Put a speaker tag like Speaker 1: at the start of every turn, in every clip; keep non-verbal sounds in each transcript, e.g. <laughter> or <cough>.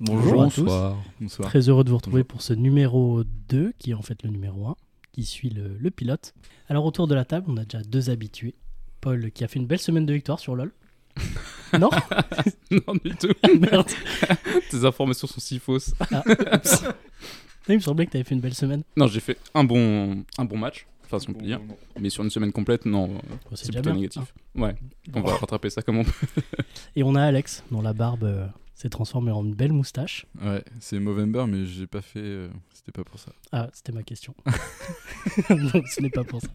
Speaker 1: Bonjour,
Speaker 2: à
Speaker 1: bonsoir. bonsoir.
Speaker 2: Très heureux de vous retrouver pour ce numéro 2, qui est en fait le numéro 1, qui suit le, le pilote. Alors autour de la table, on a déjà deux habitués. Paul qui a fait une belle semaine de victoire sur
Speaker 1: <laughs>
Speaker 2: LoL. non
Speaker 1: non, du
Speaker 2: <laughs>
Speaker 1: tout. <laughs>
Speaker 2: Merde.
Speaker 1: Tes informations sont si fausses.
Speaker 2: Ah, oups. Il me semblait que tu avais fait une belle semaine.
Speaker 1: Non, j'ai fait un bon, un bon match, enfin, si on peut dire. Mais sur une semaine complète, non, euh,
Speaker 2: Oh, c'est
Speaker 1: c'est
Speaker 2: déjà bien.
Speaker 1: plutôt
Speaker 2: Ah.
Speaker 1: négatif. Ouais, on va rattraper ça comme on peut.
Speaker 2: Et on a Alex, dont la barbe euh, s'est transformée en une belle moustache.
Speaker 3: Ouais, c'est Movember, mais j'ai pas fait. euh, C'était pas pour ça.
Speaker 2: Ah, c'était ma
Speaker 1: <laughs>
Speaker 2: question. <laughs> Donc ce n'est pas pour ça.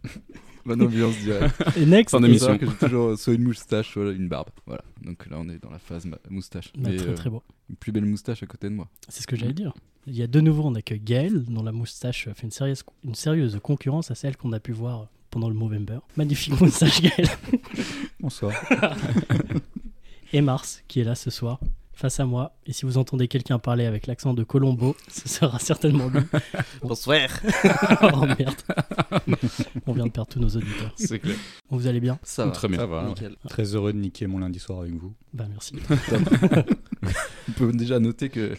Speaker 3: Bonne ambiance <laughs> directe.
Speaker 2: Et next,
Speaker 1: Fin
Speaker 3: Faut
Speaker 1: d'émission.
Speaker 3: savoir que j'ai toujours euh, soit une moustache, soit une barbe. Voilà. Donc là, on est dans la phase ma- moustache.
Speaker 2: bah,
Speaker 3: Mais,
Speaker 2: très
Speaker 3: euh,
Speaker 2: très beau.
Speaker 3: une plus belle moustache à côté de moi.
Speaker 2: C'est ce que j'allais dire. Il y a de nouveau, on a que Gaël, dont la moustache fait une sérieuse, une sérieuse concurrence à celle qu'on a pu voir pendant le Movember. Magnifique moustache,
Speaker 1: <laughs>
Speaker 2: Gaël.
Speaker 3: Bonsoir.
Speaker 2: et Mars qui est là ce soir face à moi. Et si vous entendez quelqu'un parler avec l'accent de Colombo, ce sera certainement
Speaker 1: <laughs>
Speaker 2: lui.
Speaker 4: Bonsoir.
Speaker 2: <laughs> oh merde. On vient de perdre tous nos auditeurs.
Speaker 1: C'est clair.
Speaker 2: Vous allez bien
Speaker 4: Ça va.
Speaker 1: Très bien.
Speaker 3: Ça va. hein. ouais.
Speaker 4: Nickel.
Speaker 5: <laughs> Très heureux de niquer mon lundi soir avec vous.
Speaker 2: Bah merci.
Speaker 3: On peut déjà noter que,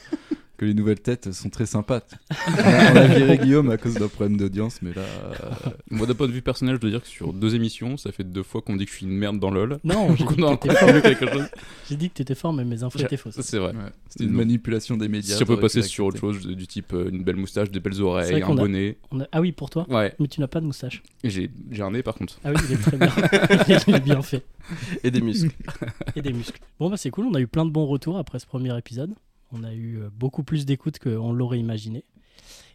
Speaker 3: que les nouvelles têtes sont très sympas. on, a, on a viré Guillaume à cause d'un problème d'audience, <laughs> mais là. euh,
Speaker 1: Moi, d'un point de vue personnel, je dois dire que sur deux émissions, ça fait deux fois qu'on dit que je suis une merde dans LoL. <laughs>
Speaker 2: Non, <laughs> j'ai
Speaker 1: Donc
Speaker 2: dit
Speaker 1: on a
Speaker 2: que t'étais fort.
Speaker 1: entendu quelque chose.
Speaker 2: J'ai dit que t'étais fort, mais mes infos
Speaker 1: J'ai-
Speaker 2: étaient fausses.
Speaker 1: C'est vrai.
Speaker 3: ouais,
Speaker 1: C'était
Speaker 3: euh, C'est une
Speaker 1: une
Speaker 3: manipulation des médias.
Speaker 1: Si on peut
Speaker 3: t'aurais pu
Speaker 1: passer sur autre
Speaker 3: l'accepter.
Speaker 1: chose, du type euh, une belle moustache, des belles
Speaker 2: C'est vrai
Speaker 1: oreilles, un
Speaker 2: qu'on a-
Speaker 1: bonnet.
Speaker 2: On a- Ah oui, pour toi
Speaker 1: Ouais,
Speaker 2: mais tu n'as pas de moustache.
Speaker 1: Et j'ai j'ai un nez par contre.
Speaker 2: Ah oui, il est très
Speaker 1: <laughs>
Speaker 2: bien. il est bien fait.
Speaker 4: Et des muscles.
Speaker 2: Et des muscles. Bon, bah c'est cool. On a eu plein de bons retours après ce premier épisode. On a eu euh, beaucoup plus d'écoute qu'on l'aurait imaginé.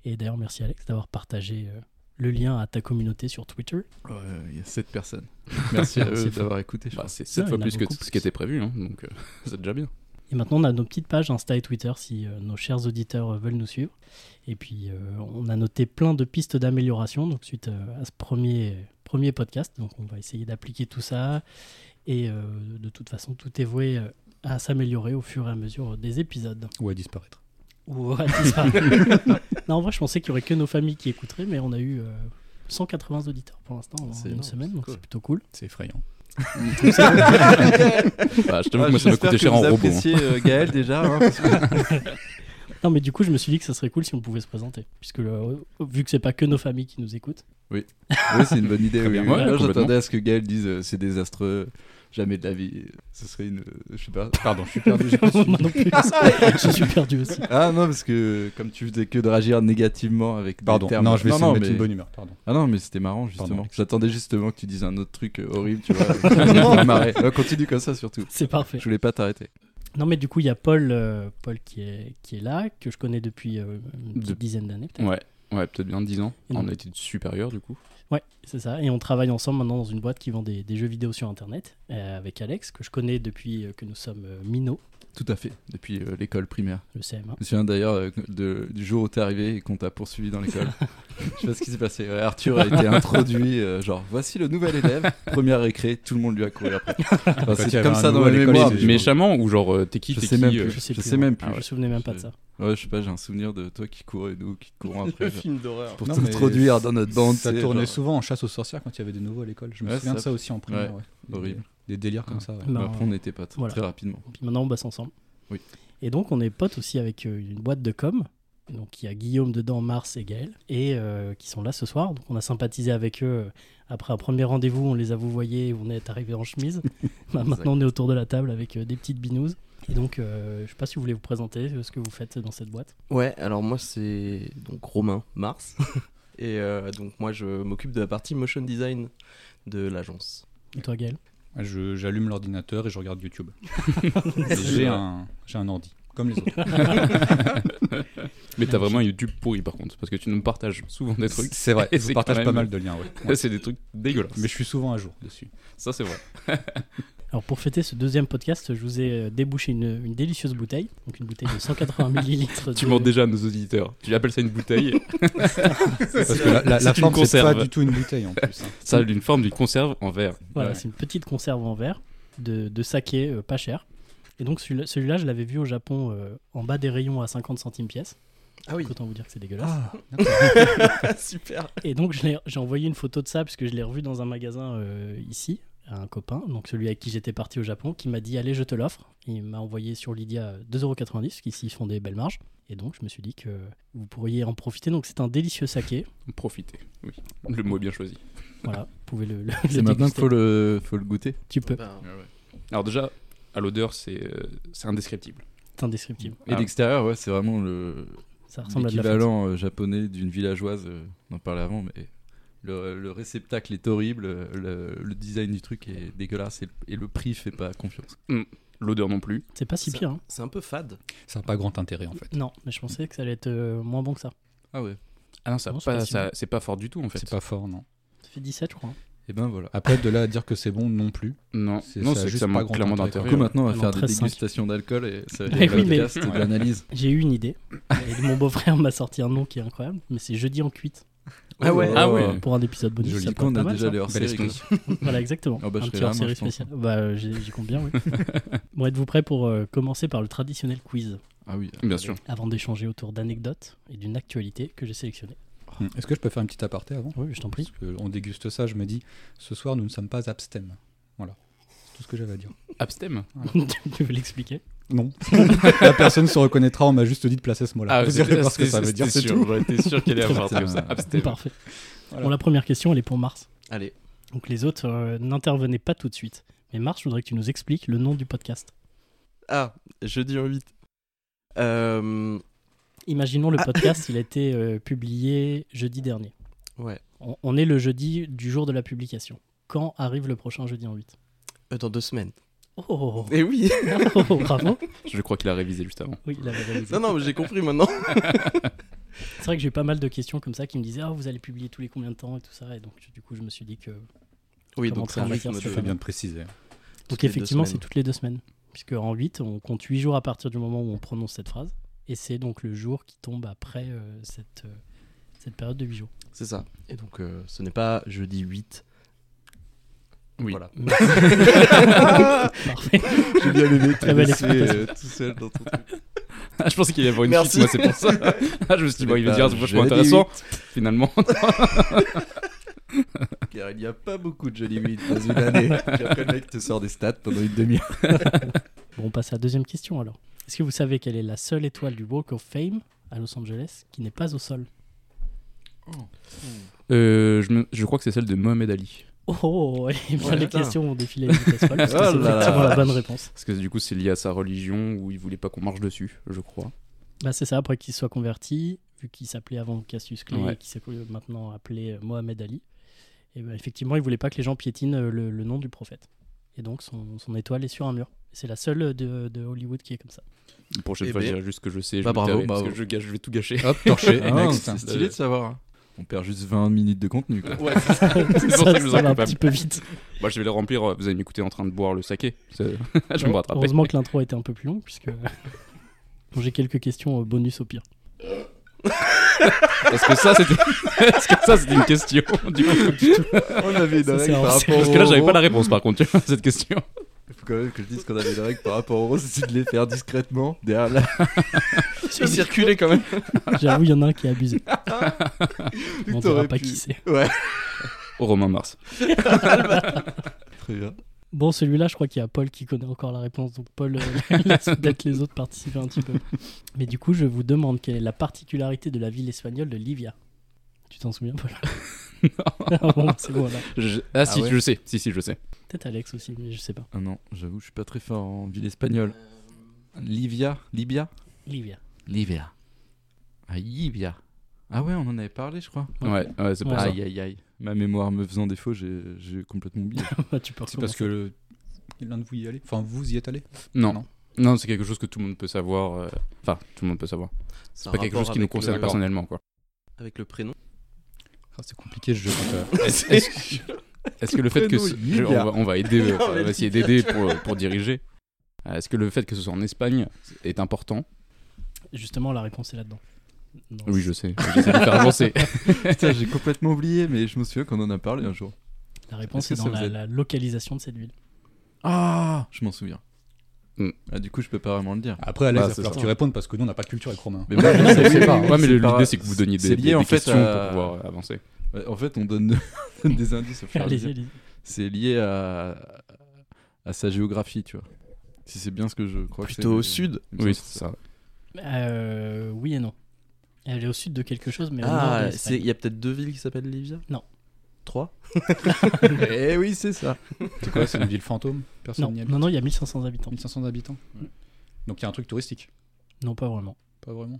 Speaker 2: Et d'ailleurs, merci Alex d'avoir partagé euh, le lien à ta communauté sur Twitter.
Speaker 3: <laughs> Ouais, Il y a 7 personnes. Merci à
Speaker 2: <laughs>
Speaker 3: eux
Speaker 2: C'est fou.
Speaker 3: d'avoir écouté. je
Speaker 1: Bah,
Speaker 3: crois.
Speaker 1: c'est sept
Speaker 2: il
Speaker 1: fois
Speaker 2: y en a
Speaker 1: plus que
Speaker 2: beaucoup
Speaker 1: ce qui
Speaker 2: plus.
Speaker 1: était prévu, hein, donc euh, <laughs> c'est déjà
Speaker 2: <laughs>
Speaker 1: bien.
Speaker 2: Et maintenant, on a nos petites pages Insta et Twitter si euh, nos chers auditeurs euh, veulent nous suivre. Et puis, euh, on a noté plein de pistes d'amélioration donc suite euh, à ce premier, premier podcast. Donc, on va essayer d'appliquer tout ça. Et euh, de toute façon, tout est voué euh, à s'améliorer au fur et à mesure euh, des épisodes.
Speaker 5: Ou à disparaître.
Speaker 2: Ou euh, à disparaître. non, en vrai, je pensais qu'il n'y aurait que nos familles qui écouteraient, mais on a eu euh, 180 auditeurs pour l'instant en
Speaker 3: C'est
Speaker 2: une
Speaker 3: énorme,
Speaker 2: semaine,
Speaker 3: c'est
Speaker 2: donc
Speaker 3: cool.
Speaker 2: c'est plutôt cool.
Speaker 5: C'est effrayant.
Speaker 1: Bah, je t'avoue
Speaker 3: Ah,
Speaker 1: que moi, ça m'a
Speaker 3: j'espère
Speaker 1: coûté
Speaker 3: que
Speaker 1: cher en
Speaker 3: vous
Speaker 1: robot. hein.
Speaker 3: appréciez, euh, Gaël déjà. hein, parce que-
Speaker 2: Non, mais du coup, je me suis dit que ça serait cool si on pouvait se présenter, puisque euh, vu que c'est pas que nos familles qui nous écoutent.
Speaker 3: Oui, c'est une bonne idée.
Speaker 1: Très
Speaker 3: oui,
Speaker 1: bien.
Speaker 3: oui.
Speaker 1: Ouais,
Speaker 3: Moi,
Speaker 1: complètement.
Speaker 3: j'attendais à ce que Gaël dise euh, c'est désastreux, jamais de la vie. Ce serait une. euh, Je sais pas.
Speaker 5: Pardon, je suis
Speaker 3: perdu, j'ai pas
Speaker 2: Moi <laughs>
Speaker 3: suivi.
Speaker 2: non plus. Ah, je suis perdu aussi.
Speaker 3: Ah non, parce que comme tu faisais que de réagir négativement avec. des
Speaker 5: Pardon,
Speaker 3: termes-
Speaker 5: non, je vais essayer de
Speaker 3: mais-
Speaker 5: mettre une bonne humeur. Pardon.
Speaker 3: Ah non, mais c'était marrant justement.
Speaker 5: Pardon.
Speaker 3: J'attendais justement que tu dises un autre truc euh, horrible, tu vois. Ça me <laughs> fait marrer. Euh, Continue comme ça surtout.
Speaker 2: C'est parfait.
Speaker 3: Je voulais pas t'arrêter.
Speaker 2: Non, mais du coup, il y a Paul, euh, Paul qui, est, qui est là, que je connais depuis euh, une petite
Speaker 1: De-
Speaker 2: dizaine d'années. peut-être.
Speaker 1: Ouais, ouais peut-être bien 10 ans.
Speaker 2: Et
Speaker 1: On
Speaker 2: donc-
Speaker 1: a été supérieurs du coup.
Speaker 2: Ouais, c'est ça. Et on travaille ensemble maintenant dans une boîte qui vend des, des jeux vidéo sur Internet, euh, avec Alex, que je connais depuis euh, que nous sommes euh, minots,
Speaker 3: Tout à fait. Depuis euh, l'école primaire.
Speaker 2: le CM1.
Speaker 3: Je me souviens d'ailleurs euh, de- du jour où t'es arrivé et qu'on t'a poursuivi dans l'école. Je sais pas ce qui s'est passé. Ouais, Arthur a été introduit, euh, genre voici le nouvel élève, première récré, tout le monde lui a couru après. Enfin,
Speaker 5: Quand il y
Speaker 3: c'est
Speaker 5: avait
Speaker 3: comme
Speaker 5: un
Speaker 3: ça dans
Speaker 5: nouveau à
Speaker 3: mes
Speaker 5: l'école,
Speaker 3: mémoires.
Speaker 5: c'était-
Speaker 3: mais-
Speaker 1: Méchamment ou genre euh, t'es qui
Speaker 3: Je
Speaker 1: t'es
Speaker 3: sais
Speaker 1: qui,
Speaker 3: même
Speaker 1: euh,
Speaker 3: plus. Ah je sais
Speaker 2: ouais.
Speaker 3: même plus.
Speaker 2: Je me souvenais même pas de ça.
Speaker 3: Ouais, je sais pas, j'ai un souvenir de toi qui courais et nous qui courons après.
Speaker 4: Le
Speaker 3: genre,
Speaker 4: film d'horreur.
Speaker 3: pour
Speaker 5: Non, mais
Speaker 3: t'introduire dans notre bande.
Speaker 5: ça
Speaker 3: tu sais,
Speaker 5: tournait
Speaker 3: genre,
Speaker 5: souvent en chasse aux sorcières quand il y avait des nouveaux à l'école. Je me
Speaker 3: Ouais,
Speaker 5: souviens de
Speaker 3: ça-
Speaker 5: ça aussi en primaire. ouais. Des-
Speaker 3: Horrible.
Speaker 5: Des délires comme ça. ouais.
Speaker 2: Non.
Speaker 3: Mais après, on n'était pas
Speaker 2: Voilà.
Speaker 3: très rapidement.
Speaker 2: Puis maintenant, on bosse ensemble.
Speaker 3: Oui.
Speaker 2: Et donc, on est potes aussi avec euh, une boîte de com. Donc, il y a Guillaume dedans, Mars et Gaël, et euh, qui sont là ce soir. Donc, on a sympathisé avec eux. euh, Après un premier rendez-vous, on les a vouvoyés, on est arrivés en
Speaker 3: <laughs>
Speaker 2: chemise. Bah, maintenant, on est autour de la table avec euh, des petites binouses. Et donc, euh, je ne sais pas si vous voulez vous présenter euh, ce que vous faites dans cette boîte.
Speaker 4: Ouais, alors moi c'est donc Romain Mars. <laughs> Et euh, donc moi je m'occupe de la partie motion design de l'agence.
Speaker 2: Et toi, Gaël
Speaker 5: Je- J'allume l'ordinateur et je regarde <laughs> YouTube. Et J'ai un, j'ai un ordi, comme <laughs> les autres.
Speaker 1: Mais t'as vraiment un YouTube pourri par contre, parce que tu nous partages souvent des trucs.
Speaker 5: C'est vrai,
Speaker 1: Et
Speaker 5: je
Speaker 1: c'est
Speaker 5: partage
Speaker 1: quand
Speaker 5: pas
Speaker 1: même-
Speaker 5: mal de liens. ouais.
Speaker 1: <laughs>
Speaker 5: Ouais.
Speaker 1: C'est des trucs dégueulasses.
Speaker 5: Mais je suis souvent à jour dessus.
Speaker 1: Ça c'est vrai.
Speaker 2: Alors, pour fêter ce deuxième podcast, je vous ai euh, débouché une, une délicieuse bouteille. Donc, une bouteille de
Speaker 3: <laughs>
Speaker 2: 180 millilitres.
Speaker 1: Tu
Speaker 2: de-
Speaker 1: mens déjà à nos auditeurs. Tu appelles ça une <laughs> bouteille.
Speaker 5: Parce que la, la-
Speaker 1: C'est
Speaker 5: la
Speaker 1: une
Speaker 5: forme, c'est pas
Speaker 1: conserve.
Speaker 5: du tout une bouteille en <laughs> plus. hein.
Speaker 1: ça a une forme d'une conserve en verre.
Speaker 2: Voilà,
Speaker 5: Ouais.
Speaker 2: c'est une petite conserve en verre de, de saké euh, pas cher. Et donc celui-là, celui-là, je l'avais vu au Japon euh, en bas des rayons à 50 centimes pièce.
Speaker 4: Ah oui.
Speaker 2: Donc, Autant vous dire que c'est dégueulasse.
Speaker 5: Ah,
Speaker 4: Super. <laughs>
Speaker 2: Et donc je l'ai- j'ai envoyé une photo de ça parce que je l'ai revu dans un magasin euh, ici. à un copain, donc celui avec qui j'étais parti au Japon, qui m'a dit Allez, je te l'offre. Il m'a envoyé sur Lydia euh, 2,90€, parce qu'ici ils font des belles marges. Et donc je me suis dit que vous pourriez en profiter. Donc c'est un délicieux saké.
Speaker 1: Profiter, oui. Le mot est bien choisi.
Speaker 2: voilà, vous pouvez le. le- le
Speaker 3: C'est maintenant
Speaker 2: déguster.
Speaker 3: qu'il faut le, faut le goûter.
Speaker 2: Tu peux,
Speaker 1: Ah.
Speaker 4: Ben,
Speaker 5: Ah
Speaker 1: Alors déjà, à l'odeur, c'est euh, c'est indescriptible.
Speaker 2: c'est indescriptible.
Speaker 3: Et
Speaker 1: Ah.
Speaker 3: l'extérieur, ouais, c'est vraiment le
Speaker 2: Ça ressemble à de la fête.
Speaker 3: l'équivalent euh, japonais d'une villageoise. euh, on en parlait avant, mais le, le réceptacle est horrible, euh, le, le design du truc est dégueulasse et, le- et le prix fait pas confiance.
Speaker 1: L'odeur non plus.
Speaker 2: C'est pas si
Speaker 4: Ça-
Speaker 2: pire. hein.
Speaker 4: C'est un peu fade.
Speaker 5: Ça n'a pas grand intérêt en fait.
Speaker 2: Non, mais je pensais que ça allait être euh, moins bon que ça.
Speaker 3: Ah ouais.
Speaker 1: Ah non, ça
Speaker 2: Non, c'est
Speaker 1: pas-
Speaker 2: pas si
Speaker 1: ça-
Speaker 2: bon.
Speaker 1: c'est pas, fort du tout en fait.
Speaker 5: C'est pas fort, non.
Speaker 2: Ça fait 17, je crois. hein.
Speaker 3: Et
Speaker 5: Eh
Speaker 3: ben voilà.
Speaker 5: Après, de là à dire que c'est bon non plus.
Speaker 1: Non,
Speaker 5: C'est-
Speaker 1: non,
Speaker 5: ça a
Speaker 1: c'est que
Speaker 5: juste
Speaker 1: ça
Speaker 5: pas
Speaker 1: manque
Speaker 5: grand
Speaker 1: clairement
Speaker 5: intérêt,
Speaker 1: d'intérêt.
Speaker 3: Du coup, maintenant, on va
Speaker 2: Alors,
Speaker 3: faire des
Speaker 2: 13,5.
Speaker 3: dégustations d'alcool et ça va
Speaker 2: Mais
Speaker 3: être
Speaker 2: Ah oui,
Speaker 3: le
Speaker 2: mais-
Speaker 3: podcast de
Speaker 1: Ouais.
Speaker 3: l'analyse.
Speaker 2: J'ai eu une <laughs> idée. Et mon beau-frère m'a sorti un nom qui est incroyable, mais c'est Jeudi en cuite
Speaker 3: Ah ouais.
Speaker 1: Ah ouais.
Speaker 2: pour un épisode bonus.
Speaker 3: Joli.
Speaker 2: ça
Speaker 3: Du coup, on
Speaker 2: pourrait
Speaker 3: a
Speaker 2: être pas mal,
Speaker 3: déjà
Speaker 2: ça.
Speaker 3: leur
Speaker 1: Belle
Speaker 3: série.
Speaker 1: escompte.
Speaker 2: Voilà, exactement.
Speaker 3: Ah bah, je
Speaker 2: un
Speaker 3: serais
Speaker 2: petit
Speaker 3: là,
Speaker 2: hors série
Speaker 3: moi, je pense,
Speaker 2: spéciale. Bah, euh, j'y j'y compte bien, oui.
Speaker 3: <laughs>
Speaker 2: bon, êtes-vous prêts pour euh, commencer par le traditionnel quiz
Speaker 3: Ah oui.
Speaker 1: Bien sûr.
Speaker 2: avant d'échanger autour d'anecdotes et d'une actualité que j'ai sélectionnée
Speaker 5: Hmm. Est-ce que je peux faire un petit aparté avant
Speaker 2: Oui, je t'en prie. <laughs>
Speaker 5: Parce que on déguste ça, je me dis, ce soir, nous ne sommes pas abstem. Voilà. C'est tout ce que j'avais à dire.
Speaker 1: Abstem
Speaker 2: tu tu veux l'expliquer
Speaker 5: Non. <laughs> La personne se reconnaîtra, on m'a juste dit de placer ce mot-là. Vous
Speaker 1: Ah, c'est-
Speaker 5: irez voir ce que
Speaker 1: c'est-
Speaker 5: ça veut dire,
Speaker 1: c'était
Speaker 5: c'est
Speaker 1: sûr,
Speaker 5: tout.
Speaker 1: J'aurais été sûr
Speaker 5: <laughs>
Speaker 1: qu'elle allait avoir
Speaker 5: Putain.
Speaker 1: comme ça. Abstem.
Speaker 2: Parfait.
Speaker 5: Voilà.
Speaker 2: Bon, la première question, elle est pour Mars.
Speaker 4: Allez,
Speaker 2: Donc les autres euh, n'intervenaient pas tout de suite. Mais Mars, je voudrais que tu nous expliques le nom du podcast.
Speaker 4: Ah, jeudi en 8. Euh,
Speaker 2: Imaginons le
Speaker 4: Ah.
Speaker 2: podcast, il a été euh, publié jeudi dernier.
Speaker 4: ouais.
Speaker 2: On, on est le jeudi du jour de la publication. Quand arrive le prochain jeudi en 8
Speaker 4: Euh, dans deux semaines.
Speaker 2: Oh, oh,
Speaker 4: Eh oui
Speaker 2: oh, <laughs> oh, bravo
Speaker 1: Je crois qu'il a révisé juste avant.
Speaker 2: Oui, il avait réalisé.
Speaker 4: Non, non, mais j'ai compris maintenant.
Speaker 2: C'est vrai que j'ai eu pas mal de questions comme ça qui me disaient Ah, vous allez publier tous les combien de temps et tout ça. Et donc, du coup, je me suis dit que.
Speaker 4: Oui,
Speaker 2: Comment
Speaker 4: donc
Speaker 2: ça
Speaker 4: ça
Speaker 2: va
Speaker 4: arrive.
Speaker 2: faire
Speaker 4: on a
Speaker 2: ce
Speaker 4: deux-
Speaker 5: C'est bien de préciser.
Speaker 2: Donc,
Speaker 4: toutes les deux
Speaker 2: effectivement, c'est
Speaker 4: semaines.
Speaker 2: toutes les deux semaines. Puisque en 8, on compte 8 jours à partir du moment où on prononce cette phrase. Et c'est donc le jour qui tombe après euh, cette, euh, cette période de 8
Speaker 4: <laughs>
Speaker 2: jours. <laughs>
Speaker 4: C'est ça. Et donc, euh, ce n'est pas jeudi 8.
Speaker 1: Oui.
Speaker 4: Voilà.
Speaker 2: Parfait.
Speaker 3: J'ai bien aimé.
Speaker 2: Très belle explication.
Speaker 3: euh, tout seul dans ton
Speaker 1: Ah, <laughs> je pensais qu'il allait avoir une
Speaker 4: Merci.
Speaker 1: suite, moi c'est pour ça. <laughs> Ah, je me suis dit,
Speaker 3: Je
Speaker 1: bon,
Speaker 3: l'ai
Speaker 1: il va
Speaker 3: pas-
Speaker 1: dire,
Speaker 3: je
Speaker 1: c'est vachement
Speaker 3: l'ai dit,
Speaker 1: intéressant. Finalement,
Speaker 3: Car il n'y a pas beaucoup de jolies 8 dans une année. Puis après, le mec te sort des stats pendant une demi-heure.
Speaker 2: Bon, on passe à la deuxième question alors. Est-ce que vous savez quelle est la seule étoile du Walk of Fame à Los Angeles qui n'est pas au sol
Speaker 1: Euh, je, me- je crois que c'est celle de Mohamed Ali.
Speaker 2: Oh, oh, oh, et bien
Speaker 4: Ouais,
Speaker 2: les
Speaker 4: putain.
Speaker 2: questions vont défiler à une vitesse folle, parce que
Speaker 3: Oh
Speaker 2: c'est
Speaker 3: là là.
Speaker 2: effectivement la bonne réponse.
Speaker 1: Parce que du coup, c'est lié à sa religion où il voulait pas qu'on marche dessus, je crois.
Speaker 2: Bah, c'est ça, après qu'il soit converti, vu qu'il s'appelait avant Cassius Clay
Speaker 1: Ouais.
Speaker 2: et qu'il s'est maintenant appelé euh, Mohamed Ali, et ben, effectivement, il voulait pas que les gens piétinent euh, le, le nom du prophète. Et donc, son, son étoile est sur un mur. C'est la seule de, de Hollywood qui est comme ça.
Speaker 1: La prochaine
Speaker 4: Eh
Speaker 1: fois,
Speaker 4: ben.
Speaker 1: je dirai juste que je sais. Je
Speaker 4: Bah,
Speaker 1: me
Speaker 4: bravo,
Speaker 1: tairai, parce
Speaker 4: bravo.
Speaker 1: que je, gâche- je vais tout gâcher.
Speaker 5: Hop, torché.
Speaker 3: Ah,
Speaker 5: <laughs> next.
Speaker 3: c'est stylé de savoir. hein. On perd juste 20 minutes de contenu. Quoi.
Speaker 1: C'est pour ça
Speaker 2: ça,
Speaker 1: que je vous
Speaker 2: ça
Speaker 1: en
Speaker 2: va un
Speaker 1: coupe.
Speaker 2: petit peu vite.
Speaker 1: <laughs> Bah, je vais le remplir. euh, Vous allez m'écouter en train de boire le saké. C'est- <laughs> Ah, je vais me rattraper.
Speaker 2: Heureusement que l'intro était un peu plus longue, puisque Bon, <laughs> j'ai quelques questions euh, bonus au pire.
Speaker 1: Est-ce que ça, c'était <laughs> Est-ce que ça, c'était une question <laughs> du coup
Speaker 3: On avait une
Speaker 2: Ça,
Speaker 3: règle
Speaker 2: c'est
Speaker 3: par
Speaker 2: hors
Speaker 3: rapport
Speaker 2: série.
Speaker 3: au.
Speaker 1: Parce que là, j'avais pas la réponse par contre tu vois, <laughs> à cette question.
Speaker 3: Il faut quand même que je dise qu'on avait une règle par rapport au rose, c'est de les faire discrètement. Derrière là.
Speaker 4: J'ai circulé quand même.
Speaker 2: <laughs> J'avoue, il y en a un qui est abusé. On dira
Speaker 3: t'aurais
Speaker 2: pas
Speaker 3: pu.
Speaker 2: qui c'est.
Speaker 3: Ouais.
Speaker 1: Au Romain Mars. <laughs>
Speaker 3: Très bien.
Speaker 2: Bon, celui-là, je crois qu'il y a Paul qui connaît encore la réponse. Donc, Paul, euh, <laughs> laisse peut-être les autres participer un petit peu. Mais du coup, je vous demande quelle est la particularité de la ville espagnole de Livia. Tu t'en souviens, Paul Ah bon, c'est bon, là.
Speaker 1: Je- Ah, si,
Speaker 3: ouais.
Speaker 1: je sais. Si, si, je sais.
Speaker 2: Peut-être Alex aussi, mais je sais pas.
Speaker 3: Ah non, j'avoue, je suis pas très fort en ville espagnole. Livia Libya
Speaker 2: Livia. <laughs>
Speaker 3: Livia. Ah, Livia. Ah ouais, on en avait parlé, je crois.
Speaker 2: Ouais.
Speaker 1: Ouais, ouais, c'est pour
Speaker 2: Ouais.
Speaker 1: ça.
Speaker 3: Aïe, aïe, aïe. Ma mémoire me faisant défaut, j'ai j'ai complètement oublié.
Speaker 2: Bah, tu peux
Speaker 5: C'est parce
Speaker 2: recommencer.
Speaker 5: que le- l'un de vous y est allé. Enfin, vous y êtes allé.
Speaker 1: Non.
Speaker 5: Non.
Speaker 1: Non, c'est quelque chose que tout le monde peut savoir. euh, Enfin, tout le monde peut savoir.
Speaker 4: C'est
Speaker 1: C'est pas quelque chose
Speaker 3: euh,
Speaker 1: qui nous concerne personnellement, quoi.
Speaker 4: Avec le prénom.
Speaker 5: Ah, c'est compliqué ce jeu. quand, euh,
Speaker 1: <laughs> Est-ce est-ce que, est-ce que le fait que.
Speaker 3: Prénom,
Speaker 1: ce-
Speaker 3: il est
Speaker 1: je- on,
Speaker 3: bien.
Speaker 1: va, on va aider, <laughs> euh,
Speaker 4: Non, mais
Speaker 1: on va essayer
Speaker 4: il est
Speaker 1: d'aider pour, euh, pour diriger. Euh, Est-ce que le fait que ce soit en Espagne est important
Speaker 2: Justement, la réponse est là-dedans. Non,
Speaker 1: Oui, je sais. J'essaie de faire <laughs> avancer.
Speaker 3: Putain, j'ai complètement oublié, mais je me souviens qu'on en a parlé un jour.
Speaker 2: La réponse
Speaker 3: Est-ce que
Speaker 2: est dans
Speaker 3: ça vous
Speaker 2: la,
Speaker 3: aide
Speaker 2: la localisation de cette ville.
Speaker 3: Ah Je m'en souviens.
Speaker 1: Hmm.
Speaker 3: Ah, du coup, je peux pas vraiment le
Speaker 4: <laughs>
Speaker 3: dire.
Speaker 5: Après, Alex,
Speaker 1: Bah,
Speaker 5: il va
Speaker 1: c'est
Speaker 5: falloir
Speaker 1: ça.
Speaker 5: que tu répondes parce que nous, on n'a pas de culture avec Romain.
Speaker 3: Mais moi, je
Speaker 1: Non,
Speaker 3: sais,
Speaker 1: mais
Speaker 3: oui,
Speaker 1: c'est
Speaker 3: oui,
Speaker 1: ouais, mais le-
Speaker 3: pas-
Speaker 1: l'idée, c'est que vous donniez
Speaker 3: c'est
Speaker 1: des,
Speaker 3: lié,
Speaker 1: des-
Speaker 3: en
Speaker 1: des
Speaker 3: fait,
Speaker 1: questions
Speaker 3: à-
Speaker 1: pour pouvoir avancer.
Speaker 3: Ouais, En fait, on donne, on donne <laughs> des indices au fur et à
Speaker 2: Allez-y,
Speaker 3: mesure.
Speaker 2: allez-y.
Speaker 3: c'est lié à, à sa géographie, tu vois. Si c'est bien ce que je crois. que
Speaker 4: Plutôt
Speaker 3: c'est-
Speaker 4: au sud.
Speaker 3: il me semble
Speaker 1: Oui,
Speaker 3: que
Speaker 1: c'est ça.
Speaker 2: Euh, oui et non. Elle est au sud de quelque chose, mais au nord de
Speaker 4: Ah, c'est-
Speaker 2: l'Espagne.
Speaker 4: il y a peut-être deux villes qui s'appellent Livia
Speaker 2: Non.
Speaker 4: Trois
Speaker 3: Eh oui, c'est ça.
Speaker 5: C'est quoi C'est une ville fantôme
Speaker 2: Non,
Speaker 5: Personne n'y habite
Speaker 2: non, non, il y a 1500 habitants.
Speaker 5: 1500 habitants Ouais. Donc il y a un truc touristique
Speaker 2: Non, pas vraiment.
Speaker 5: Pas vraiment.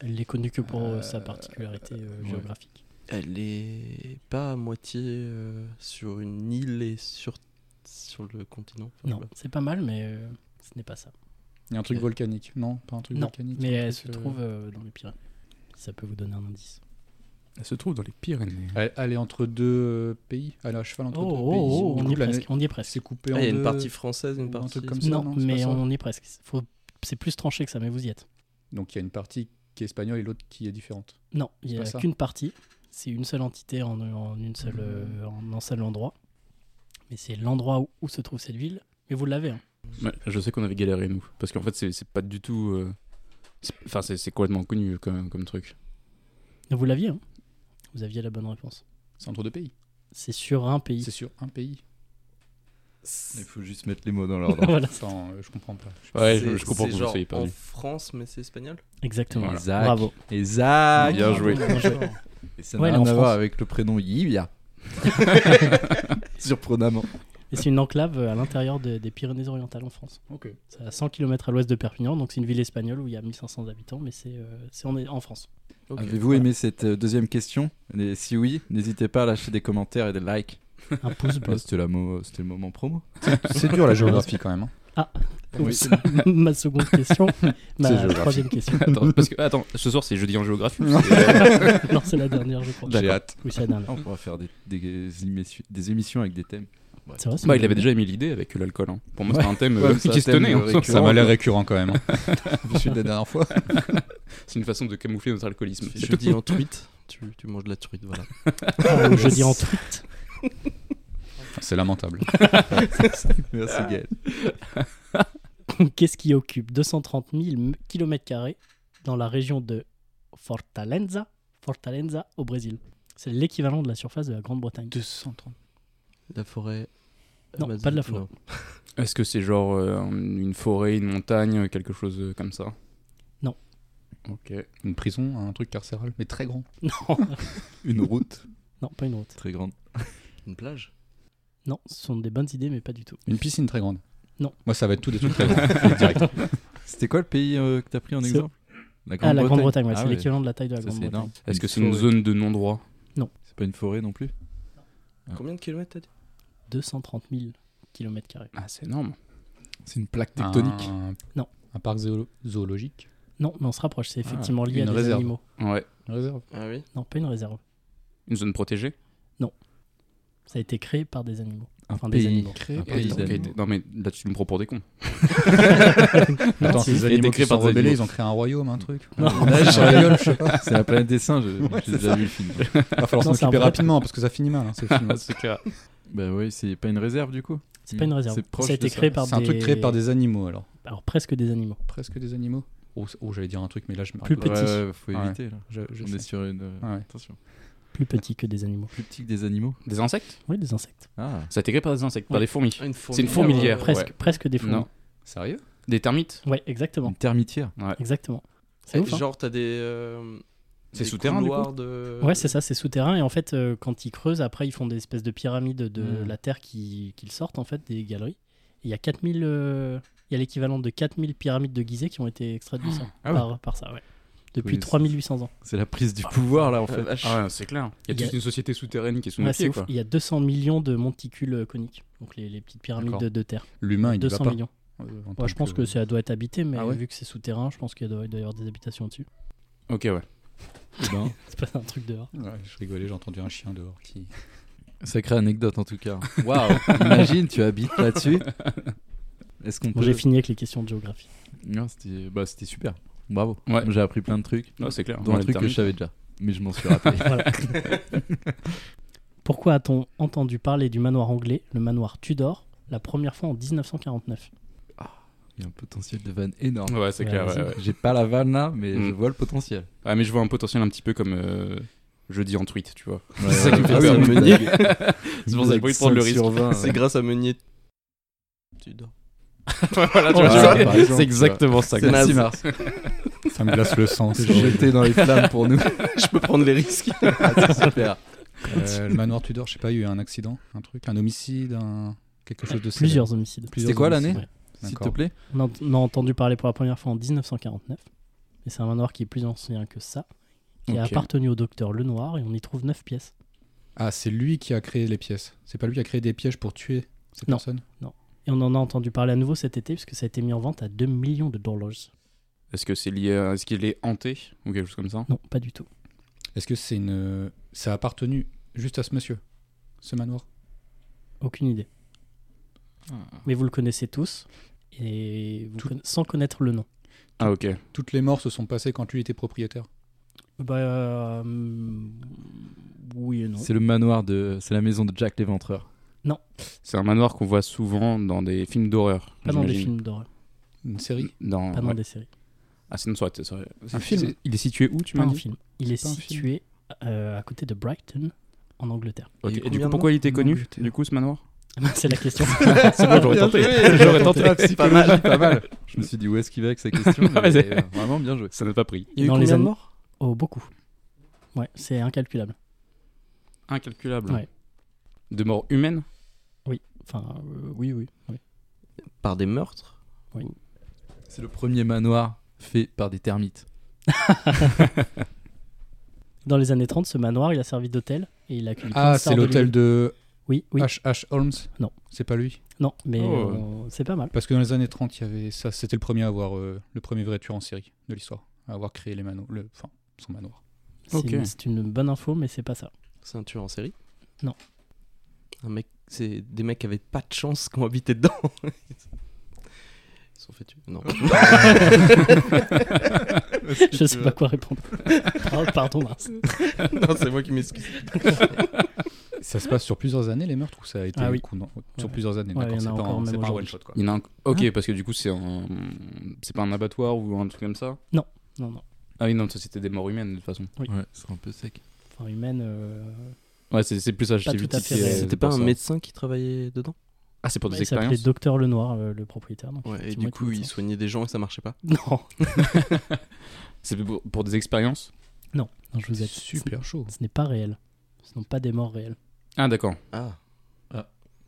Speaker 2: Elle n'est connue que pour euh,
Speaker 5: Euh,
Speaker 2: sa particularité euh,
Speaker 5: ouais.
Speaker 2: géographique.
Speaker 4: Elle est pas à moitié euh, sur une île et sur, sur le continent. Enfin,
Speaker 2: Non,
Speaker 4: bah,
Speaker 2: c'est pas mal, mais euh, ce n'est pas ça.
Speaker 5: Il y a un truc
Speaker 4: Ok.
Speaker 5: volcanique Non, pas un truc
Speaker 2: Non,
Speaker 5: volcanique.
Speaker 2: mais
Speaker 5: un
Speaker 2: elle
Speaker 5: truc,
Speaker 2: se
Speaker 5: euh,
Speaker 2: trouve euh, dans les Pyrénées. Si ça peut vous donner un indice.
Speaker 1: Elle se trouve dans les Pyrénées.
Speaker 5: Elle, elle est entre deux euh, pays. Elle est à cheval
Speaker 2: Oh,
Speaker 5: entre deux
Speaker 2: oh,
Speaker 5: pays.
Speaker 2: oh,
Speaker 5: Du
Speaker 2: on,
Speaker 5: coup,
Speaker 2: y est
Speaker 5: la-
Speaker 2: presque, on y est
Speaker 5: Elle
Speaker 2: presque.
Speaker 5: s'est coupée en
Speaker 4: ah, il y a une
Speaker 5: deux.
Speaker 4: partie française, une
Speaker 5: ou un
Speaker 4: partie.
Speaker 5: truc comme ça.
Speaker 2: Non,
Speaker 5: non, c'est
Speaker 2: mais
Speaker 5: pas ça.
Speaker 2: on y est presque. Faut... C'est plus tranché que ça, mais vous y êtes.
Speaker 5: Donc il y a une partie qui est espagnole et l'autre qui est différente.
Speaker 2: Non, il n'y
Speaker 5: pas
Speaker 2: a
Speaker 5: ça.
Speaker 2: qu'une partie. C'est une seule entité en, en une seule,
Speaker 5: Mmh.
Speaker 2: euh, en un seul endroit. Mais c'est l'endroit où, où se trouve cette ville. Mais vous l'avez. hein.
Speaker 1: Ouais, je sais qu'on avait galéré, nous. Parce qu'en fait, c'est c'est pas du tout. euh, c'est- Enfin, c'est c'est complètement connu comme, comme truc.
Speaker 2: Vous l'aviez. hein. Vous aviez la bonne réponse.
Speaker 5: C'est entre deux pays.
Speaker 2: C'est sur un pays. <laughs>
Speaker 5: C'est sur un pays.
Speaker 3: Il faut juste mettre les mots dans l'ordre.
Speaker 2: voilà,
Speaker 5: Attends, euh, je comprends pas.
Speaker 1: <laughs>
Speaker 5: Je-
Speaker 1: Ouais,
Speaker 4: C'est-
Speaker 1: je, je comprends
Speaker 4: c'est
Speaker 1: que vous
Speaker 4: genre
Speaker 1: soyez
Speaker 4: en
Speaker 1: perdu.
Speaker 4: France, mais c'est espagnol
Speaker 2: exactement.
Speaker 1: Voilà.
Speaker 3: Zach.
Speaker 2: Bravo.
Speaker 3: Et Zach
Speaker 1: Bien joué.
Speaker 2: Bien joué.
Speaker 3: Et ça
Speaker 2: Ouais,
Speaker 3: n'a
Speaker 2: elle est
Speaker 3: rien
Speaker 2: en
Speaker 3: à voir
Speaker 2: France.
Speaker 3: avec le prénom
Speaker 1: <laughs>
Speaker 3: Yivia. Surprenamment.
Speaker 2: Et c'est une enclave euh, à l'intérieur de- des Pyrénées-Orientales en France.
Speaker 5: Ok.
Speaker 2: C'est à 100 km à l'ouest de Perpignan, donc c'est une ville espagnole où il y a 1500 habitants, mais c'est euh, c'est en, en France.
Speaker 4: Ok.
Speaker 3: Avez-vous aimé cette euh, deuxième question Et Si oui, n'hésitez pas à lâcher des commentaires et des likes.
Speaker 2: Un pouce bleu.
Speaker 3: Là, C'était la mo- c'était le moment promo.
Speaker 5: C'est dur la géographie quand même. hein.
Speaker 2: Oups. <laughs> ma seconde question. ma
Speaker 1: géographique.
Speaker 2: troisième
Speaker 1: <laughs>
Speaker 2: question.
Speaker 1: Attends, parce que, attends, ce soir, c'est jeudi en géographie. <laughs>
Speaker 2: non, c'est la dernière, je crois.
Speaker 3: J'ai hâte.
Speaker 2: Oui, c'est la dernière.
Speaker 3: On pourra faire des, des émissions- des émissions avec des thèmes.
Speaker 2: C'est vrai, c'est
Speaker 1: Bah,
Speaker 2: une
Speaker 1: il avait
Speaker 2: bonne
Speaker 1: déjà émis l'idée avec l'alcool. hein. Pour moi, c'était un thème
Speaker 3: Ouais,
Speaker 1: euh,
Speaker 3: c'est un
Speaker 1: qui se
Speaker 3: thème,
Speaker 1: tenait.
Speaker 3: euh,
Speaker 1: hein.
Speaker 3: récurrent.
Speaker 5: Ça m'a l'air récurrent quand même. hein.
Speaker 4: <laughs>
Speaker 5: Celui de la dernière fois.
Speaker 1: C'est une façon de camoufler notre alcoolisme.
Speaker 4: Tu fais
Speaker 1: <laughs>
Speaker 4: jeudi
Speaker 1: hein.
Speaker 4: en truite, tu, tu manges de la truite, voilà.
Speaker 2: idée. Ah, ou jeudi en tweet.
Speaker 5: C'est lamentable.
Speaker 3: <laughs> Merci Gaël.
Speaker 2: <laughs> Qu'est-ce qui occupe 230 000 km dans la région de Fortaleza, Fortaleza au Brésil C'est l'équivalent de la surface de la Grande-Bretagne.
Speaker 5: 230.
Speaker 4: La forêt.
Speaker 2: Non,
Speaker 4: amazonienne,
Speaker 2: pas de la forêt.
Speaker 4: non.
Speaker 1: Est-ce que c'est genre euh, une forêt, une montagne, quelque chose euh, comme ça
Speaker 2: Non.
Speaker 1: Ok.
Speaker 5: Une prison, un truc carcéral, mais très grand.
Speaker 2: Non,
Speaker 3: Une route
Speaker 2: non, pas une route.
Speaker 3: très grande.
Speaker 4: Une plage
Speaker 2: Non, ce sont des bonnes idées, mais pas du tout.
Speaker 5: Une piscine très grande.
Speaker 2: Non.
Speaker 5: Moi ça va être tout des trucs <laughs> très grands. direct.
Speaker 3: <laughs> C'était quoi le pays euh, que t'as pris en
Speaker 2: C'est-
Speaker 3: exemple La
Speaker 2: Ah, la Grande-Bretagne, ouais,
Speaker 3: Ah
Speaker 2: c'est l'équivalent de la taille de la
Speaker 3: Ça, c'est
Speaker 2: Grande-Bretagne.
Speaker 3: énorme.
Speaker 1: Est-ce que c'est une
Speaker 3: forêt.
Speaker 1: zone de non-droit
Speaker 3: C'est pas une forêt non plus Ah.
Speaker 4: Combien de kilomètres t'as dit
Speaker 2: 230 000 km.
Speaker 1: Ah, c'est énorme.
Speaker 3: C'est une plaque
Speaker 5: Ah. Un-
Speaker 2: Non.
Speaker 5: Un parc zoolo- zoologique.
Speaker 2: Non, mais on se rapproche, c'est effectivement lié à
Speaker 5: une
Speaker 2: des
Speaker 5: réserve.
Speaker 2: animaux.
Speaker 1: Ouais.
Speaker 5: Une réserve.
Speaker 4: Ah oui
Speaker 2: Non, pas une réserve.
Speaker 1: Une zone protégée
Speaker 2: Ça a été créé par des animaux.
Speaker 3: Un
Speaker 2: Enfin, des
Speaker 3: pays.
Speaker 2: animaux.
Speaker 3: Un
Speaker 1: Ok,
Speaker 3: pays d'animaux.
Speaker 1: Non, mais là, tu me prends pour des <laughs> cons.
Speaker 5: Attends,
Speaker 1: si.
Speaker 5: ces
Speaker 1: Il a été
Speaker 5: animaux
Speaker 1: créé
Speaker 5: qui sont
Speaker 1: par des
Speaker 5: rebellés,
Speaker 1: animaux.
Speaker 5: ils ont créé un royaume, un truc.
Speaker 2: Non.
Speaker 3: Ouais,
Speaker 5: Sur la gueule, je sais pas.
Speaker 1: <laughs>
Speaker 3: C'est la planète des singes. J'ai déjà vu le film.
Speaker 5: <laughs> Va falloir
Speaker 2: Non,
Speaker 5: s'en
Speaker 2: c'est un
Speaker 5: occuper
Speaker 2: vrai
Speaker 5: rapidement parce que ça finit mal. hein, ce film.
Speaker 1: Ah, c'est clair.
Speaker 3: Bah oui, c'est pas une réserve du coup.
Speaker 2: C'est pas une réserve.
Speaker 3: C'est proche
Speaker 2: Ça a été
Speaker 3: de ça.
Speaker 2: créé par
Speaker 5: C'est
Speaker 2: des...
Speaker 5: un truc créé par des animaux alors.
Speaker 2: Alors presque des animaux.
Speaker 5: Presque des animaux. Oh, c'est- oh, j'allais dire un truc, mais là je me
Speaker 2: Plus
Speaker 5: rappelle.
Speaker 2: petit.
Speaker 3: Ouais, ouais, faut
Speaker 5: Ouais.
Speaker 3: éviter là.
Speaker 5: Je, je
Speaker 3: On
Speaker 5: sais.
Speaker 3: est sur une. euh,
Speaker 5: Ouais.
Speaker 3: Attention.
Speaker 2: Plus petit que des animaux.
Speaker 3: Plus petit que des animaux.
Speaker 1: Des insectes
Speaker 2: Oui, des insectes.
Speaker 3: Ah.
Speaker 1: Ça a été créé par des insectes, par
Speaker 2: Ouais.
Speaker 1: des fourmis.
Speaker 4: Ah, une
Speaker 1: une fourmilière,
Speaker 4: ouais.
Speaker 2: Euh, Presque, presque des fourmis.
Speaker 1: Non.
Speaker 5: Sérieux
Speaker 1: Des termites
Speaker 2: Ouais, exactement.
Speaker 3: Une termitière.
Speaker 2: Exactement. C'est
Speaker 4: Eh,
Speaker 2: ouf, hein.
Speaker 4: Genre, t'as des. euh,
Speaker 1: C'est
Speaker 4: des
Speaker 1: souterrain, du coup
Speaker 4: couloirs de...
Speaker 2: Ouais, c'est ça, c'est souterrain. Et en fait, euh, quand ils creusent, après, ils font des espèces de pyramides de
Speaker 5: Hmm.
Speaker 2: la terre qui- qu'ils sortent, en fait, des galeries. Et Il y a 4000. euh, Il y a l'équivalent de 4000 pyramides de Gizeh qui ont été extraites de ça.
Speaker 3: Ah ouais.
Speaker 2: par, par ça, ouais. Depuis
Speaker 3: Oui, c'est-
Speaker 2: 3800 ans.
Speaker 3: C'est la prise du pouvoir là en
Speaker 4: Ah,
Speaker 3: fait.
Speaker 4: vache.
Speaker 1: Ah, ouais, c'est clair. Il y
Speaker 2: Il y
Speaker 1: a
Speaker 2: a-
Speaker 1: toute une société souterraine qui est sous
Speaker 2: Ouais,
Speaker 1: nos
Speaker 2: c'est
Speaker 1: pieds,
Speaker 2: ouf.
Speaker 1: quoi.
Speaker 2: Il y a 200 millions de monticules euh, coniques. Donc les, les petites pyramides
Speaker 5: D'accord.
Speaker 2: de, de terre.
Speaker 5: L'humain, il y va
Speaker 2: 200
Speaker 5: pas.
Speaker 2: millions.
Speaker 5: euh, en tant
Speaker 2: Ouais, je pense que ça doit être habité, mais
Speaker 5: Ah ouais
Speaker 2: vu que c'est souterrain, je pense qu'il doit, il doit y avoir des habitations dessus.
Speaker 1: Ok, ouais.
Speaker 3: Ben,
Speaker 2: <laughs> C'est pas un truc dehors.
Speaker 5: Ouais, je rigolais, j'ai entendu un chien dehors
Speaker 2: <laughs>
Speaker 5: qui.
Speaker 3: Ah, Sacrée anecdote en tout cas. Waouh. Imagine, tu habites
Speaker 2: <laughs>
Speaker 3: là-dessus. Est-ce qu'on
Speaker 2: Bon,
Speaker 3: peut.
Speaker 2: j'ai fini avec les questions de géographie.
Speaker 3: Non, c'était bah, c'était super. Bravo.
Speaker 1: Ouais.
Speaker 3: J'ai appris plein de trucs.
Speaker 1: <laughs> Non, c'est clair.
Speaker 3: Dont
Speaker 1: Ouais,
Speaker 3: un
Speaker 1: les
Speaker 3: truc que je
Speaker 1: termites.
Speaker 3: savais déjà. Mais je m'en suis rappelé.
Speaker 2: Voilà. <laughs> Pourquoi a-t-on entendu parler du manoir anglais, le manoir Tudor, la première fois en 1949
Speaker 3: Il y a un potentiel de vanne énorme.
Speaker 1: Ouais, c'est
Speaker 2: Ouais,
Speaker 1: clair.
Speaker 2: vas-y.
Speaker 1: ouais, ouais.
Speaker 3: J'ai pas la vanne là, mais
Speaker 1: Mm.
Speaker 3: je vois le potentiel.
Speaker 1: Ah, mais je vois un potentiel un petit peu comme euh, je dis en tweet, tu
Speaker 5: Ah
Speaker 1: vois.
Speaker 3: Ouais,
Speaker 1: ça qui me fait
Speaker 3: ouais,
Speaker 1: peur. <laughs>
Speaker 3: ouais,
Speaker 4: Meunier.
Speaker 3: ouais.
Speaker 1: C'est pour ça que j'ai pas envie de prendre le
Speaker 3: 5
Speaker 1: risque.
Speaker 3: sur 20,
Speaker 4: Ah, C'est
Speaker 3: ouais.
Speaker 4: grâce à Meunier. Tu dors.
Speaker 1: Voilà, tu
Speaker 3: Ouais,
Speaker 1: vois,
Speaker 3: par exemple,
Speaker 1: c'est-
Speaker 3: tu vois.
Speaker 1: c'est exactement ça.
Speaker 4: C'est
Speaker 1: quoi.
Speaker 3: Merci Mars.
Speaker 4: naze.
Speaker 5: Ça me glace le sang. c'est horrible.
Speaker 3: Jeté dans les flammes pour
Speaker 1: <laughs>
Speaker 3: nous.
Speaker 4: Je peux prendre les risques.
Speaker 3: <laughs> Ah,
Speaker 2: <laughs>
Speaker 3: c'est super.
Speaker 5: Euh, le manoir Tudor, je sais pas, il y a eu un accident, un truc, un homicide, un... quelque chose de célèbre.
Speaker 2: Plusieurs homicides.
Speaker 5: Plusieurs
Speaker 3: quoi,
Speaker 5: homicides.
Speaker 3: l'année S'il te
Speaker 5: D'accord.
Speaker 3: plaît.
Speaker 2: On en- on a entendu parler pour la première fois en 1949. Et c'est un manoir qui est plus ancien que ça, qui a
Speaker 1: Ok.
Speaker 2: appartenu au docteur Lenoir et on y trouve 9 pièces.
Speaker 5: Ah, c'est lui qui a créé les pièces. C'est pas lui qui a créé des pièges pour tuer cette
Speaker 2: Non.
Speaker 5: personne
Speaker 2: Et on en a entendu parler à nouveau cet été puisque ça a été mis en vente à 2 millions de dollars.
Speaker 1: Est-ce que c'est lié à... Est-ce qu'il est hanté ou quelque chose comme ça
Speaker 2: Non, pas du tout.
Speaker 5: Est-ce que c'est une. Ça a appartenu juste à ce monsieur, ce manoir
Speaker 2: Aucune idée. Mais vous le connaissez tous et vous
Speaker 5: Tout-
Speaker 2: conna- sans connaître le nom.
Speaker 1: Ah, ok.
Speaker 5: Toutes les morts se sont passées quand lui était propriétaire.
Speaker 2: Bah, euh, hum, oui et non.
Speaker 3: C'est le manoir de. C'est la maison de Jack l'Éventreur.
Speaker 1: C'est un manoir qu'on voit souvent dans des films d'horreur.
Speaker 2: Pas dans des
Speaker 1: j'imagine.
Speaker 2: films d'horreur,
Speaker 5: Une série
Speaker 1: Dans...
Speaker 2: pas dans
Speaker 1: ouais.
Speaker 2: des séries.
Speaker 1: Ah, c'est une soirée. c'est- c'est-
Speaker 5: Un film
Speaker 1: c'est- Il est situé où, tu
Speaker 2: Pas
Speaker 1: m'as
Speaker 2: un
Speaker 1: dit
Speaker 2: film. Il est
Speaker 5: pas un film.
Speaker 2: situé euh, à côté de Brighton, en Angleterre. <laughs> Ah,
Speaker 1: Ok,
Speaker 4: Il y a eu
Speaker 1: Et du
Speaker 4: combien
Speaker 1: coup,
Speaker 4: de
Speaker 1: pourquoi il était
Speaker 3: Non,
Speaker 1: connu
Speaker 3: putain.
Speaker 1: Du coup, ce manoir
Speaker 2: C'est la question.
Speaker 1: <laughs> C'est
Speaker 2: Ah, <laughs>
Speaker 1: bon, j'aurais tenté. J'aurais tenté.
Speaker 3: Ah, Pas mal, pas mal. Je me suis dit où est-ce qu'il va avec sa question.
Speaker 1: Non, mais
Speaker 3: mais,
Speaker 1: c'est-
Speaker 3: euh, vraiment bien joué.
Speaker 1: Ça n'a pas pris.
Speaker 4: Il y a eu
Speaker 2: Dans les
Speaker 4: combien de
Speaker 2: années-
Speaker 4: morts
Speaker 2: Oh, beaucoup. Ouais, c'est incalculable.
Speaker 1: Incalculable.
Speaker 2: Ouais.
Speaker 1: De mort humaine
Speaker 2: Enfin, euh, oui, oui. oui.
Speaker 4: Par des meurtres
Speaker 3: C'est le premier manoir fait par des termites.
Speaker 2: Dans les années 30, ce manoir, il a servi d'hôtel et il a accueilli plein de
Speaker 5: Ah,
Speaker 2: stars
Speaker 5: c'est
Speaker 2: de
Speaker 5: l'hôtel
Speaker 2: Hollywood.
Speaker 5: de
Speaker 2: Oui, oui.
Speaker 5: H.H. Holmes
Speaker 2: Non.
Speaker 5: C'est pas lui
Speaker 2: Non, mais
Speaker 1: Ah. Oh.
Speaker 2: euh, c'est pas mal.
Speaker 5: Parce que dans les années 30, il y avait ça. C'était le premier à avoir. euh, le premier vrai tueur en série de l'histoire. À avoir créé les mano- le, enfin, son manoir.
Speaker 2: C'est
Speaker 1: Ok.
Speaker 2: une- c'est une bonne info, mais c'est pas
Speaker 1: <laughs>
Speaker 2: ça.
Speaker 4: C'est un tueur en série
Speaker 2: Non.
Speaker 4: Un mec, c'est des mecs qui avaient pas de chance qui ont habité dedans. <laughs> Ils se sont fait tuer. Non.
Speaker 2: Je sais pas quoi répondre. <laughs> Oh, pardon, mince.
Speaker 4: <laughs> non, c'est moi qui m'excuse.
Speaker 5: Ça se passe sur plusieurs années, les meurtres, ou ça a été
Speaker 2: Ah oui.
Speaker 5: coup- non, sur
Speaker 2: Ouais.
Speaker 5: plusieurs années
Speaker 2: Ouais, il y en
Speaker 5: D'accord,
Speaker 2: a
Speaker 5: c'est pas,
Speaker 2: encore
Speaker 5: un-
Speaker 2: même
Speaker 5: c'est pas un
Speaker 2: aujourd'hui.
Speaker 5: one-shot, quoi.
Speaker 1: Il y en a un... Ok,
Speaker 4: Ah.
Speaker 1: parce que du coup, c'est un... c'est pas un abattoir ou un truc comme ça
Speaker 2: Non, non.
Speaker 1: Ah oui, non, ça c'était des morts humaines de toute façon.
Speaker 2: Oui.
Speaker 3: Ouais, c'est un peu sec.
Speaker 2: Enfin, humaine. euh,
Speaker 1: Ouais, c'est c'est plus ça, je
Speaker 2: Pas
Speaker 1: t'ai
Speaker 2: tout
Speaker 1: vu
Speaker 2: à fait
Speaker 1: titiller,
Speaker 2: réel.
Speaker 1: euh,
Speaker 4: C'était
Speaker 1: pour
Speaker 4: pas un
Speaker 1: ça.
Speaker 4: médecin qui travaillait dedans
Speaker 1: Ah, c'est pour
Speaker 2: bah,
Speaker 1: des
Speaker 2: il s'appelait
Speaker 1: expériences
Speaker 2: Docteur Lenoir, euh, le propriétaire.
Speaker 4: <laughs>
Speaker 2: donc
Speaker 4: Ouais, et
Speaker 2: effectivement,
Speaker 4: du
Speaker 2: il
Speaker 4: coup,
Speaker 2: faisait
Speaker 4: il
Speaker 2: ça.
Speaker 4: soignait des gens et ça marchait pas.
Speaker 2: Non,
Speaker 1: C'est pour, pour des expériences
Speaker 2: non, je vous ai
Speaker 5: Super chaud.
Speaker 2: Ce n'est pas réel. Ce sont pas des morts réelles.
Speaker 1: Ah, d'accord.
Speaker 4: Ah.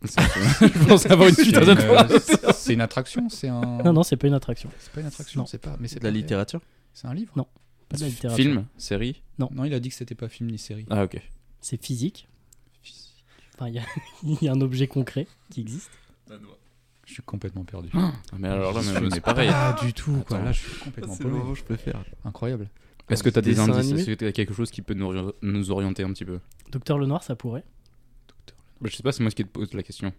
Speaker 1: je pense
Speaker 2: <laughs>
Speaker 1: avoir une
Speaker 5: C'est
Speaker 1: suite
Speaker 5: une,
Speaker 1: à cette fois.
Speaker 5: euh, c'est- c'est une attraction, c'est un.
Speaker 2: Non, non, c'est pas une attraction.
Speaker 5: C'est pas une attraction,
Speaker 2: Non.
Speaker 5: c'est pas. Mais c'est
Speaker 4: C'est de la
Speaker 5: pas-
Speaker 4: littérature
Speaker 5: C'est un livre.
Speaker 2: Pas de la littérature.
Speaker 1: Film Série
Speaker 5: Non, il a dit que c'était pas film ni série.
Speaker 1: Ah, ok.
Speaker 2: C'est physique. Enfin, il y, a- <laughs> il y a un objet concret qui existe.
Speaker 5: Je suis complètement perdu.
Speaker 1: Ah, mais alors là,
Speaker 5: Je
Speaker 1: mais
Speaker 5: suis
Speaker 1: c'est pareil.
Speaker 5: Pas du tout, quoi.
Speaker 1: Attends.
Speaker 5: Là, je suis complètement
Speaker 3: C'est le
Speaker 5: paumé.
Speaker 3: moment où je préfère.
Speaker 5: Incroyable.
Speaker 1: Est-ce que t'as des
Speaker 4: Dessin
Speaker 1: indices
Speaker 4: animé
Speaker 1: Est-ce que t'as quelque chose qui peut nous, ori- nous orienter un petit peu
Speaker 2: Docteur Lenoir, ça pourrait.
Speaker 1: Bah, Je sais pas, c'est moi qui te pose la question.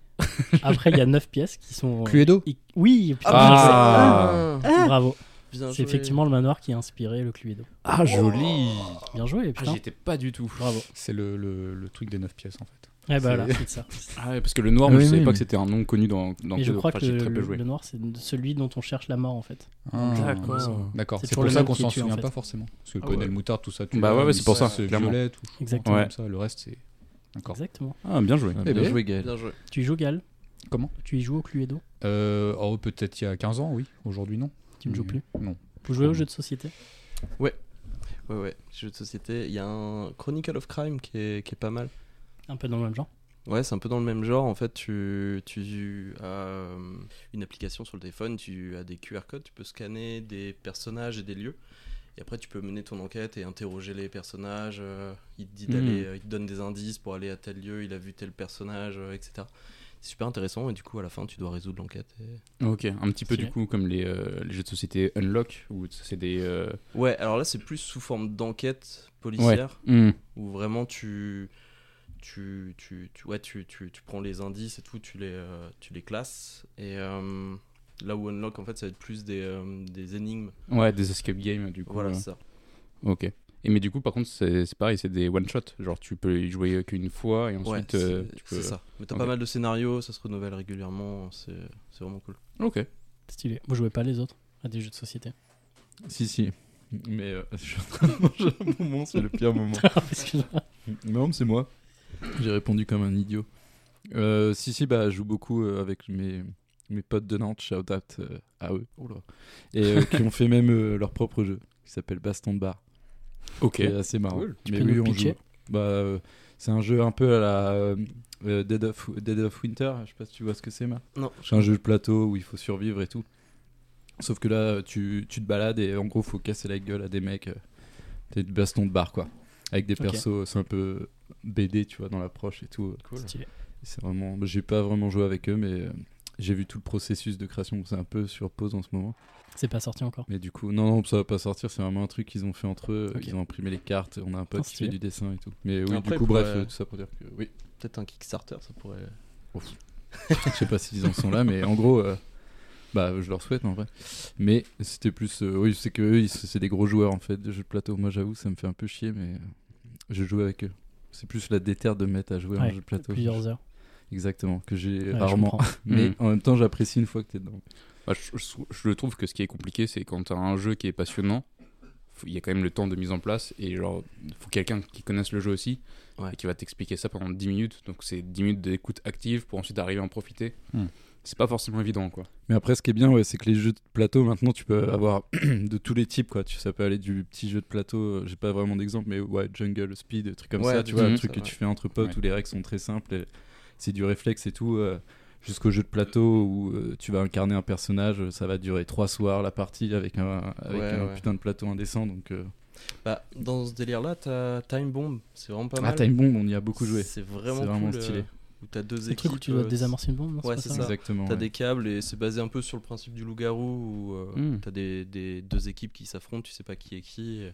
Speaker 2: Après, il y a 9 pièces qui sont. euh,
Speaker 5: Cluedo
Speaker 2: i- Oui, putain,
Speaker 1: Ah.
Speaker 2: je sais. bravo.
Speaker 4: Bien
Speaker 2: C'est
Speaker 4: joué.
Speaker 2: effectivement le manoir qui a inspiré le Cluedo.
Speaker 1: Ah, joli
Speaker 5: Oh.
Speaker 2: Bien joué,
Speaker 1: Ah,
Speaker 2: putain.
Speaker 1: j'y étais pas du tout.
Speaker 2: Bravo.
Speaker 5: C'est le, le, le truc des 9 pièces, en fait.
Speaker 2: Eh ben voilà, c'est ça.
Speaker 1: Ah, ouais, parce que le noir, moi,
Speaker 3: Oui,
Speaker 1: je savais
Speaker 3: oui,
Speaker 1: pas
Speaker 3: mais-
Speaker 1: que c'était un nom connu dans, dans
Speaker 2: Mais je
Speaker 1: Cluedo.
Speaker 2: crois
Speaker 1: euh, Enfin,
Speaker 2: que
Speaker 1: j'ai très
Speaker 2: le,
Speaker 1: peu joué.
Speaker 2: le noir, c'est celui dont on cherche la mort en fait.
Speaker 5: Ah,
Speaker 4: D'accord.
Speaker 5: D'accord,
Speaker 2: C'est
Speaker 5: c'est
Speaker 2: toujours
Speaker 5: pour
Speaker 2: le
Speaker 5: ça
Speaker 2: même
Speaker 5: qu'on
Speaker 2: qui
Speaker 5: s'en
Speaker 2: tue, en
Speaker 5: souvient
Speaker 2: fait.
Speaker 5: pas forcément. Parce que le
Speaker 4: Ah
Speaker 5: colonel
Speaker 4: ouais.
Speaker 5: Moutard, tout ça, tu
Speaker 1: Bah
Speaker 5: l'as,
Speaker 1: ouais, ouais,
Speaker 5: mais
Speaker 1: c'est pour ça, clairement.
Speaker 5: Violette, ou je crois, un truc
Speaker 2: Exactement.
Speaker 5: comme ça. Le reste, c'est. D'accord.
Speaker 2: Exactement.
Speaker 1: Ah, bien joué.
Speaker 3: Ouais,
Speaker 5: Eh
Speaker 3: bien
Speaker 5: ben.
Speaker 3: joué, Gaël.
Speaker 4: Bien joué.
Speaker 2: Tu y joues, Gal
Speaker 5: Comment
Speaker 2: Tu y joues au Cluedo
Speaker 5: Euh, oh, peut-être il y a 15 ans, oui. Aujourd'hui, non.
Speaker 2: Tu ne joues plus
Speaker 5: Mm. Non.
Speaker 2: Vous jouez aux jeux de société
Speaker 4: Ouais, ouais. Jeu de société. Il y a un Chronicle of Crime qui est, qui est pas mal.
Speaker 2: Un peu dans le même genre.
Speaker 4: Ouais, c'est un peu dans le même genre. En fait, tu, tu as euh, une application sur le téléphone, tu as des QR codes, tu peux scanner des personnages et des lieux. Et après, tu peux mener ton enquête et interroger les personnages. euh, il te dit d'aller, euh, il te donne des indices pour aller à tel lieu, il a vu tel personnage, euh, etc. C'est super intéressant. Et du coup, à la fin, tu dois résoudre l'enquête. et-
Speaker 1: Ok, un petit peu du
Speaker 2: Stylé.
Speaker 1: coup comme les, euh, les jeux de société Unlock, où c'est des... euh,
Speaker 4: Ouais, alors là, c'est plus sous forme d'enquête policière. où vraiment tu tu tu tu, ouais, tu, tu tu prends les indices et tout tu les euh, tu les classes et euh, là où unlock en fait ça va être plus des, euh, des énigmes
Speaker 1: Ouais, des escape games du coup.
Speaker 4: voilà
Speaker 1: euh,
Speaker 4: c'est ça
Speaker 1: Ok. Et mais du coup, par contre, c'est c'est pareil, c'est des one-shot. Genre, tu peux y jouer qu'une fois et
Speaker 4: ouais
Speaker 1: ensuite...
Speaker 4: c'est
Speaker 1: euh, tu peux-
Speaker 4: c'est ça mais t'as
Speaker 1: ok.
Speaker 4: pas mal de scénarios ça se renouvelle régulièrement c'est c'est vraiment cool
Speaker 1: Ok.
Speaker 2: <laughs> Stylé. Vous jouez pas les autres à des jeux de société
Speaker 3: Si, si. Mais euh, <laughs> je suis en train de manger un bonbon, c'est le pire moment.
Speaker 4: Ah,
Speaker 2: Excuse-moi.
Speaker 3: Non, mais c'est moi. J'ai répondu comme un idiot. Euh, si, si, bah, je joue beaucoup euh, avec mes, mes potes de Nantes, shout out euh, à eux, Oula. et euh, qui ont fait même euh, leur propre jeu qui s'appelle Baston de Bar.
Speaker 1: Ok.
Speaker 3: C'est assez marrant.
Speaker 5: Cool.
Speaker 2: Tu peux nous le pitcher
Speaker 3: Bah, euh, c'est un jeu un peu à la euh, euh, Dead, of, Dead of Winter, je sais pas si tu vois ce que c'est, Marc.
Speaker 4: Non,
Speaker 3: C'est un jeu de plateau où il faut survivre et tout. Sauf que là, tu, tu te balades et en gros, faut casser la gueule à des mecs. euh, T'es de baston de bar, quoi. Avec des
Speaker 2: Ok.
Speaker 3: persos, c'est un peu BD, tu vois, dans l'approche et tout.
Speaker 4: cool.
Speaker 2: Stylé.
Speaker 3: C'est vraiment. J'ai pas vraiment joué avec eux, mais euh, j'ai vu tout le processus de création. C'est un peu sur pause en ce moment.
Speaker 2: C'est pas sorti encore.
Speaker 3: Mais du coup, non, non, ça va pas sortir. C'est vraiment un truc qu'ils ont fait entre eux.
Speaker 2: Ok.
Speaker 3: Ils ont imprimé les cartes. On a un pote
Speaker 2: Oh,
Speaker 3: qui fait
Speaker 2: stylé.
Speaker 3: du dessin et tout. Mais oui,
Speaker 4: Après,
Speaker 3: du coup,
Speaker 4: ils
Speaker 3: bref,
Speaker 4: pourraient-
Speaker 3: euh, tout ça pour dire que oui. <laughs>
Speaker 4: Peut-être un Kickstarter, ça pourrait.
Speaker 3: Je sais pas s'ils en sont là, mais en gros, euh, bah, je leur souhaite en vrai. Mais c'était plus. euh, oui, c'est que eux, ils- c'est des gros joueurs en fait de jeux de plateau. Moi, j'avoue, ça me fait un peu chier, mais euh, je joue avec eux. C'est plus la déterre de me mettre à jouer à un
Speaker 2: Ouais,
Speaker 3: jeu de plateau.
Speaker 2: Plusieurs heures.
Speaker 3: Exactement, que j'ai
Speaker 2: Ouais, je
Speaker 3: rarement.
Speaker 2: comprends.
Speaker 3: <laughs>
Speaker 2: Mm.
Speaker 3: Mais
Speaker 1: Mhm.
Speaker 3: en même temps, j'apprécie une fois que t'es dedans.
Speaker 1: Bah, je, je trou- je le trouve que ce qui est compliqué, c'est quand t'as un jeu qui est passionnant, faut- il y a quand même le temps de mise en place et genre, faut quelqu'un qui connaisse le jeu aussi
Speaker 4: Ouais.
Speaker 1: et qui va t'expliquer ça pendant 10 minutes. Donc c'est 10 minutes d'écoute active pour ensuite arriver à en profiter.
Speaker 5: Hmm.
Speaker 1: C'est pas forcément évident quoi.
Speaker 3: Mais après, ce qui est bien, ouais, c'est que les jeux de plateau, maintenant, tu peux avoir <clears throat> de tous les types, quoi. Tu, ça peut aller du petit jeu de plateau, euh, j'ai pas vraiment d'exemple, mais ouais, jungle, speed, des trucs comme
Speaker 4: Ouais,
Speaker 3: ça,
Speaker 4: des
Speaker 3: tu vois,
Speaker 1: trucs
Speaker 3: un
Speaker 1: comme
Speaker 3: truc
Speaker 4: ça,
Speaker 3: que
Speaker 4: ouais.
Speaker 3: tu fais entre potes
Speaker 5: Ouais.
Speaker 3: où les règles sont très simples, et c'est du réflexe et tout, euh, jusqu'au jeu de plateau où euh, tu vas incarner un personnage, euh, ça va durer trois soirs la partie avec un, avec
Speaker 4: Ouais,
Speaker 3: un
Speaker 4: ouais.
Speaker 3: putain de plateau indécent, donc... euh,
Speaker 4: Bah, dans ce délire-là, t'as Time Bomb, c'est vraiment pas
Speaker 3: Ah,
Speaker 4: mal.
Speaker 3: Time Bomb, on y a beaucoup joué.
Speaker 4: C'est vraiment,
Speaker 3: C'est vraiment
Speaker 4: cool,
Speaker 3: stylé.
Speaker 4: euh, où t'as deux
Speaker 2: Le
Speaker 4: équipes.
Speaker 2: truc où tu dois
Speaker 4: euh,
Speaker 2: désamorcer une bombe, non
Speaker 4: Ouais,
Speaker 2: pas
Speaker 4: c'est
Speaker 2: ça
Speaker 4: ça.
Speaker 3: Exactement.
Speaker 4: T'as
Speaker 3: ouais.
Speaker 4: des câbles et c'est basé un peu sur le principe du loup-garou où euh,
Speaker 1: Mm.
Speaker 4: t'as des, des- deux équipes qui s'affrontent, tu sais pas qui est qui. Et,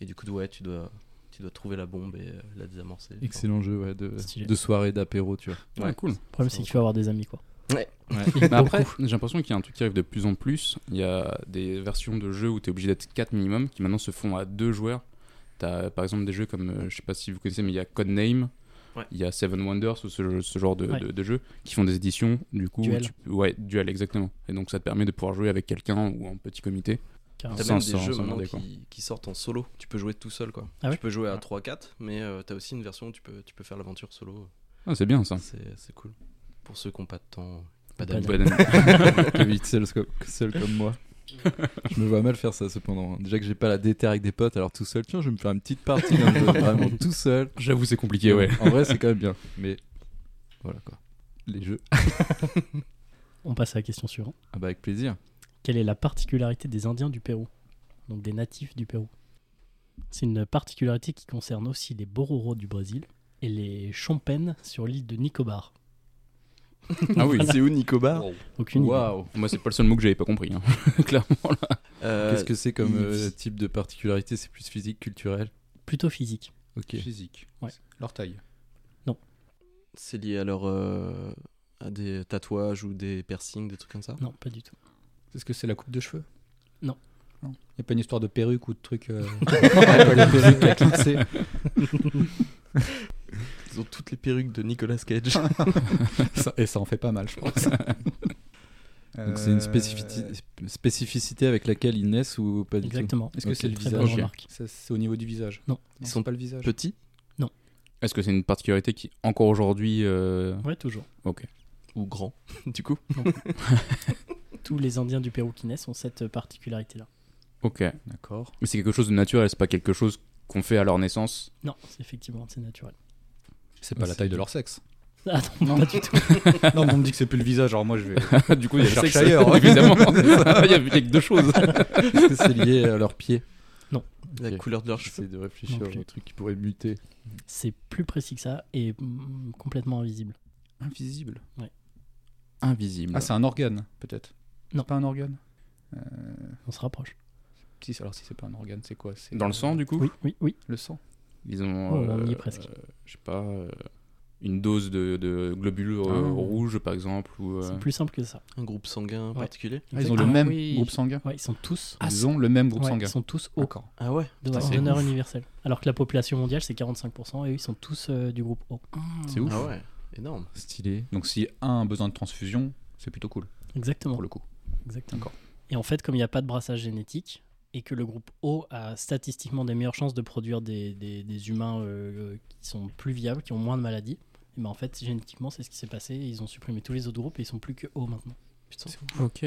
Speaker 4: et du coup, ouais, tu dois, tu dois trouver la bombe et euh, la désamorcer. Enfin,
Speaker 3: Excellent jeu, ouais, de,
Speaker 2: Stylé.
Speaker 3: de soirée, d'apéro, tu vois.
Speaker 1: Ouais, cool.
Speaker 2: Le problème, c'est que tu vas avoir des amis, quoi.
Speaker 1: Mais
Speaker 2: Bah,
Speaker 1: après, j'ai l'impression qu'il y a un truc qui arrive de plus en plus. Il y a des versions de jeux où t'es obligé d'être 4 minimum qui maintenant se font à 2 joueurs. T'as par exemple des jeux comme, euh, je sais pas si vous connaissez, mais il y a Codename.
Speaker 4: Ouais.
Speaker 1: Il y a Seven Wonders ou ce, ce genre de,
Speaker 2: Ouais.
Speaker 1: de- de jeux qui font des éditions, du coup. où
Speaker 2: Duel.
Speaker 1: tu peux- ouais, duel, exactement. Et donc ça te permet de pouvoir jouer avec quelqu'un ou en petit comité.
Speaker 2: Carrément.
Speaker 4: T'as
Speaker 1: Sans-
Speaker 4: même des
Speaker 1: sans-
Speaker 4: jeux
Speaker 1: sans
Speaker 4: maintenant
Speaker 1: demander, quoi.
Speaker 4: qui, qui sortent en solo. Tu peux jouer tout seul, quoi.
Speaker 2: Ah ouais
Speaker 4: tu peux jouer à 3-4, mais euh, t'as aussi une version où tu peux, tu peux faire l'aventure solo.
Speaker 1: Ah, c'est bien ça.
Speaker 4: C'est c'est cool. Pour ceux qui n'ont pas de temps,
Speaker 2: Pas
Speaker 4: pas
Speaker 2: d'amis.
Speaker 4: d'amis.
Speaker 1: Ouais, non,
Speaker 3: Covid seul, sco- seul comme moi. Je me vois mal faire ça cependant. Déjà que j'ai pas la déterre avec des potes, alors tout seul, tiens, je vais me faire une petite partie d'un
Speaker 1: <laughs>
Speaker 3: jeu, vraiment tout seul.
Speaker 1: <laughs> J'avoue, c'est
Speaker 2: <laughs>
Speaker 1: compliqué, ouais.
Speaker 3: En vrai, c'est quand même bien. Mais voilà quoi. Les jeux.
Speaker 2: On passe à la question suivante.
Speaker 3: Ah bah avec plaisir.
Speaker 2: Quelle est la particularité des Indiens du Pérou Donc des natifs du Pérou. C'est une particularité qui concerne aussi les Bororo du Brésil et les Chompennes sur l'île de Nicobar.
Speaker 1: Ah oui.
Speaker 4: C'est où Nicobar
Speaker 3: Euh,
Speaker 2: Aucune idée.
Speaker 3: Waouh.
Speaker 1: Moi, c'est pas le seul mot que j'avais pas compris. hein. <laughs> Clairement, là.
Speaker 3: Qu'est-ce que c'est comme
Speaker 4: il-
Speaker 3: euh, type de particularité C'est plus physique, culturel.
Speaker 2: Plutôt physique.
Speaker 3: Ok.
Speaker 5: Physique.
Speaker 2: Ouais.
Speaker 5: Leur taille.
Speaker 4: C'est lié à leur. euh, à des tatouages ou des piercings, des trucs comme ça
Speaker 2: Non, pas du tout.
Speaker 5: Est-ce que c'est la coupe de cheveux
Speaker 2: Non.
Speaker 5: Il n'y a pas une histoire de perruque ou de truc. euh,
Speaker 4: Ils ont toutes les perruques de Nicolas Cage.
Speaker 5: ça- et ça en fait pas mal, je <laughs> pense. Euh,
Speaker 3: Donc c'est
Speaker 1: euh,
Speaker 3: une spécifici- spécificité avec laquelle ils naissent ou pas du
Speaker 2: Exactement.
Speaker 5: Est-ce que
Speaker 3: Ok.
Speaker 5: c'est le
Speaker 2: Très
Speaker 5: visage
Speaker 2: bonne
Speaker 1: Ok.
Speaker 2: remarque.
Speaker 5: Ça, C'est au niveau du visage
Speaker 2: Non.
Speaker 5: Ils
Speaker 4: sont
Speaker 5: sont pas le visage.
Speaker 4: <laughs> Petit
Speaker 1: Est-ce que c'est une particularité qui, encore aujourd'hui. euh,
Speaker 2: Ouais, toujours.
Speaker 1: Ok.
Speaker 4: ou grand, <laughs> du coup
Speaker 2: Tous les Indiens du Pérou qui naissent ont cette particularité-là.
Speaker 1: Ok.
Speaker 5: D'accord.
Speaker 1: Mais c'est quelque chose de naturel, c'est pas quelque chose qu'on fait à leur naissance.
Speaker 2: Non, c'est effectivement, c'est naturel. <laughs>
Speaker 5: C'est
Speaker 1: Ouais,
Speaker 5: pas la
Speaker 1: c'est-
Speaker 5: taille de leur sexe.
Speaker 2: Ah non, pas du tout.
Speaker 5: non, mais on me dit que c'est plus le visage, alors moi je
Speaker 1: <laughs>
Speaker 5: vais.
Speaker 1: du coup, il y a
Speaker 5: Je
Speaker 1: le
Speaker 5: cherche
Speaker 3: <laughs>
Speaker 1: sexe,
Speaker 5: ailleurs.
Speaker 1: évidemment. <laughs> il y a- il y a que deux choses.
Speaker 3: tout Est-ce que c'est lié à leurs pieds
Speaker 4: La
Speaker 3: Ok.
Speaker 4: couleur de leurs cheveux.
Speaker 3: J'essaie de
Speaker 2: Non
Speaker 3: réfléchir
Speaker 2: plus.
Speaker 3: au truc qui pourrait muter.
Speaker 2: C'est plus précis que ça et mm, complètement invisible.
Speaker 5: Invisible.
Speaker 1: Invisible.
Speaker 5: Ah, c'est un organe, peut-être
Speaker 2: Non.
Speaker 5: Pas un organe Euh,
Speaker 2: On se rapproche.
Speaker 5: si, alors si c'est pas un organe, c'est quoi C'est
Speaker 1: Dans le sang, du coup
Speaker 2: Oui, oui, oui.
Speaker 5: Le sang.
Speaker 1: Ils ont.
Speaker 2: Oh, on y est
Speaker 1: euh,
Speaker 2: presque.
Speaker 1: euh, je sais pas. euh, une dose de, de globules euh,
Speaker 5: Ah.
Speaker 1: rouges, par exemple. Ou, euh,
Speaker 2: C'est plus simple que ça.
Speaker 4: Un groupe sanguin particulier
Speaker 5: Ah, ils ont
Speaker 2: Exactement.
Speaker 5: le même
Speaker 1: oui.
Speaker 5: groupe sanguin.
Speaker 2: Ouais, ils sont tous.
Speaker 5: Ils ont le même Ah, groupe
Speaker 2: Ouais,
Speaker 5: sanguin.
Speaker 2: ils sont tous O,
Speaker 5: D'accord.
Speaker 4: Ah ouais
Speaker 2: de-
Speaker 5: Putain, c'est
Speaker 2: d'honneur universel. Alors que la population mondiale, c'est 45%, et eux, ils sont tous euh, du groupe O.
Speaker 5: C'est ouf.
Speaker 4: Ah ouais, énorme.
Speaker 3: Stylé.
Speaker 5: Donc si un a besoin de transfusion, c'est plutôt cool
Speaker 2: Exactement.
Speaker 5: pour le coup.
Speaker 2: exactement.
Speaker 5: D'accord.
Speaker 2: Et en fait, comme il n'y a pas de brassage génétique, et que le groupe O a statistiquement des meilleures chances de produire des, des- des humains euh, qui sont plus viables, qui ont moins de maladies, et ben en fait, génétiquement, c'est ce qui s'est passé. Ils ont supprimé tous les autres groupes et ils sont plus que O maintenant.
Speaker 4: Putain,
Speaker 1: Ok.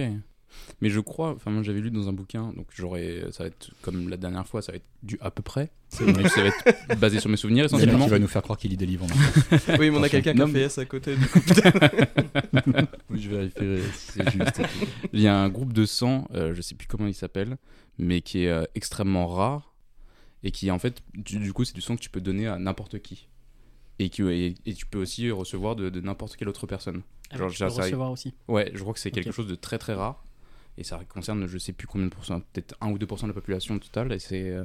Speaker 1: Mais je crois, enfin moi j'avais lu dans un bouquin, donc j'aurais, ça va être comme la dernière fois, ça va être du à peu près, mais ça va être basé sur mes souvenirs
Speaker 5: C'est
Speaker 1: essentiellement.
Speaker 5: qui va nous faire croire qu'il lit des livres. hein.
Speaker 4: Oui, mais on a
Speaker 5: Attention.
Speaker 4: quelqu'un qui a
Speaker 1: Non,
Speaker 4: fait S à côté.
Speaker 3: Oui, je vérifierai si c'est juste.
Speaker 1: Il y a un groupe de sang, euh, je sais plus comment il s'appelle, mais qui est euh, extrêmement rare et qui en fait, du, du coup, c'est du sang que tu peux donner à n'importe qui et, qui, et, et tu peux aussi recevoir de, de n'importe quelle autre personne.
Speaker 2: Ah,
Speaker 1: Genre,
Speaker 2: tu peux
Speaker 1: ça arrive.
Speaker 2: recevoir aussi.
Speaker 1: Ouais, je crois que c'est
Speaker 2: Ok.
Speaker 1: quelque chose de très très rare et ça concerne je sais plus combien de pourcents, peut-être 1 ou 2 de la population totale et c'est euh,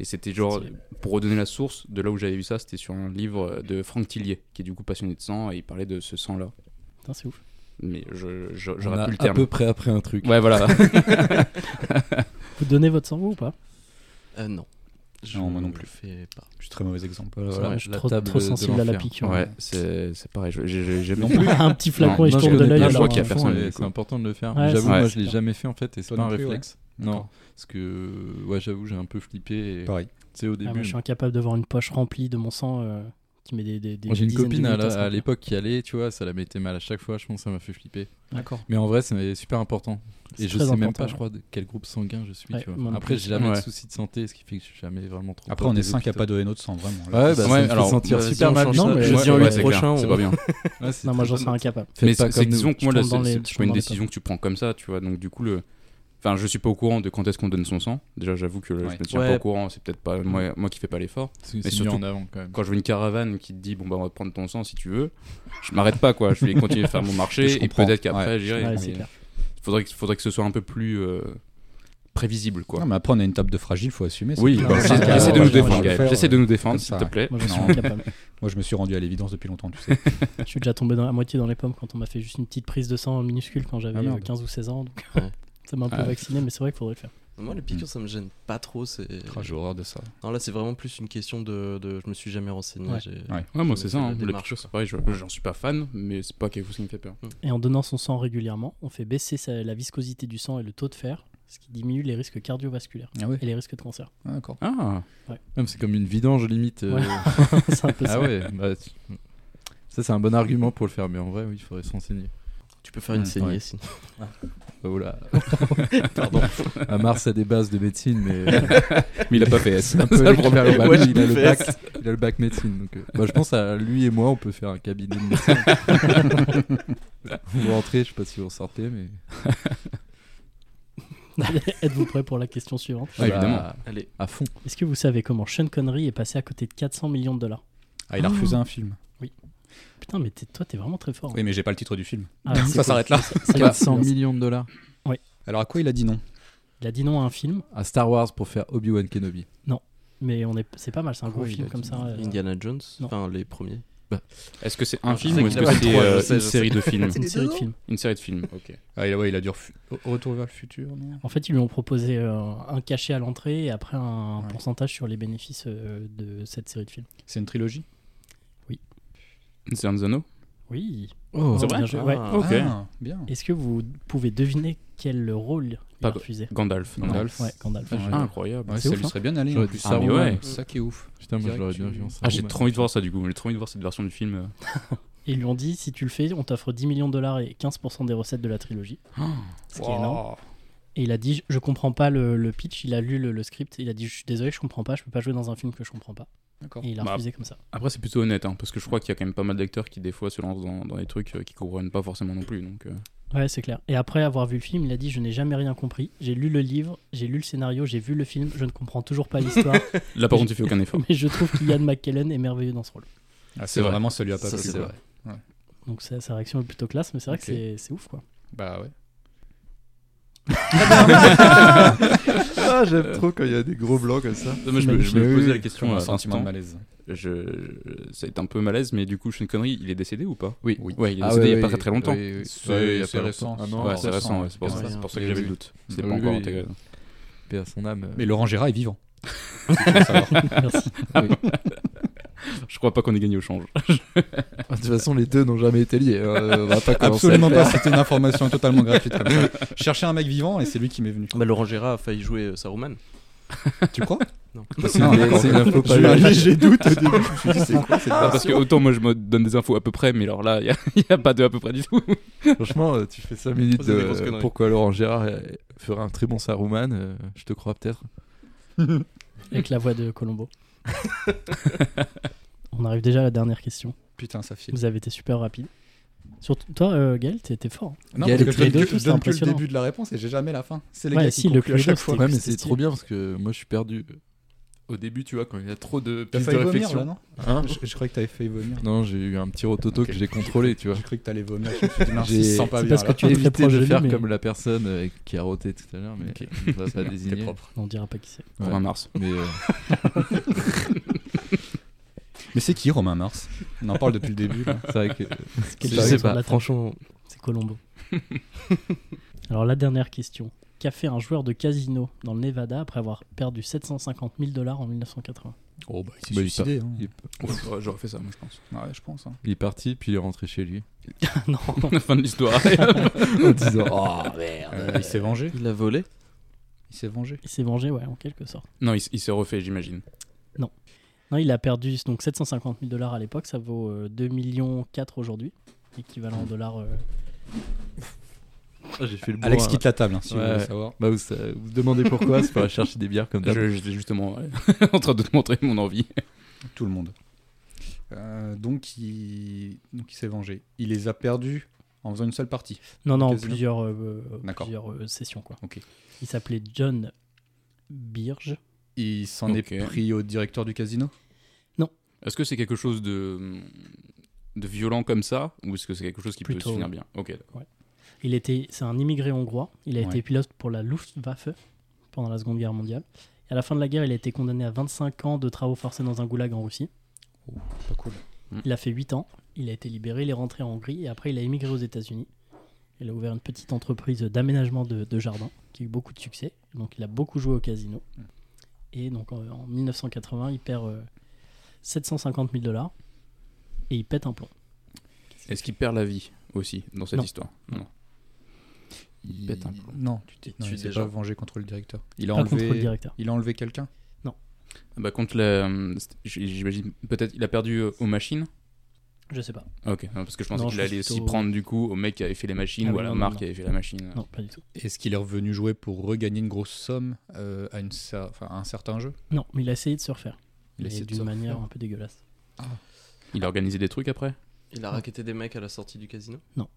Speaker 1: et c'était genre
Speaker 2: Stylé.
Speaker 1: pour redonner la source de là où j'avais vu ça, c'était sur un livre euh, de Franck Tillier qui est du coup passionné de sang et il parlait de ce sang là.
Speaker 2: Putain, c'est ouf.
Speaker 1: Mais je je-
Speaker 3: On
Speaker 1: j'aurais
Speaker 3: a
Speaker 1: plus le
Speaker 3: à peu
Speaker 1: terme.
Speaker 3: près après un truc.
Speaker 1: Ouais, <laughs> voilà.
Speaker 2: Vous donnez votre sang vous ou pas
Speaker 4: Euh, non.
Speaker 5: Non, moi non plus.
Speaker 4: le fais pas.
Speaker 5: Je suis très mauvais exemple.
Speaker 3: Voilà,
Speaker 5: Ça,
Speaker 3: ouais,
Speaker 2: je suis
Speaker 3: la hein.
Speaker 2: trop-
Speaker 3: table
Speaker 2: trop
Speaker 3: de
Speaker 2: sensible à la
Speaker 3: l'enfer.
Speaker 2: piqûre.
Speaker 1: Ouais, c'est c'est pareil. je- J'ai j'ai jamais
Speaker 3: Non
Speaker 1: fait.
Speaker 2: <laughs>
Speaker 3: plus.
Speaker 2: un petit flacon
Speaker 1: Non,
Speaker 2: et je
Speaker 1: non,
Speaker 2: tourne de l'œil.
Speaker 1: pas, je
Speaker 2: alors,
Speaker 1: vois qu'il y a
Speaker 2: euh,
Speaker 1: personne. du
Speaker 3: C'est
Speaker 1: coup.
Speaker 3: important de le faire.
Speaker 2: Ouais,
Speaker 3: j'avoue,
Speaker 1: c'est
Speaker 3: moi
Speaker 1: vrai.
Speaker 3: je l'ai
Speaker 2: Ouais.
Speaker 3: jamais fait en fait et c'est
Speaker 5: Toi
Speaker 3: pas
Speaker 5: non
Speaker 3: un
Speaker 5: plus, ouais.
Speaker 3: réflexe. Non,
Speaker 5: D'accord.
Speaker 3: parce que ouais, j'avoue, j'ai un peu flippé. Et...
Speaker 5: Pareil.
Speaker 3: Tu sais, au
Speaker 2: ah,
Speaker 3: début,
Speaker 2: moi, je suis incapable de voir une poche remplie de mon sang euh, qui met des. des, des
Speaker 3: Moi, J'ai une
Speaker 2: dizaines de
Speaker 3: copine à,
Speaker 2: minutes hein,
Speaker 3: la-
Speaker 2: se
Speaker 3: à
Speaker 2: remplir.
Speaker 3: l'époque qui allait, tu vois, ça la mettait mal à chaque fois, je pense que ça m'a fait flipper.
Speaker 2: D'accord.
Speaker 3: Mais en vrai, c'est super important.
Speaker 2: C'est
Speaker 3: Et je
Speaker 2: très
Speaker 3: sais même
Speaker 2: important,
Speaker 3: pas, je crois, de quel groupe sanguin je suis.
Speaker 2: Ouais,
Speaker 3: tu vois.
Speaker 2: moi non
Speaker 3: Après,
Speaker 2: plus.
Speaker 3: j'ai jamais
Speaker 1: Ouais.
Speaker 3: de soucis de santé, ce qui fait que je suis jamais vraiment trop.
Speaker 5: Après,
Speaker 3: proche
Speaker 5: on est
Speaker 3: des
Speaker 5: 5 à pas
Speaker 3: hôpitaux.
Speaker 5: donner notre sang, vraiment. là.
Speaker 3: Ouais, bah,
Speaker 1: Ouais,
Speaker 3: ça me
Speaker 1: alors,
Speaker 3: fait sentir
Speaker 4: vas-y,
Speaker 3: super
Speaker 4: on
Speaker 3: mal.
Speaker 4: change
Speaker 2: ça.
Speaker 3: mais
Speaker 2: Je
Speaker 3: ouais,
Speaker 4: dis en
Speaker 3: ouais,
Speaker 4: huit
Speaker 3: c'est
Speaker 4: prochains,
Speaker 3: clair,
Speaker 4: on-
Speaker 3: c'est pas bien. Ouais, c'est
Speaker 2: Non, moi
Speaker 3: très
Speaker 2: j'en
Speaker 3: mal.
Speaker 2: serais incapable.
Speaker 3: Faites
Speaker 1: Mais
Speaker 3: pas
Speaker 1: c'est
Speaker 3: comme
Speaker 1: c'est que
Speaker 3: nous.
Speaker 1: disons que moi là,
Speaker 2: tombe dans
Speaker 1: c'est
Speaker 2: les-
Speaker 1: c'est
Speaker 2: je
Speaker 1: pas
Speaker 2: tombe
Speaker 1: une
Speaker 2: dans les
Speaker 1: décision que tu prends comme ça, tu vois. Donc du coup le, enfin je suis pas au courant de quand est-ce qu'on donne son sang. Déjà j'avoue que je
Speaker 5: Ouais.
Speaker 1: me tiens
Speaker 4: Ouais.
Speaker 1: pas au courant, c'est peut-être pas moi, moi qui fais pas l'effort.
Speaker 3: C'est
Speaker 1: Mais
Speaker 3: c'est
Speaker 1: surtout-
Speaker 3: mis en avant quand même.
Speaker 1: <laughs> Quand je vois une caravane qui te dit bon bah on va te prendre ton sang si tu veux, je m'arrête pas quoi. Je vais continuer de faire mon
Speaker 5: Je
Speaker 1: marché et
Speaker 5: comprends.
Speaker 1: peut-être qu'après
Speaker 5: Ouais.
Speaker 1: j'irai.
Speaker 2: Ouais,
Speaker 1: mais
Speaker 2: c'est clair.
Speaker 1: faudrait que faudrait que ce soit un peu plus euh, prévisible quoi.
Speaker 5: Non, mais après, on a une table de fragile, faut assumer. ça.
Speaker 1: Oui,
Speaker 2: Non,
Speaker 1: bah,
Speaker 2: c'est-
Speaker 1: j'essaie
Speaker 2: c'est-
Speaker 1: j'essaie de
Speaker 2: moi,
Speaker 1: nous
Speaker 2: je vais
Speaker 1: défendre,
Speaker 5: le
Speaker 1: Gaël.
Speaker 5: faire,
Speaker 1: J'essaie de nous défendre,
Speaker 5: comme
Speaker 1: s'il
Speaker 5: ça,
Speaker 1: te
Speaker 5: ouais.
Speaker 1: plaît.
Speaker 2: Moi je suis
Speaker 5: Non.
Speaker 2: incapable.
Speaker 5: Moi, je me suis rendu à l'évidence depuis longtemps, tu sais.
Speaker 2: Je suis déjà tombé dans, à moitié dans les pommes quand on m'a fait juste une petite prise de sang minuscule quand j'avais
Speaker 5: Ah, merde.
Speaker 2: euh, 15 ou 16 ans. Donc
Speaker 4: Ouais.
Speaker 2: <laughs> ça m'a un peu
Speaker 1: Ah.
Speaker 2: vacciné, mais c'est vrai qu'il faudrait le faire.
Speaker 4: Moi, les piqûres, ça me gêne pas trop. C'est...
Speaker 5: Ah, J'ai horreur de ça.
Speaker 4: Non, là, c'est vraiment plus une question de. de- Je me suis jamais renseigné.
Speaker 2: Ouais.
Speaker 4: j'ai-
Speaker 5: Ouais.
Speaker 1: Ouais, moi
Speaker 4: Je
Speaker 1: c'est ça,
Speaker 4: me fais la
Speaker 1: hein. le
Speaker 4: démarche,
Speaker 1: picture c'est pareil, je- j'en suis pas fan, mais c'est pas quelque chose qui me fait peur.
Speaker 2: Et en donnant son sang régulièrement, on fait baisser sa- la viscosité du sang et le taux de fer, ce qui diminue les risques cardiovasculaires
Speaker 5: Ah ouais
Speaker 2: et les risques de cancer. <laughs>
Speaker 5: Ah, D'accord.
Speaker 1: Ah,
Speaker 3: Même c'est comme une vidange limite. euh,
Speaker 2: Ouais.
Speaker 3: <laughs>
Speaker 2: c'est un peu ça. <laughs>
Speaker 3: Ah ouais, bah, tu- ça c'est un bon argument pour le faire, mais en vrai, oui, il faudrait s'enseigner.
Speaker 4: Tu peux faire une
Speaker 5: Ouais.
Speaker 4: saignée
Speaker 5: Ouais.
Speaker 4: sinon.
Speaker 3: Oh là, pardon. À Mars, a des bases de médecine, mais <laughs>
Speaker 1: mais il a pas fait S.
Speaker 5: <laughs>
Speaker 3: c'est un peu le problème. Bah,
Speaker 4: Ouais,
Speaker 3: lui,
Speaker 4: je
Speaker 3: il, a le
Speaker 4: fais
Speaker 3: bac, il a le bac médecine. Donc, euh, bah, je pense à lui et moi, on peut faire un cabinet de médecine. vous rentrez, je sais pas si vous sortez, mais
Speaker 2: Êtes-vous prêt pour la question suivante
Speaker 1: Ah, évidemment.
Speaker 3: Bah,
Speaker 4: Allez,
Speaker 3: à fond.
Speaker 2: Est-ce que vous savez comment Sean Connery est passé à côté de 400 millions de dollars
Speaker 5: Ah, il a refusé un film.
Speaker 2: Putain, mais t'es- toi, t'es vraiment très fort. hein.
Speaker 5: Oui, mais j'ai pas le titre du film.
Speaker 2: Ah, c'est
Speaker 5: Ça
Speaker 2: <laughs>
Speaker 5: s'arrête là.
Speaker 2: cool. C'est
Speaker 3: 400
Speaker 2: 400 millions.
Speaker 3: millions de dollars
Speaker 5: Alors, à quoi il a dit non
Speaker 2: Il a dit non à un film,
Speaker 3: à Star Wars pour faire Obi-Wan Kenobi.
Speaker 2: mais on est, c'est pas mal, c'est un gros
Speaker 4: Oh,
Speaker 3: Oui, il
Speaker 2: film
Speaker 3: a
Speaker 2: comme
Speaker 3: dit
Speaker 2: ça. euh,
Speaker 4: Indiana Jones,
Speaker 2: Non.
Speaker 4: enfin les premiers.
Speaker 1: Est-ce que c'est
Speaker 4: Ah,
Speaker 1: un
Speaker 4: je
Speaker 1: film
Speaker 4: sais
Speaker 1: ou
Speaker 4: qu'il
Speaker 1: est-ce
Speaker 4: a
Speaker 1: que
Speaker 4: pas le
Speaker 1: c'était
Speaker 4: droit, je
Speaker 1: euh,
Speaker 4: sais,
Speaker 1: une
Speaker 4: je
Speaker 1: série de
Speaker 2: <laughs>
Speaker 1: films
Speaker 2: C'est une série de films.
Speaker 1: Une série de films, ok.
Speaker 5: ah, il, a- ouais, il a dû refu- Retour vers le futur, non
Speaker 2: En fait, ils lui ont proposé euh, un cachet à l'entrée et après un
Speaker 5: Ouais.
Speaker 2: pourcentage sur les bénéfices euh, de cette série de films.
Speaker 5: C'est une trilogie
Speaker 1: Une série de anneaux
Speaker 2: Oui.
Speaker 3: Oh,
Speaker 2: C'est vrai bien joué, ouais.
Speaker 4: Ah,
Speaker 1: Ok.
Speaker 5: Ah, bien.
Speaker 2: Est-ce que vous pouvez deviner quel rôle il
Speaker 1: Pas
Speaker 2: a
Speaker 1: go-
Speaker 2: refusé
Speaker 1: Gandalf. non.
Speaker 5: Gandalf.
Speaker 2: Ouais, Gandalf.
Speaker 3: Ah, j'ai-
Speaker 1: Ah, incroyable.
Speaker 5: Ouais,
Speaker 2: C'est
Speaker 5: ça
Speaker 2: ouf,
Speaker 5: lui
Speaker 2: hein.
Speaker 5: serait bien allé en
Speaker 3: J'aurais
Speaker 5: plus.
Speaker 3: dit Star
Speaker 5: Ah, mais
Speaker 1: Wars.
Speaker 5: ouais, ça qui est ouf.
Speaker 3: Putain, moi je
Speaker 5: Direct,
Speaker 3: l'aurais bien
Speaker 5: tu-
Speaker 3: vu en Star
Speaker 1: Ah, j'ai
Speaker 3: Wars.
Speaker 1: trop envie de voir ça du coup. J'ai trop envie de voir cette version du film. euh.
Speaker 2: Et ils lui ont dit si tu le fais, on t'offre 10 millions de dollars et 15% des recettes de la trilogie. Ce qui est énorme. Et il a dit je comprends pas le, le pitch, il a lu le, le script, il a dit je suis désolé, je comprends pas, je peux pas jouer dans un film que je comprends pas.
Speaker 5: D'accord.
Speaker 2: Et il a
Speaker 1: Bah,
Speaker 2: refusé comme ça.
Speaker 1: Après, c'est plutôt honnête, hein, parce que je crois qu'il y a quand même pas mal d'acteurs qui, des fois, se lancent dans, dans des trucs euh, qui comprennent pas forcément non plus. Donc, euh,
Speaker 2: Ouais, c'est clair. Et après avoir vu le film, il a dit Je n'ai jamais rien compris. J'ai lu le livre, j'ai lu le scénario, j'ai vu le film, je ne comprends toujours pas
Speaker 5: <laughs>
Speaker 2: l'histoire,
Speaker 1: Là, par contre, il fait aucun
Speaker 2: <laughs>
Speaker 1: effort.
Speaker 2: mais je trouve qu'Ian McKellen est merveilleux dans ce rôle.
Speaker 1: C'est
Speaker 5: Ah, c'est
Speaker 1: vrai.
Speaker 5: vraiment celui à pas
Speaker 4: Ça,
Speaker 5: plu,
Speaker 4: c'est
Speaker 5: quoi.
Speaker 4: vrai.
Speaker 2: Donc sa, sa réaction est plutôt classe, mais c'est vrai
Speaker 5: Ok.
Speaker 2: que c'est- c'est ouf quoi.
Speaker 5: <laughs> Bah ouais.
Speaker 3: Ah, j'aime trop quand il y a des gros blancs comme ça.
Speaker 1: Euh, Non, mais je, me, je me
Speaker 3: Mais
Speaker 1: posais
Speaker 3: oui,
Speaker 1: la question
Speaker 5: Comme
Speaker 1: à
Speaker 5: un
Speaker 1: un
Speaker 5: sentiment de
Speaker 1: instant.
Speaker 5: malaise.
Speaker 1: Je, je- ça a été un peu malaise, mais du coup, Sean Connery, il est décédé ou pas
Speaker 5: Oui.
Speaker 1: Ouais, il est
Speaker 3: Ah
Speaker 1: décédé
Speaker 3: ouais,
Speaker 1: il y a pas
Speaker 3: oui,
Speaker 1: très très longtemps.
Speaker 3: oui, oui.
Speaker 5: C'est-
Speaker 3: Ouais, il y a
Speaker 5: c'est
Speaker 3: pas
Speaker 5: récent,
Speaker 3: longtemps.
Speaker 5: c'est-
Speaker 3: Ah non,
Speaker 1: ouais, c'est
Speaker 5: récent,
Speaker 1: récent,
Speaker 5: ouais,
Speaker 1: ouais, c'est pour,
Speaker 5: c'est
Speaker 1: ça-
Speaker 4: récent.
Speaker 1: c'est pour ça que
Speaker 3: Oui,
Speaker 1: j'avais
Speaker 3: oui.
Speaker 1: le doute. C'était
Speaker 3: Ah Oui,
Speaker 1: pas encore
Speaker 3: oui.
Speaker 1: intégré.
Speaker 3: Paix à son âme.
Speaker 2: <laughs>
Speaker 5: Mais Laurent Gérard est vivant. C'est pour savoir.
Speaker 2: Merci.
Speaker 1: Je crois pas qu'on ait gagné au change.
Speaker 3: Ah, De toute façon, les deux n'ont jamais été liés. euh, on va pas commencer
Speaker 5: Absolument
Speaker 3: à le
Speaker 5: pas,
Speaker 3: faire.
Speaker 5: c'était une information totalement gratuite. Comme ça. Chercher un mec vivant et c'est lui qui m'est venu.
Speaker 4: Bah, Laurent Gérard a failli jouer euh, Saruman.
Speaker 5: Tu crois
Speaker 4: Non.
Speaker 3: C'est une-
Speaker 5: d'accord.
Speaker 3: c'est une info
Speaker 5: Je vais
Speaker 3: pas
Speaker 5: aller,
Speaker 3: j'ai doute
Speaker 5: <laughs>
Speaker 3: au début. Je me suis dit, c'est quoi cette
Speaker 1: Ah, parce que autant moi je me donne des infos à peu près, mais alors là, il n'y a, <laughs> pas de à peu près du tout.
Speaker 3: Franchement, euh, tu fais 5 minutes
Speaker 4: C'est
Speaker 3: de
Speaker 4: des grosses conneries.
Speaker 3: pourquoi Laurent Gérard euh, ferait un très bon Saruman, euh, je te crois peut-être.
Speaker 2: avec la voix de
Speaker 5: <laughs>
Speaker 2: Colombo. On arrive déjà à la dernière question.
Speaker 5: Putain, ça file.
Speaker 2: Vous avez été super rapide. Surtout toi, euh, Gaël, t'étais fort.
Speaker 5: Non,
Speaker 3: Il y a
Speaker 5: parce
Speaker 3: les
Speaker 5: que je donne,
Speaker 2: clés de
Speaker 5: que-
Speaker 2: tout,
Speaker 5: je
Speaker 2: c'est
Speaker 5: donne que le
Speaker 2: impressionnant.
Speaker 5: début de la réponse et j'ai jamais la fin. C'est les
Speaker 2: Ouais,
Speaker 5: gars
Speaker 2: si,
Speaker 5: qui
Speaker 2: le
Speaker 5: concluent à
Speaker 2: clé
Speaker 5: chaque
Speaker 2: d'eau,
Speaker 5: fois.
Speaker 2: c'était-
Speaker 3: Ouais, mais
Speaker 2: c'est
Speaker 3: c'est trop bien parce que moi je suis perdu. Au début, tu vois, quand il y a trop de
Speaker 5: T'as
Speaker 3: pistes de
Speaker 5: failli vomir
Speaker 3: réflexion.
Speaker 5: là, non
Speaker 3: Hein
Speaker 5: je, je croyais que t'avais failli vomir.
Speaker 3: non, j'ai eu un petit rototo
Speaker 5: Ok.
Speaker 3: que j'ai contrôlé, tu vois.
Speaker 5: J'ai cru que t'allais vomir. Je me suis dit, mince,
Speaker 3: J'ai-
Speaker 5: il se sent pas
Speaker 2: C'est
Speaker 5: bien.
Speaker 2: parce
Speaker 5: là.
Speaker 2: que tu-
Speaker 3: J'ai
Speaker 2: es très
Speaker 3: évité
Speaker 2: proche
Speaker 3: de
Speaker 2: de lui,
Speaker 3: faire
Speaker 2: mais-
Speaker 3: comme la personne euh, qui a roté tout à l'heure, mais on va
Speaker 1: <laughs>
Speaker 3: pas
Speaker 5: T'es
Speaker 3: désigner.
Speaker 5: propre.
Speaker 2: On dira pas qui c'est.
Speaker 1: Romain Mars.
Speaker 3: Mais euh,
Speaker 5: Mais c'est qui Romain Mars On en parle depuis le début. là. <laughs>
Speaker 3: c'est vrai que.
Speaker 2: Quel
Speaker 4: Je
Speaker 2: talent
Speaker 4: sais
Speaker 2: sur la
Speaker 4: pas,
Speaker 2: table.
Speaker 4: franchement.
Speaker 2: C'est Colombo. <laughs> Alors la dernière question. Qu'a fait un joueur de casino dans le Nevada après avoir perdu 750 000 dollars en 1980
Speaker 5: Oh, bah, il s'est
Speaker 3: Bah, il
Speaker 5: suicidé. hein.
Speaker 3: Il,
Speaker 1: Ouais, J'aurais fait ça, moi je <laughs> pense.
Speaker 5: Ouais, je pense. <laughs> hein.
Speaker 3: il est parti, puis il est rentré chez lui.
Speaker 2: Non,
Speaker 1: La fin
Speaker 3: <laughs>
Speaker 1: de l'histoire.
Speaker 3: En disant
Speaker 5: Euh, il s'est vengé.
Speaker 4: Il a volé
Speaker 5: Il s'est vengé.
Speaker 2: il s'est vengé, ouais, en quelque sorte.
Speaker 1: non, il, s- il s'est refait, j'imagine.
Speaker 2: Non, il a perdu donc 750 000 dollars à l'époque, ça vaut euh, 2 millions 4 aujourd'hui, équivalent
Speaker 5: Hmm.
Speaker 2: en dollars. euh,
Speaker 3: Ah, j'ai fait le bourrin,
Speaker 5: Alex
Speaker 3: là.
Speaker 5: quitte la table hein, si vous
Speaker 3: Ouais.
Speaker 5: voulez savoir.
Speaker 3: Bah, vous, sa- vous demandez pourquoi, c'est pour aller chercher des bières comme d'hab.
Speaker 1: Je- J'étais justement ouais, <laughs> en train de te montrer mon envie.
Speaker 5: Tout le monde. Euh, donc, il, donc il s'est vengé. Il les a perdus en faisant une seule partie.
Speaker 2: Non, non,
Speaker 5: Casino.
Speaker 2: plusieurs, euh,
Speaker 5: D'accord.
Speaker 2: plusieurs euh, sessions quoi.
Speaker 5: Ok.
Speaker 2: Il s'appelait John Birge.
Speaker 5: Il s'en
Speaker 1: Ok.
Speaker 5: est pris au directeur du casino.
Speaker 1: Est-ce que c'est quelque chose de, de violent comme ça Ou est-ce que c'est quelque chose qui peut
Speaker 2: Plutôt.
Speaker 1: se finir bien Ok, d'accord.
Speaker 2: Il était, c'est un immigré hongrois. Il a
Speaker 5: Ouais.
Speaker 2: été pilote pour la Luftwaffe pendant la Seconde Guerre mondiale. Et à la fin de la guerre, il a été condamné à 25 ans de travaux forcés dans un goulag en Russie.
Speaker 5: Pas cool.
Speaker 2: Il a fait 8 ans. Il a été libéré, il est rentré en Hongrie et après il a émigré aux États-Unis. Il a ouvert une petite entreprise d'aménagement de, de jardin qui a eu beaucoup de succès. Donc il a beaucoup joué au casino.
Speaker 5: Mm.
Speaker 2: Et donc en, en 1980, il perd euh, 750 000 dollars et il pète un plomb.
Speaker 1: Est-ce qu'il perd la vie aussi dans cette
Speaker 2: Non.
Speaker 1: histoire Non.
Speaker 5: Il
Speaker 1: pète un plomb.
Speaker 5: Non, tu
Speaker 4: Il
Speaker 5: t'es non,
Speaker 4: tue
Speaker 5: il s'est
Speaker 4: des gens.
Speaker 5: pas vengé contre le directeur. Il a
Speaker 2: Pas
Speaker 5: enlevé,
Speaker 2: contre le directeur.
Speaker 5: Il a enlevé quelqu'un.
Speaker 1: Bah, contre la. c'était- J'imagine, peut-être il a perdu euh, aux machines Ah,
Speaker 2: Je sais pas.
Speaker 1: Ok, non, parce que je pensais
Speaker 2: Non,
Speaker 1: qu'il
Speaker 2: je pense
Speaker 1: allait s'y
Speaker 2: plutôt-
Speaker 1: prendre du coup au mec qui avait fait les machines
Speaker 2: Ah
Speaker 1: ou
Speaker 2: oui,
Speaker 1: à la
Speaker 2: non, non,
Speaker 1: marque
Speaker 2: non.
Speaker 1: qui avait fait la machine.
Speaker 5: Ah.
Speaker 2: Non, pas du tout.
Speaker 5: Est-ce qu'il est revenu jouer pour regagner une grosse somme euh, à, une cer- enfin, à un certain jeu
Speaker 2: Non, mais il a essayé de se refaire.
Speaker 5: Il a
Speaker 2: Mais
Speaker 5: essayé de se
Speaker 2: d'une
Speaker 5: refaire.
Speaker 2: manière un peu dégueulasse.
Speaker 1: Il a organisé des trucs après
Speaker 4: Il a raquetté des mecs à la sortie du casino
Speaker 5: Donc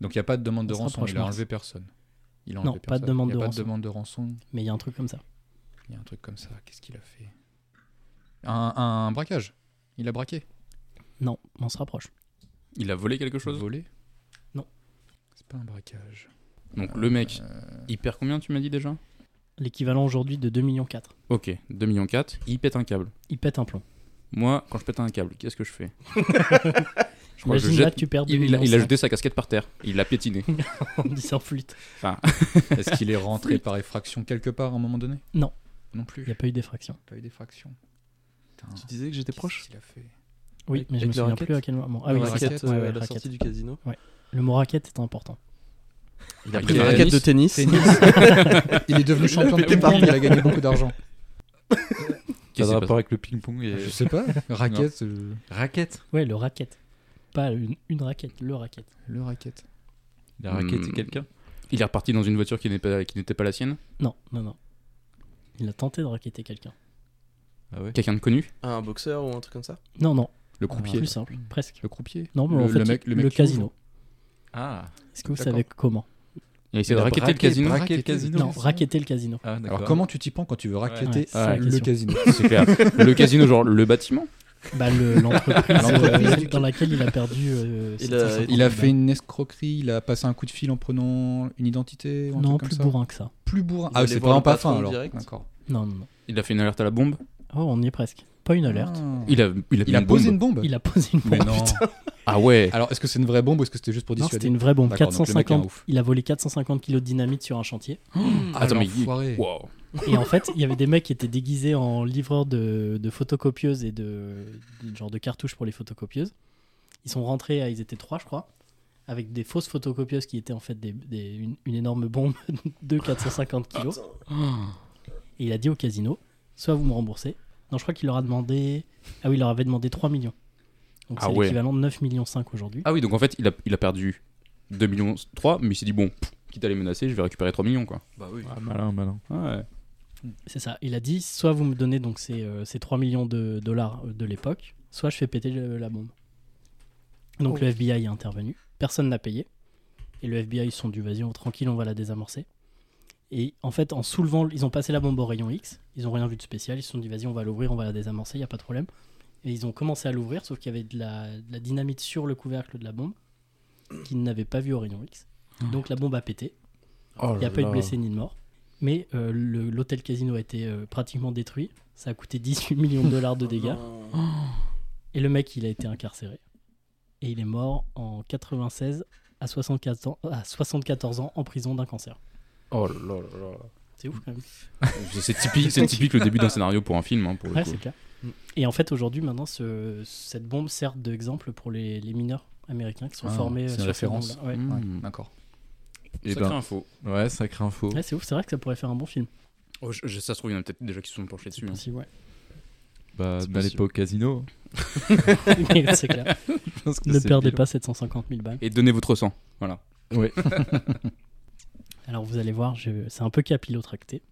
Speaker 5: il n'y a pas de demande de
Speaker 2: On se
Speaker 5: rançon.
Speaker 2: rapproche,
Speaker 5: Il a
Speaker 2: Mars.
Speaker 5: enlevé personne. Il a
Speaker 2: Non,
Speaker 5: enlevé
Speaker 2: pas de
Speaker 5: personne.
Speaker 2: demande
Speaker 5: Il y a
Speaker 2: de
Speaker 5: pas
Speaker 2: rançon.
Speaker 5: de demande de rançon.
Speaker 2: Mais il y a un truc comme ça.
Speaker 5: Il y a un truc comme ça. Qu'est-ce qu'il a fait un, un braquage. Il a braqué.
Speaker 2: Non, on se rapproche.
Speaker 1: Il a volé quelque chose
Speaker 5: Volé
Speaker 2: Non.
Speaker 5: C'est pas un braquage.
Speaker 1: Donc le mec,
Speaker 5: Euh,
Speaker 1: il perd combien tu m'as dit déjà
Speaker 2: L'équivalent aujourd'hui de 2 millions 4.
Speaker 1: Ok, 2 millions 4, il pète un câble.
Speaker 2: Il pète un plomb.
Speaker 1: Moi, quand je pète un câble, qu'est-ce que je fais Je crois que je
Speaker 2: Imagine là
Speaker 1: jette-
Speaker 2: que tu perds 2
Speaker 1: Il, il a,
Speaker 2: millions
Speaker 1: il a
Speaker 2: 5,
Speaker 1: jeté sa casquette par terre, il l'a piétinée.
Speaker 2: <laughs> en disant flûte.
Speaker 5: Est-ce
Speaker 2: <laughs>
Speaker 5: qu'il est rentré par effraction quelque part à un moment donné
Speaker 2: Non.
Speaker 5: Non plus.
Speaker 2: Il n'y a pas eu d'effraction.
Speaker 5: pas eu d'effraction. Putain.
Speaker 4: Tu disais que j'étais
Speaker 5: qu'est-ce
Speaker 4: proche
Speaker 5: qu'il a fait
Speaker 2: Oui,
Speaker 4: Avec-
Speaker 2: mais je
Speaker 4: avec
Speaker 2: me
Speaker 4: le
Speaker 2: souviens
Speaker 4: racket
Speaker 2: plus à quel moment. Ah
Speaker 5: Le
Speaker 2: oui,
Speaker 5: racket,
Speaker 2: raquette.
Speaker 4: Raquette
Speaker 2: Ouais,
Speaker 4: euh,
Speaker 2: ouais,
Speaker 4: à la
Speaker 2: racket.
Speaker 4: sortie du casino.
Speaker 2: Le mot raquette est important.
Speaker 4: Il a
Speaker 1: Il
Speaker 4: pris
Speaker 1: a
Speaker 4: une
Speaker 1: gagné.
Speaker 4: raquette de tennis. <laughs>
Speaker 5: Il est devenu champion de
Speaker 4: pété
Speaker 5: ping-pong,
Speaker 4: par
Speaker 5: il a gagné beaucoup d'argent.
Speaker 1: Qu'est-ce
Speaker 3: T'as
Speaker 1: qui
Speaker 3: un
Speaker 1: se passe
Speaker 3: rapport avec le ping-pong et.
Speaker 5: Ah, Je sais pas, raquette, euh,
Speaker 4: Raquette
Speaker 2: Ouais, le raquette. Pas une, une raquette, le raquette.
Speaker 5: le raquette.
Speaker 3: Il a raquetté
Speaker 1: Hmm.
Speaker 3: quelqu'un
Speaker 1: Il est reparti dans une voiture qui n'est pas- qui n'était pas, la sienne
Speaker 2: Non, non, non. Il a tenté de raqueter quelqu'un.
Speaker 3: Ah ouais
Speaker 1: Quelqu'un de connu
Speaker 4: Un boxeur ou un truc comme ça
Speaker 2: Non, non,
Speaker 5: Le
Speaker 2: Ah, plus
Speaker 5: croupier.
Speaker 2: simple, presque.
Speaker 5: le croupier
Speaker 2: Non, mais en
Speaker 5: Le-
Speaker 2: fait,
Speaker 5: le mec- le
Speaker 2: le,
Speaker 5: mec qui
Speaker 2: casino.
Speaker 3: Ah
Speaker 2: Est-ce que vous
Speaker 5: D'accord.
Speaker 2: savez comment
Speaker 1: Il a essayé
Speaker 3: Il
Speaker 1: de
Speaker 3: a
Speaker 1: raqueter le
Speaker 3: braqué,
Speaker 1: casino
Speaker 3: braqué le casino.
Speaker 2: Non, raqueter le casino.
Speaker 3: Ah d'accord.
Speaker 5: Alors comment tu t'y prends quand tu veux raqueter euh,
Speaker 2: Ouais, c'est la
Speaker 5: le
Speaker 2: question.
Speaker 5: casino
Speaker 1: C'est clair. Le casino, genre le bâtiment
Speaker 2: Bah, le- l'entreprise
Speaker 5: L'entreprise.
Speaker 2: euh, dans laquelle il a perdu. euh,
Speaker 4: Il a-
Speaker 2: 750
Speaker 5: Il a
Speaker 2: 000
Speaker 5: fait une escroquerie, il a passé un coup de fil en prenant une identité ou un
Speaker 2: Non,
Speaker 5: truc
Speaker 2: plus
Speaker 5: comme ça.
Speaker 2: bourrin que ça.
Speaker 5: Plus bourrin.
Speaker 4: Il
Speaker 5: Ah,
Speaker 4: allait
Speaker 5: c'est
Speaker 4: voir
Speaker 5: vraiment
Speaker 4: le
Speaker 5: pas
Speaker 4: patron
Speaker 5: fin alors.
Speaker 4: direct.
Speaker 5: D'accord.
Speaker 2: Non, non, non.
Speaker 1: Il a fait une alerte à la bombe
Speaker 2: Oh, on y est presque. Pas une alerte.
Speaker 5: Ah.
Speaker 1: Il a, il a, mis
Speaker 5: Il a
Speaker 1: une
Speaker 5: posé
Speaker 1: bombe.
Speaker 5: une bombe
Speaker 2: Il a posé une
Speaker 5: Mais
Speaker 2: bombe.
Speaker 5: non.
Speaker 1: Ah ouais
Speaker 5: Alors, est-ce que c'est une vraie bombe ou est-ce que c'était juste pour
Speaker 2: Non, c'était
Speaker 5: dissuader
Speaker 2: une vraie bombe.
Speaker 5: D'accord, donc le mec est un
Speaker 2: 450,
Speaker 5: ouf.
Speaker 2: il a volé 450 kilos de dynamite sur un chantier.
Speaker 1: Attends, mais.
Speaker 5: l'enfoiré.
Speaker 1: Wow.
Speaker 2: Et en fait, il y avait des mecs qui étaient déguisés en livreurs de, de photocopieuses et de, de- genre de cartouches pour les photocopieuses. Ils sont rentrés, à, ils étaient trois, je crois, avec des fausses photocopieuses qui étaient en fait des, des- une, une énorme bombe <laughs> de 450 kilos. Et il a dit au casino, soit vous me remboursez. Non, je crois qu'il leur a demandé. Ah oui, il leur avait demandé 3 millions. Donc
Speaker 1: Ah
Speaker 2: c'est
Speaker 1: ouais.
Speaker 2: l'équivalent de 9 millions 5 aujourd'hui.
Speaker 1: Ah oui, donc en fait, il a, il a perdu 2 millions 3, mais il s'est dit, bon, pff, quitte à les menacer, je vais récupérer 3 millions, quoi.
Speaker 4: Bah oui.
Speaker 3: Ah, malin, malin.
Speaker 1: Ouais.
Speaker 2: C'est ça. Il a dit soit vous me donnez donc ces, euh, ces 3 millions de dollars euh, de l'époque, soit je fais péter le- la bombe. Donc le FBI est intervenu. Personne n'a payé. Et le FBI, ils se sont dit vas-y, on- tranquille, on va la désamorcer. Et en fait, en soulevant, ils ont passé la bombe au rayon X. Ils ont rien vu de spécial. Ils se sont dit vas-y, on va l'ouvrir, on va la désamorcer, il n'y a pas de problème. Et ils ont commencé à l'ouvrir, sauf qu'il y avait de la, de la dynamite sur le couvercle de la bombe qu'ils n'avaient pas vu au rayon X. Donc la bombe a pété.
Speaker 4: Oh
Speaker 2: Il n'y a pas eu de blessé ni de mort. Mais euh, le- l'hôtel casino a été euh, pratiquement détruit. Ça a coûté 18 millions de dollars de dégâts. Et le mec, il a été incarcéré. Et il est mort en 96 à 74 ans, à 74 ans en prison d'un cancer.
Speaker 1: Oh là là là là.
Speaker 2: C'est ouf quand même.
Speaker 1: C'est typique, c'est typique le début d'un scénario pour un film, hein, pour le
Speaker 2: Ouais,
Speaker 1: coup.
Speaker 2: c'est clair. Et en fait, aujourd'hui, maintenant, ce- cette bombe sert d'exemple pour les, les mineurs américains qui sont
Speaker 5: Ah,
Speaker 2: formés. euh,
Speaker 5: c'est une
Speaker 2: sur ces
Speaker 5: référence.
Speaker 2: bombes-là. Ouais.
Speaker 1: Mmh.
Speaker 5: Ouais, D'accord.
Speaker 3: Et
Speaker 1: Sacrée
Speaker 3: ben,
Speaker 1: info.
Speaker 3: ouais, sacré info.
Speaker 2: Ouais, c'est ouf, c'est vrai que ça pourrait faire un bon film.
Speaker 1: Oh, je- je- ça se trouve, il y en a peut-être déjà qui se sont penchés dessus. hein.
Speaker 2: Si, ouais. <laughs>
Speaker 3: Bah,
Speaker 1: c'est
Speaker 3: n'allez
Speaker 1: possible.
Speaker 3: pas au casino.
Speaker 2: Mais c'est clair.
Speaker 3: Je pense que
Speaker 2: Ne
Speaker 3: c'est
Speaker 2: perdez
Speaker 3: pire.
Speaker 2: pas 750 000 balles.
Speaker 1: Et donnez votre sang. Voilà.
Speaker 2: Alors vous allez voir, je- c'est un peu capillotracté.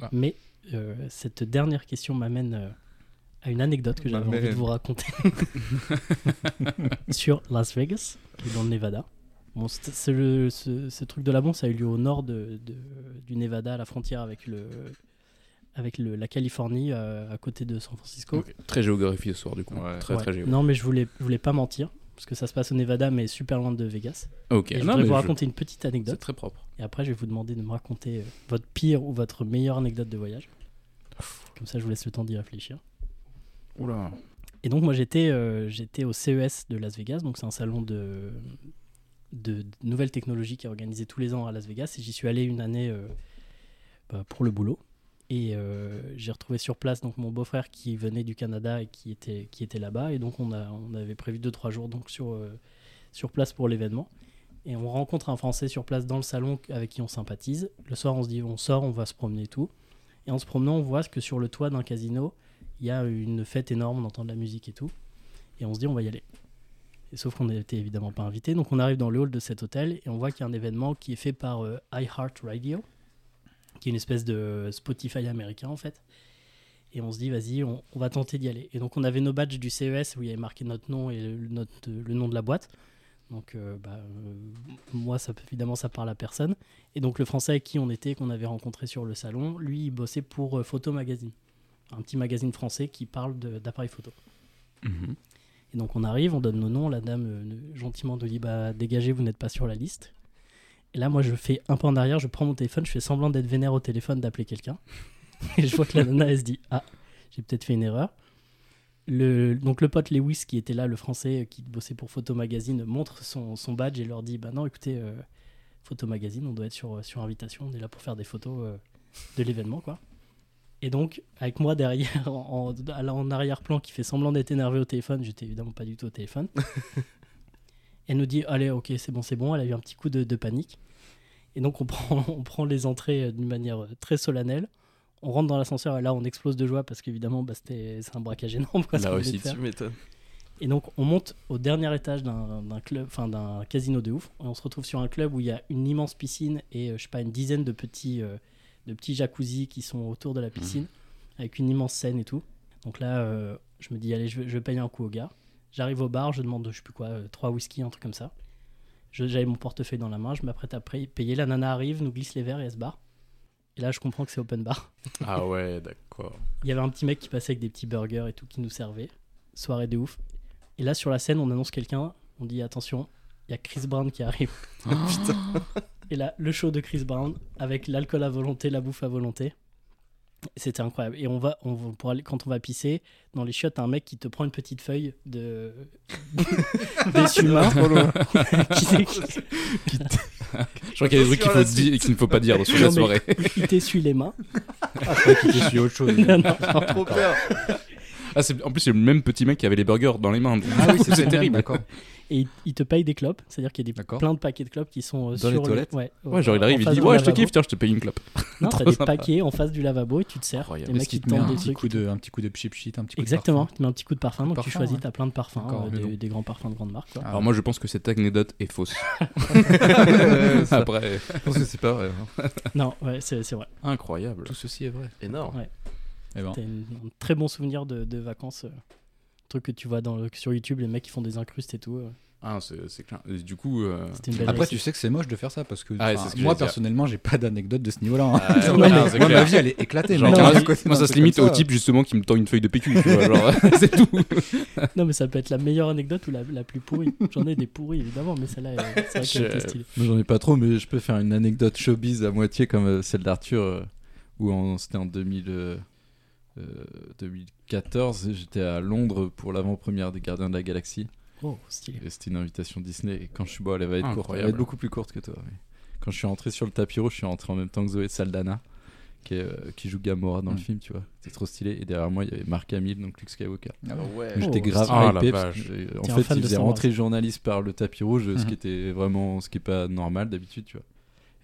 Speaker 5: Ouais.
Speaker 2: Mais euh, cette dernière question m'amène euh, à une anecdote que j'avais envie de
Speaker 3: M'amène.
Speaker 2: vous
Speaker 1: <laughs>
Speaker 2: raconter sur Las Vegas, qui est dans le Nevada. Bon, c'est- c'est le- ce, ce truc de la bombe, ça a eu lieu au nord de- de- du Nevada, à la frontière avec, le, avec le- la Californie, euh, à côté de San Francisco.
Speaker 1: Ok. Très géographie ce soir, du coup.
Speaker 3: Ouais.
Speaker 1: Très,
Speaker 2: Ouais.
Speaker 1: très géo.
Speaker 2: Non, mais je voulais, je voulais pas mentir, parce que ça se passe au Nevada, mais super loin de Vegas.
Speaker 1: Ok.
Speaker 2: Et je
Speaker 1: Non,
Speaker 2: voudrais
Speaker 1: mais
Speaker 2: vous
Speaker 1: je-
Speaker 2: raconter une petite anecdote.
Speaker 1: C'est très propre.
Speaker 2: Et après, je vais vous demander de me raconter euh, votre pire ou votre meilleure anecdote de voyage. Comme ça, je vous laisse le temps d'y réfléchir.
Speaker 1: Oula.
Speaker 2: Et donc, moi, j'étais euh, j'étais au CES de Las Vegas. Donc, c'est un salon de, de, de nouvelles technologies qui est organisé tous les ans à Las Vegas. Et j'y suis allé une année euh, bah, pour le boulot. Et euh, j'ai retrouvé sur place donc mon beau-frère qui venait du Canada et qui était, qui était là-bas. Et donc, on, a, on avait prévu 2-3 jours donc, sur, euh, sur place pour l'événement. Et on rencontre un Français sur place dans le salon avec qui on sympathise. Le soir, on se dit, on sort, on va se promener et tout. Et en se promenant, on voit que sur le toit d'un casino, il y a une fête énorme, on entend de la musique et tout. Et on se dit, on va y aller. Et sauf qu'on n'était évidemment pas invité. Donc on arrive dans le hall de cet hôtel et on voit qu'il y a un événement qui est fait par euh, iHeartRadio, qui est une espèce de Spotify américain en fait. Et on se dit, vas-y, on, on va tenter d'y aller. Et donc on avait nos badges du CES où il y avait marqué notre nom et le, notre- le nom de la boîte. Donc euh, bah, euh, moi, ça, peut- évidemment, ça parle à personne. Et donc le français avec qui on était, qu'on avait rencontré sur le salon, lui, il bossait pour euh, Photo Magazine un petit magazine français qui parle de- d'appareils photo.
Speaker 1: Mhm.
Speaker 2: Et donc on arrive, on donne nos noms, la dame euh, nous- gentiment nous dit bah dégagez, vous n'êtes pas sur la liste. Et là moi je fais un pas en arrière, je prends mon téléphone, je fais semblant d'être vénère au téléphone, d'appeler quelqu'un. <laughs> Et je vois que la nana elle se dit ah j'ai peut-être fait une erreur. Le, donc le pote Lewis qui était là, le français euh, qui bossait pour Photo Magazine, montre son, son badge et leur dit bah non écoutez euh, Photo Magazine, on doit être sur, euh, sur invitation, on est là pour faire des photos euh, de l'événement quoi. Et donc, avec moi derrière, <laughs> en, en- à la- en arrière-plan, qui fait semblant d'être énervé au téléphone, j'étais évidemment pas du tout au téléphone. Elle nous dit Allez, ok, c'est bon, c'est bon. Elle a eu un petit coup de, de panique. Et donc, on prend, <laughs> on prend les entrées euh, d'une manière euh, très solennelle. On rentre dans l'ascenseur et là, on explose de joie parce qu'évidemment, bah, c'était- c'est un braquage énorme. Quoi, ce
Speaker 1: La
Speaker 2: qu'on venait de
Speaker 1: réussite.
Speaker 2: faire.
Speaker 4: Tu m'étonnes.
Speaker 2: Et donc, on monte au dernier étage d'un d'un club, enfin d'un casino de ouf. Et on se retrouve sur un club où il y a une immense piscine et euh, je sais pas une dizaine de petits, euh, de petits jacuzzi qui sont autour de la piscine, avec une immense scène et tout. Donc là, euh, je me dis allez, je vais, je vais payer un coup au gars. J'arrive au bar, je demande je sais plus quoi, euh, trois whisky, un truc comme ça. Je- J'avais mon portefeuille dans la main, je m'apprête à pray- payer. La nana arrive, nous glisse les verres et elle se barre. Et là, je comprends que c'est open bar.
Speaker 1: Ah ouais, d'accord.
Speaker 2: Il y avait un petit mec qui passait avec des petits burgers et tout qui nous servait. Soirée de ouf. Et là, sur la scène, on annonce quelqu'un. On dit attention, il y a Chris Brown
Speaker 6: <laughs>
Speaker 2: qui arrive.
Speaker 6: Oh,
Speaker 2: Et là, le show de Chris Brown avec l'alcool à volonté, la bouffe à volonté. C'était incroyable. Et on va, on, va- pour aller- quand on va pisser, dans les chiottes, un mec qui te prend une petite feuille de
Speaker 6: <laughs>
Speaker 2: d'essuie main <laughs> qui, t'es-
Speaker 1: Je crois qu'il y a des trucs qu'il faut dire et qu'il ne faut pas dire sur
Speaker 2: Non,
Speaker 1: la
Speaker 2: mais-
Speaker 1: soirée.
Speaker 2: qui t'essuie les mains.
Speaker 6: Ah, je croyais qu'il était sur autre
Speaker 3: <laughs>
Speaker 6: chose.
Speaker 2: Non, non.
Speaker 6: Trop peur.
Speaker 1: Ah, c'est- en plus, c'est le même petit mec qui avait les burgers dans les mains. donc-
Speaker 6: Ah oui,
Speaker 1: <laughs> C'est
Speaker 6: c'était
Speaker 1: terrible.
Speaker 6: D'accord.
Speaker 2: Et il- il te paye des clopes, c'est-à-dire qu'il y a des,
Speaker 3: D'accord.
Speaker 2: plein de paquets de clopes qui sont euh,
Speaker 6: Dans
Speaker 2: sur
Speaker 6: les
Speaker 2: le-
Speaker 6: toilettes
Speaker 2: ouais,
Speaker 1: Ouais, genre il
Speaker 2: en
Speaker 1: arrive, il
Speaker 2: face
Speaker 1: dit
Speaker 2: du
Speaker 1: Ouais, je te
Speaker 2: lavabo.
Speaker 1: kiffe, tiens, je te paye une clope.
Speaker 2: Non, t'as
Speaker 1: Trop
Speaker 2: des
Speaker 1: sympa.
Speaker 2: paquets en face du lavabo et tu te sers.
Speaker 1: Incroyable.
Speaker 2: Les
Speaker 5: Est-ce
Speaker 2: mecs,
Speaker 5: qu'il
Speaker 2: ils
Speaker 5: te met un
Speaker 2: tendent des
Speaker 5: petit
Speaker 2: trucs.
Speaker 5: coup de, un petit coup de chip sheet, un petit coup
Speaker 2: Exactement,
Speaker 5: de
Speaker 2: tu mets un petit coup de parfum,
Speaker 5: Coup de
Speaker 2: donc tu
Speaker 5: parfum,
Speaker 2: choisis,
Speaker 5: ouais.
Speaker 2: t'as plein de parfums,
Speaker 5: D'accord,
Speaker 2: euh,
Speaker 5: mais
Speaker 2: des-
Speaker 5: non.
Speaker 2: des grands parfums de grande marque.
Speaker 3: Ah.
Speaker 2: quoi.
Speaker 1: Alors, moi, je pense que cette anecdote est fausse.
Speaker 3: Ouais, ça,
Speaker 1: Après,
Speaker 3: je pense que c'est pas vrai. hein.
Speaker 2: Non, ouais, c'est c'est vrai.
Speaker 1: incroyable.
Speaker 3: Tout ceci est vrai.
Speaker 4: Énorme.
Speaker 3: Eh ben,
Speaker 2: T'as une- un très bon souvenir de, de vacances. euh, truc que tu vois dans le- sur YouTube, les mecs qui font des incrustes et tout. euh,
Speaker 1: <laughs> Ah, c'est c'est clair. Et Du coup, euh,
Speaker 2: C'était une belle
Speaker 3: Après, tu
Speaker 2: réussite.
Speaker 3: sais que c'est moche de faire ça parce que,
Speaker 1: Ah ouais,
Speaker 3: enfin,
Speaker 1: c'est ce que
Speaker 3: moi
Speaker 1: j'allais dire.
Speaker 3: personnellement, j'ai pas d'anecdote de ce niveau-là. hein.
Speaker 5: <laughs>
Speaker 1: Ah,
Speaker 2: ouais,
Speaker 1: non,
Speaker 3: Moi,
Speaker 1: c'est
Speaker 3: ma
Speaker 1: clair.
Speaker 3: vie, elle est éclatée.
Speaker 1: Genre,
Speaker 3: mais
Speaker 5: hein.
Speaker 1: tiens,
Speaker 3: à côté
Speaker 1: moi,
Speaker 3: d'un
Speaker 1: ça se
Speaker 3: truc
Speaker 1: limite
Speaker 3: comme
Speaker 1: au
Speaker 3: ça.
Speaker 1: type justement qui me tend une feuille de PQ. tu vois, genre,
Speaker 3: <laughs>
Speaker 1: <laughs> c'est tout.
Speaker 2: Non, mais ça peut être la meilleure anecdote ou la, la plus pourrie. J'en ai des pourries évidemment, mais celle-là, elle- c'est vrai qu'elle
Speaker 1: Je-
Speaker 2: était stylée.
Speaker 3: Moi, J'en ai pas trop, mais je peux faire une anecdote showbiz à moitié comme euh, celle d'Arthur, euh, où en- c'était en 2000, euh, euh, 2014. et J'étais à Londres pour l'avant-première des Gardiens de la Galaxie.
Speaker 2: Oh, stylé.
Speaker 3: Et c'était une invitation Disney. Et quand je suis bon, elle va être courte. Elle va
Speaker 1: Incroyable.
Speaker 3: être beaucoup plus courte que toi. mais Quand je suis rentré sur le tapis rouge, je suis rentré en même temps que Zoé Saldana, qui, est, euh, qui joue Gamora dans le
Speaker 5: Mm.
Speaker 3: film, tu vois. C'était trop stylé. Et derrière moi, il y avait Mark Hamill, donc Luke Skywalker.
Speaker 5: Ah ouais.
Speaker 4: ouais.
Speaker 3: Mais J'étais
Speaker 2: Oh,
Speaker 3: grave
Speaker 1: c'est- Ah, la
Speaker 3: hypé parce
Speaker 1: vache.
Speaker 3: que, euh,
Speaker 2: T'es un
Speaker 3: en fait,
Speaker 2: fan
Speaker 3: ils
Speaker 2: de
Speaker 3: faisaient
Speaker 2: Star Wars.
Speaker 3: rentrer le journaliste par le tapis rouge, ce
Speaker 5: Mhm.
Speaker 3: qui était vraiment, ce qui est pas normal d'habitude, tu vois.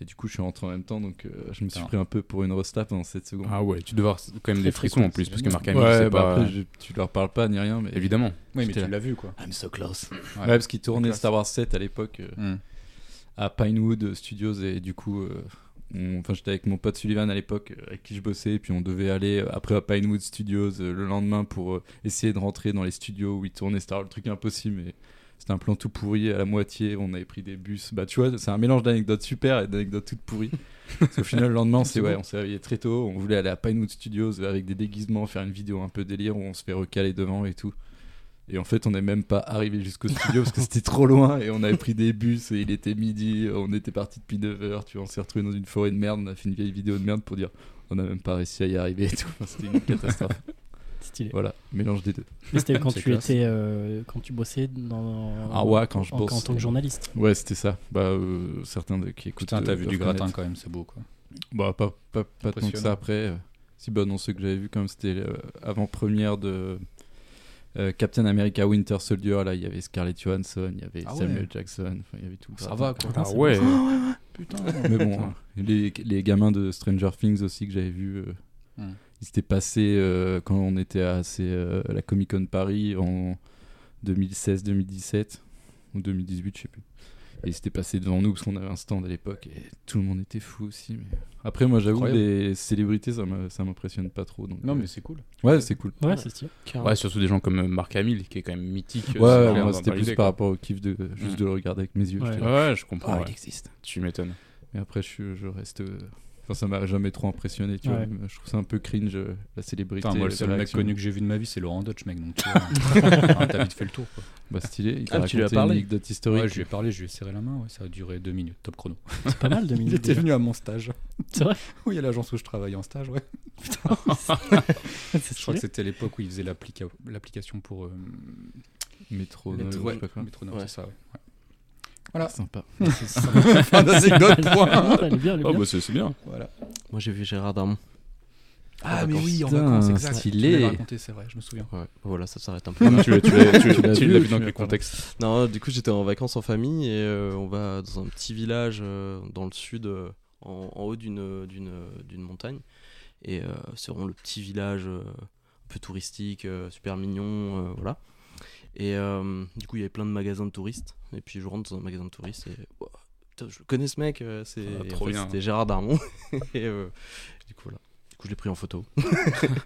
Speaker 3: Et du coup, je suis rentré en même temps, donc euh, je me suis
Speaker 5: Putain.
Speaker 3: pris un peu pour une resta pendant 7 secondes.
Speaker 1: Ah ouais, tu dois avoir quand même
Speaker 2: Très,
Speaker 1: des
Speaker 2: très
Speaker 1: frissons
Speaker 2: cool,
Speaker 1: en plus,
Speaker 2: c'est
Speaker 1: parce que Marc Hamill,
Speaker 3: ouais,
Speaker 1: c'est
Speaker 3: bah
Speaker 1: pas.
Speaker 3: après, je- tu leur parles pas ni rien, mais
Speaker 1: Évidemment.
Speaker 5: Oui, mais
Speaker 3: J'étais
Speaker 5: tu
Speaker 3: là.
Speaker 5: l'as vu
Speaker 2: Ah,
Speaker 5: quoi.
Speaker 6: I'm so close.
Speaker 3: Ouais, parce qu'ils tournaient
Speaker 5: Classe.
Speaker 3: Star Wars 7 à l'époque euh,
Speaker 5: Hum.
Speaker 3: à Pinewood Studios, et du coup, euh, on- enfin, j'étais avec mon pote Sullivan à l'époque, euh, avec qui je bossais, et puis on devait aller euh, après à Pinewood Studios euh, le lendemain pour euh, essayer de rentrer dans les studios où ils tournaient Star Wars, le truc impossible, mais C'était un plan tout pourri à la moitié, on avait pris des bus. Bah, tu vois, c'est un mélange d'anecdotes super et d'anecdotes toutes pourries. Parce qu'au final, le lendemain, on s'est ouais, on s'est réveillé très tôt, on voulait aller à Pinewood Studios avec des déguisements, faire une vidéo un peu délire où on se fait recaler devant et tout. Et en fait, on n'est même pas arrivé jusqu'au studio parce que c'était trop loin et on avait pris des bus et il était midi, on était parti depuis 9h, tu vois, on s'est retrouvé dans une forêt de merde, on a fait une vieille vidéo de merde pour dire on n'a même pas réussi à y arriver et tout. Enfin, c'était une
Speaker 5: <laughs>
Speaker 3: catastrophe.
Speaker 2: Stylé.
Speaker 3: voilà, mélange des deux.
Speaker 2: Mais c'était quand
Speaker 3: C'est
Speaker 2: tu
Speaker 3: classe.
Speaker 2: étais, euh, quand tu bossais dans.
Speaker 3: Ah ouais, quand je
Speaker 2: en,
Speaker 3: bosse.
Speaker 2: en tant que journaliste.
Speaker 3: Ouais, c'était ça. Bah, euh, certains de- qui écoutent.
Speaker 5: Putain, t'as
Speaker 3: euh,
Speaker 5: vu
Speaker 3: doivent
Speaker 5: du gratin
Speaker 3: connaître.
Speaker 5: quand même, c'est beau quoi.
Speaker 3: Bah, pas, pas, pas tant que
Speaker 5: Impressionnant.
Speaker 3: ça après. euh, Si, bah, non, ce que j'avais vu, comme c'était euh, avant-première de euh, Captain America Winter Soldier, là, il y avait Scarlett Johansson, il y avait
Speaker 5: Ah ouais.
Speaker 3: Samuel Jackson, enfin, il y avait tout. le
Speaker 5: Ça
Speaker 3: gratin.
Speaker 5: va quoi.
Speaker 2: Putain,
Speaker 1: Ah
Speaker 2: c'est
Speaker 1: ouais.
Speaker 5: Putain.
Speaker 3: Mais bon, hein, les, les gamins de Stranger Things aussi que j'avais vu. euh,
Speaker 5: Hmm.
Speaker 3: Ils s'étaient passés euh, quand on était à c'est, euh, la Comic Con Paris en 2016-2017 ou 2018, je sais plus. Et ils s'étaient passés devant nous parce qu'on avait un stand à l'époque et tout le monde était fou aussi. mais- Après, moi j'avoue,
Speaker 5: Incroyable.
Speaker 3: les célébrités ça me- ça m'impressionne pas trop. Donc,
Speaker 5: Non,
Speaker 3: euh,
Speaker 5: mais c'est cool.
Speaker 3: ouais, c'est cool.
Speaker 2: Ouais, c'est stylé.
Speaker 4: Ah
Speaker 1: Ouais, surtout des gens comme euh, Marc Hamill, qui est quand même mythique. euh,
Speaker 3: Ouais,
Speaker 1: c'est clair,
Speaker 3: moi
Speaker 1: dans-
Speaker 3: c'était
Speaker 1: dans
Speaker 3: plus
Speaker 1: l'idée,
Speaker 3: par Ah,
Speaker 1: quoi.
Speaker 3: rapport au kiff de juste
Speaker 1: Hmm.
Speaker 3: de le regarder avec mes yeux.
Speaker 2: Ouais.
Speaker 3: j'étais là,
Speaker 1: Ouais, je comprends. ouais.
Speaker 3: existe.
Speaker 1: Tu m'étonnes.
Speaker 3: Mais après, je, je reste. euh, Enfin, ça m'a jamais trop impressionné, tu
Speaker 2: Ouais.
Speaker 3: vois. Je trouve ça un peu cringe, euh, la célébrité.
Speaker 5: Putain, moi le
Speaker 3: la
Speaker 5: seul mec
Speaker 3: réaction.
Speaker 5: connu que j'ai vu de ma vie, c'est Laurent Dutch, mec. Donc tu vois, hein, t'as vite fait le tour quoi.
Speaker 3: Bah, stylé. Il
Speaker 4: Ah,
Speaker 3: t'a
Speaker 4: tu lui as
Speaker 3: raconté
Speaker 4: parlé
Speaker 3: une anecdote historique.
Speaker 5: Ouais, je lui ai parlé, je lui ai serré la main, ouais, ça a duré deux minutes, top chrono.
Speaker 2: C'est pas mal, deux
Speaker 5: Il
Speaker 2: minutes.
Speaker 5: était
Speaker 2: déjà.
Speaker 5: venu à mon stage.
Speaker 2: C'est vrai
Speaker 5: Oui, à l'agence où je travaillais en stage, ouais.
Speaker 2: C'est
Speaker 5: Je crois
Speaker 2: stylé.
Speaker 5: que c'était l'époque où il faisait l'applica- l'application pour euh,
Speaker 3: Métro.
Speaker 5: Métro-
Speaker 3: euh,
Speaker 5: ouais,
Speaker 3: je sais pas quoi.
Speaker 5: Métronome,
Speaker 4: Ouais.
Speaker 5: c'est ça, ouais.
Speaker 3: Ah,
Speaker 5: Voilà.
Speaker 3: Sympa.
Speaker 5: Fin
Speaker 2: <laughs>
Speaker 5: d'anecdote, point.
Speaker 2: Elle est Ah, bien, elle est
Speaker 1: Oh,
Speaker 2: bien.
Speaker 1: bah, c'est c'est bien.
Speaker 5: Voilà.
Speaker 4: Moi j'ai vu Gérard Darmon.
Speaker 5: Ah,
Speaker 3: mais oui, en
Speaker 5: on
Speaker 3: vacances, exact. Tu m'avais raconté,
Speaker 5: c'est vrai, je me souviens.
Speaker 4: Ouais. Voilà, ça s'arrête <laughs> un peu.
Speaker 1: Non, mais tu l'as- tu l'as tu-
Speaker 3: <laughs> Tu l'as
Speaker 1: tu
Speaker 3: vu,
Speaker 1: l'as vu
Speaker 3: tu
Speaker 1: dans
Speaker 3: l'as
Speaker 1: quel
Speaker 3: pas.
Speaker 1: contexte
Speaker 4: Non, du coup, j'étais en vacances en famille et euh, on va dans un petit village euh, dans le sud, euh, en, en haut d'une euh, d'une d'une montagne. Et euh, c'est vraiment le petit village euh, un peu touristique, euh, super mignon, euh, voilà. Et euh, du coup, il y avait plein de magasins de touristes. Et puis, je rentre dans un magasin de touristes et Ouah, putain, je le connais ce mec. euh, C'est
Speaker 1: Ah,
Speaker 4: et en
Speaker 1: trop
Speaker 4: fait,
Speaker 1: bien.
Speaker 4: C'était Gérard Darmon. <laughs> et euh, du coup, voilà. Du coup, je l'ai pris en photo.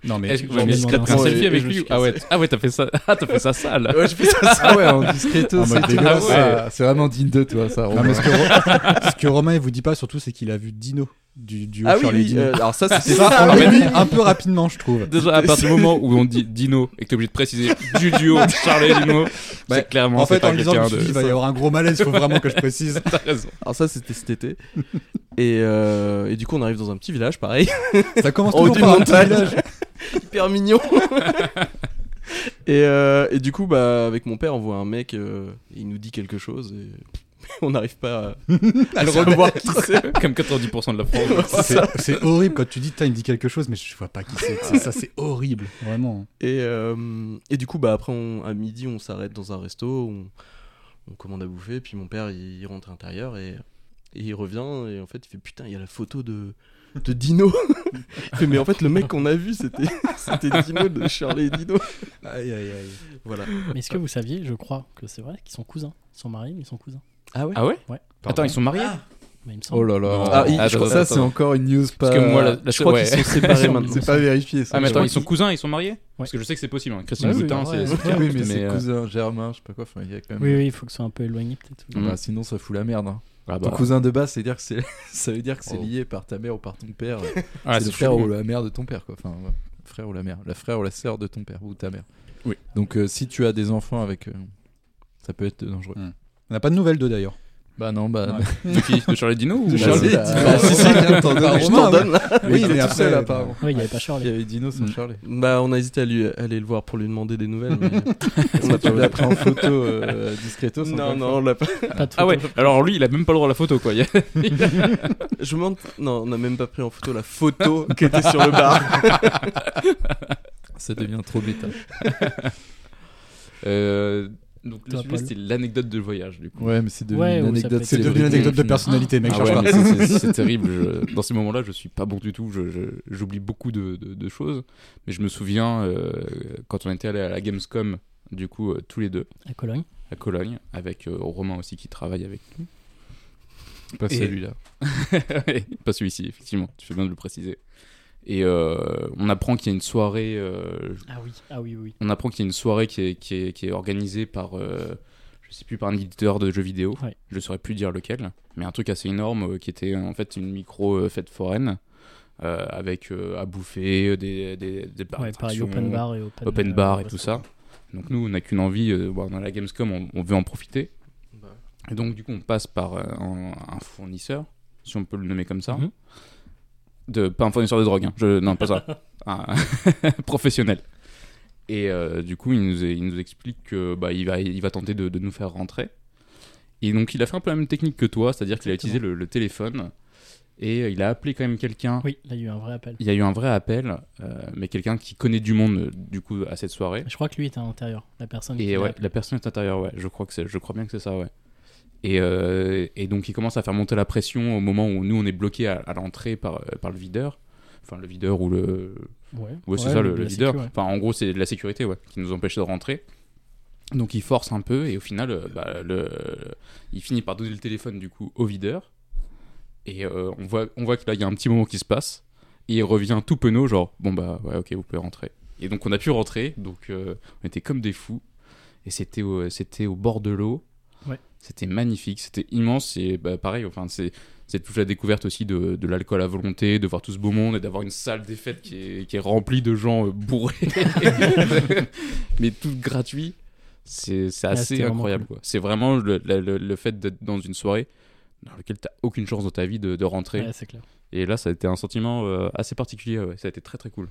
Speaker 5: Non, mais.
Speaker 1: Est-ce
Speaker 5: tu-
Speaker 1: que-
Speaker 2: je
Speaker 1: ouais,
Speaker 2: me
Speaker 1: mais
Speaker 2: demande
Speaker 1: t'as pris un <laughs>
Speaker 4: un peu.
Speaker 1: selfie
Speaker 4: Ouais,
Speaker 1: avec
Speaker 4: je me
Speaker 1: lui
Speaker 4: suis
Speaker 1: ou- Ah ouais, ah ouais, t'as fait ça. <laughs> Ah, t'as fait ça sale.
Speaker 4: Ouais, je fais ça.
Speaker 3: Ah ouais, en discreto,
Speaker 5: c'est
Speaker 3: c'est vraiment digne de toi, ça.
Speaker 5: <laughs>
Speaker 6: Non, mais ce que, Ro- ce que Romain il vous dit pas surtout, c'est qu'il a vu Dino
Speaker 5: du duo
Speaker 4: Ah oui,
Speaker 5: Shirley
Speaker 4: oui,
Speaker 5: Dino.
Speaker 4: euh, alors ça
Speaker 5: C'est <laughs>
Speaker 4: c'était
Speaker 5: ça,
Speaker 4: ça.
Speaker 5: on l'emmène un peu rapidement, je trouve.
Speaker 1: Déjà, à partir du moment où on dit Dino et que t'es obligé de préciser du duo Charlie et Dino,
Speaker 5: Bah,
Speaker 1: c'est clairement
Speaker 5: en
Speaker 1: c'est
Speaker 5: fait,
Speaker 1: pas
Speaker 5: en lisant, je
Speaker 1: quelqu'un
Speaker 5: me suis dit,
Speaker 1: de.
Speaker 5: il va y avoir un gros malaise, faut vraiment que je précise.
Speaker 1: <laughs> T'as raison.
Speaker 4: Alors ça c'était cet été. <laughs> Et, euh, et du coup on arrive dans un petit village pareil, <laughs>
Speaker 5: Ça commence
Speaker 4: en haut
Speaker 5: toujours
Speaker 4: d'une
Speaker 5: par un petit
Speaker 4: montagne,
Speaker 5: village.
Speaker 4: hyper mignon. <laughs> et, euh, et du coup bah avec mon père on voit un mec, euh, il nous dit quelque chose et <laughs> on n'arrive pas à, à le revoir qui c'est.
Speaker 1: Comme 90% de la France.
Speaker 4: Voilà.
Speaker 5: C'est- C'est horrible quand tu dis, putain, il me dit quelque chose, mais je vois pas qui c'est. Ça, ça, c'est horrible, vraiment.
Speaker 4: Et, euh, et du coup, bah, après, on- à midi, on s'arrête dans un resto, on, on commande à bouffer, puis mon père, il, il rentre à l'intérieur et, et il revient, et en fait, il fait Putain, il y a la photo de, de Dino <laughs> Il fait, Mais en fait, le mec qu'on a vu, c'était <laughs> c'était Dino de Charlie et Dino.
Speaker 5: Aïe, aïe, aïe.
Speaker 4: Voilà.
Speaker 2: Mais est-ce que vous saviez, je crois que c'est vrai, qu'ils sont cousins Ils sont mariés, mais ils sont cousins.
Speaker 4: Ah ouais
Speaker 1: Ah ouais
Speaker 2: Ouais.
Speaker 1: Attends, ils sont mariés
Speaker 2: Mais il me
Speaker 3: Oh
Speaker 2: semble.
Speaker 3: là là.
Speaker 4: Ah, il- je crois-
Speaker 3: ça, c'est encore une news pas.
Speaker 1: Parce que moi, la, la
Speaker 4: Je crois
Speaker 1: ouais.
Speaker 4: qu'ils sont <laughs> séparés maintenant.
Speaker 3: C'est pas vérifié. ça.
Speaker 1: Ah, mais attends,
Speaker 3: Je
Speaker 1: ils sont cousins et ils sont mariés Parce que je sais que c'est possible. hein. Christine
Speaker 3: Ah <laughs> oui,
Speaker 1: Boutin, c'est. c'est
Speaker 3: crois-
Speaker 1: clair.
Speaker 3: Oui, mais c'est
Speaker 1: euh,
Speaker 3: cousin germain, je sais pas quoi. Enfin, il y a quand même.
Speaker 2: Oui, oui, il faut que ce soit un peu éloigné peut-être.
Speaker 3: Ah
Speaker 1: Mm.
Speaker 3: bah, sinon, ça fout la merde. hein.
Speaker 1: ah
Speaker 3: Ton
Speaker 1: bah,
Speaker 3: cousin de base, c'est-à-dire que c'est, <laughs> ça veut dire que c'est
Speaker 1: Oh.
Speaker 3: lié par ta mère ou par ton père. c'est
Speaker 1: ah, c'est
Speaker 3: le frère
Speaker 1: chaud.
Speaker 3: ou la mère de ton père, quoi. Enfin, ouais. frère ou la mère, la frère ou la sœur de ton père ou ta mère.
Speaker 1: Oui.
Speaker 3: Donc, euh, si tu as des enfants avec, euh, ça peut être dangereux.
Speaker 5: On n'a pas de nouvelles d'eux d'ailleurs.
Speaker 3: Bah non, bah. <laughs>
Speaker 5: Ouais.
Speaker 1: De qui De Charlie Dino ou
Speaker 3: De
Speaker 1: Bah,
Speaker 3: Charlie.
Speaker 1: c'est-
Speaker 3: bah, si, si, t'en donnes,
Speaker 4: Je
Speaker 3: Romain,
Speaker 4: t'en
Speaker 3: ouais.
Speaker 4: donne là.
Speaker 3: Oui,
Speaker 5: mais
Speaker 3: mais
Speaker 5: après,
Speaker 3: après,
Speaker 5: euh,
Speaker 3: apparemment.
Speaker 2: Ah Oui, il n'y avait pas Charlie.
Speaker 3: Il y avait Dino sans
Speaker 1: Mm.
Speaker 3: Charlie.
Speaker 4: Bah, on a hésité à, lui, aller le voir pour lui demander des nouvelles, <laughs> mais on
Speaker 3: Toi,
Speaker 4: l'a
Speaker 3: tu
Speaker 4: pas
Speaker 3: l'as
Speaker 4: vu.
Speaker 3: pris en photo
Speaker 4: <laughs>
Speaker 3: euh, discretos.
Speaker 4: Non, non, on l'a pas.
Speaker 2: Pas de photo.
Speaker 1: Ah ouais, alors lui, il a même pas le droit à la photo quoi. <laughs> Il y a-
Speaker 4: Je me demande- Non, on n'a même pas pris en photo la <laughs> photo qui était sur le bar. <laughs>
Speaker 3: Ça devient trop méta.
Speaker 1: Euh, Donc le
Speaker 2: Toi,
Speaker 1: sujet,
Speaker 2: Paul.
Speaker 1: c'était l'anecdote de voyage du coup.
Speaker 3: Ouais, mais c'est devenu
Speaker 2: Ouais,
Speaker 3: une
Speaker 2: ou ça peut
Speaker 3: anecdote.
Speaker 2: être-
Speaker 5: C'est devenu une
Speaker 3: célébrité.
Speaker 5: anecdote de personnalité, mec.
Speaker 1: Ah
Speaker 5: cherche
Speaker 1: ouais,
Speaker 5: pas.
Speaker 1: mais c'est- c'est- c'est <laughs> terrible. Je- dans ces moments-là, je suis pas bon du tout. Je- je- J'oublie beaucoup de, de- de choses. Mais je me souviens euh, quand on était allé à la Gamescom, du coup, euh, tous les deux,
Speaker 2: À Cologne.
Speaker 1: à Cologne, avec euh, Romain aussi qui travaille avec nous.
Speaker 3: Pas
Speaker 1: Et-
Speaker 3: celui-là.
Speaker 1: <laughs> pas celui-ci, effectivement. Tu fais bien de le préciser. Et euh, on apprend qu'il y a une soirée. euh,
Speaker 2: Ah oui, ah oui, oui.
Speaker 1: on apprend qu'il y a une soirée qui est, qui est- qui est organisée par, euh, je sais plus, par un éditeur de jeux vidéo.
Speaker 2: Ouais.
Speaker 1: Je ne saurais plus dire lequel, mais un truc assez énorme euh, qui était en fait une micro euh, fête foraine euh, avec euh, à bouffer des des, des bars
Speaker 2: Ouais, pareil,
Speaker 1: d'attractions,
Speaker 2: open bar et open,
Speaker 1: Bah, open
Speaker 2: euh,
Speaker 1: bar et tout ça.
Speaker 2: restaurant.
Speaker 1: Donc nous, on n'a qu'une envie. euh, bon, on a la Gamescom, on, on veut en profiter.
Speaker 2: Bah.
Speaker 1: Et donc du coup, on passe par euh, un, un fournisseur, si on peut le nommer comme ça.
Speaker 2: Mhm.
Speaker 1: De, pas un fournisseur de drogue, hein. Je- non
Speaker 2: <laughs>
Speaker 1: pas ça, un <laughs> professionnel. Et euh, du coup, il nous, il nous explique que bah, il va, il va tenter de, de nous faire rentrer. Et donc, il a fait un peu la même technique que toi, c'est-à-dire qu'il a
Speaker 2: Exactement.
Speaker 1: utilisé le, le téléphone et euh, il a appelé quand même quelqu'un.
Speaker 2: Oui, là, il y a eu un vrai appel.
Speaker 1: Il y a eu un vrai appel, euh, mais quelqu'un qui connaît du monde euh, du coup à cette soirée.
Speaker 2: Je crois que lui était à l'intérieur, la personne. qui
Speaker 1: Et
Speaker 2: l'a
Speaker 1: ouais,
Speaker 2: appelé.
Speaker 1: la personne est intérieure, ouais. Je crois que c'est, je crois bien que c'est ça, ouais. Et, euh, et donc il commence à faire monter la pression au moment où nous on est bloqué à, à l'entrée par, euh, par le videur, enfin le videur ou le,
Speaker 2: Ouais,
Speaker 1: Ouais, c'est
Speaker 2: Ouais,
Speaker 1: ça le,
Speaker 2: de
Speaker 1: le
Speaker 2: la
Speaker 1: leader.
Speaker 2: sécu, ouais.
Speaker 1: Enfin, en gros, c'est de la sécurité ouais, qui nous empêchait de rentrer. Donc il force un peu et au final, euh, bah, le... il finit par donner le téléphone du coup au videur. Et euh, on voit, on voit que là, il y a un petit moment qui se passe. Et il revient tout penaud, genre, bon bah ouais, ok, vous pouvez rentrer. Et donc on a pu rentrer, donc euh, on était comme des fous. Et c'était au, c'était au bord de l'eau.
Speaker 2: Ouais.
Speaker 1: C'était magnifique, c'était immense. Et bah, pareil, enfin, c'est c'est toute la découverte aussi de, de l'alcool à volonté, de voir tout ce beau monde et d'avoir une salle des fêtes qui est, qui est remplie de gens euh,
Speaker 2: <laughs>
Speaker 1: bourrés, mais tout gratuit. C'est c'est assez
Speaker 2: Ah, c'était vraiment
Speaker 1: incroyable. quoi. C'est vraiment le, le- le- le fait d'être dans une soirée dans laquelle tu aucune chance dans ta vie de, de rentrer.
Speaker 2: Ouais, c'est clair.
Speaker 1: Et là, ça a été un sentiment euh, assez particulier. ouais. Ça a été très très cool.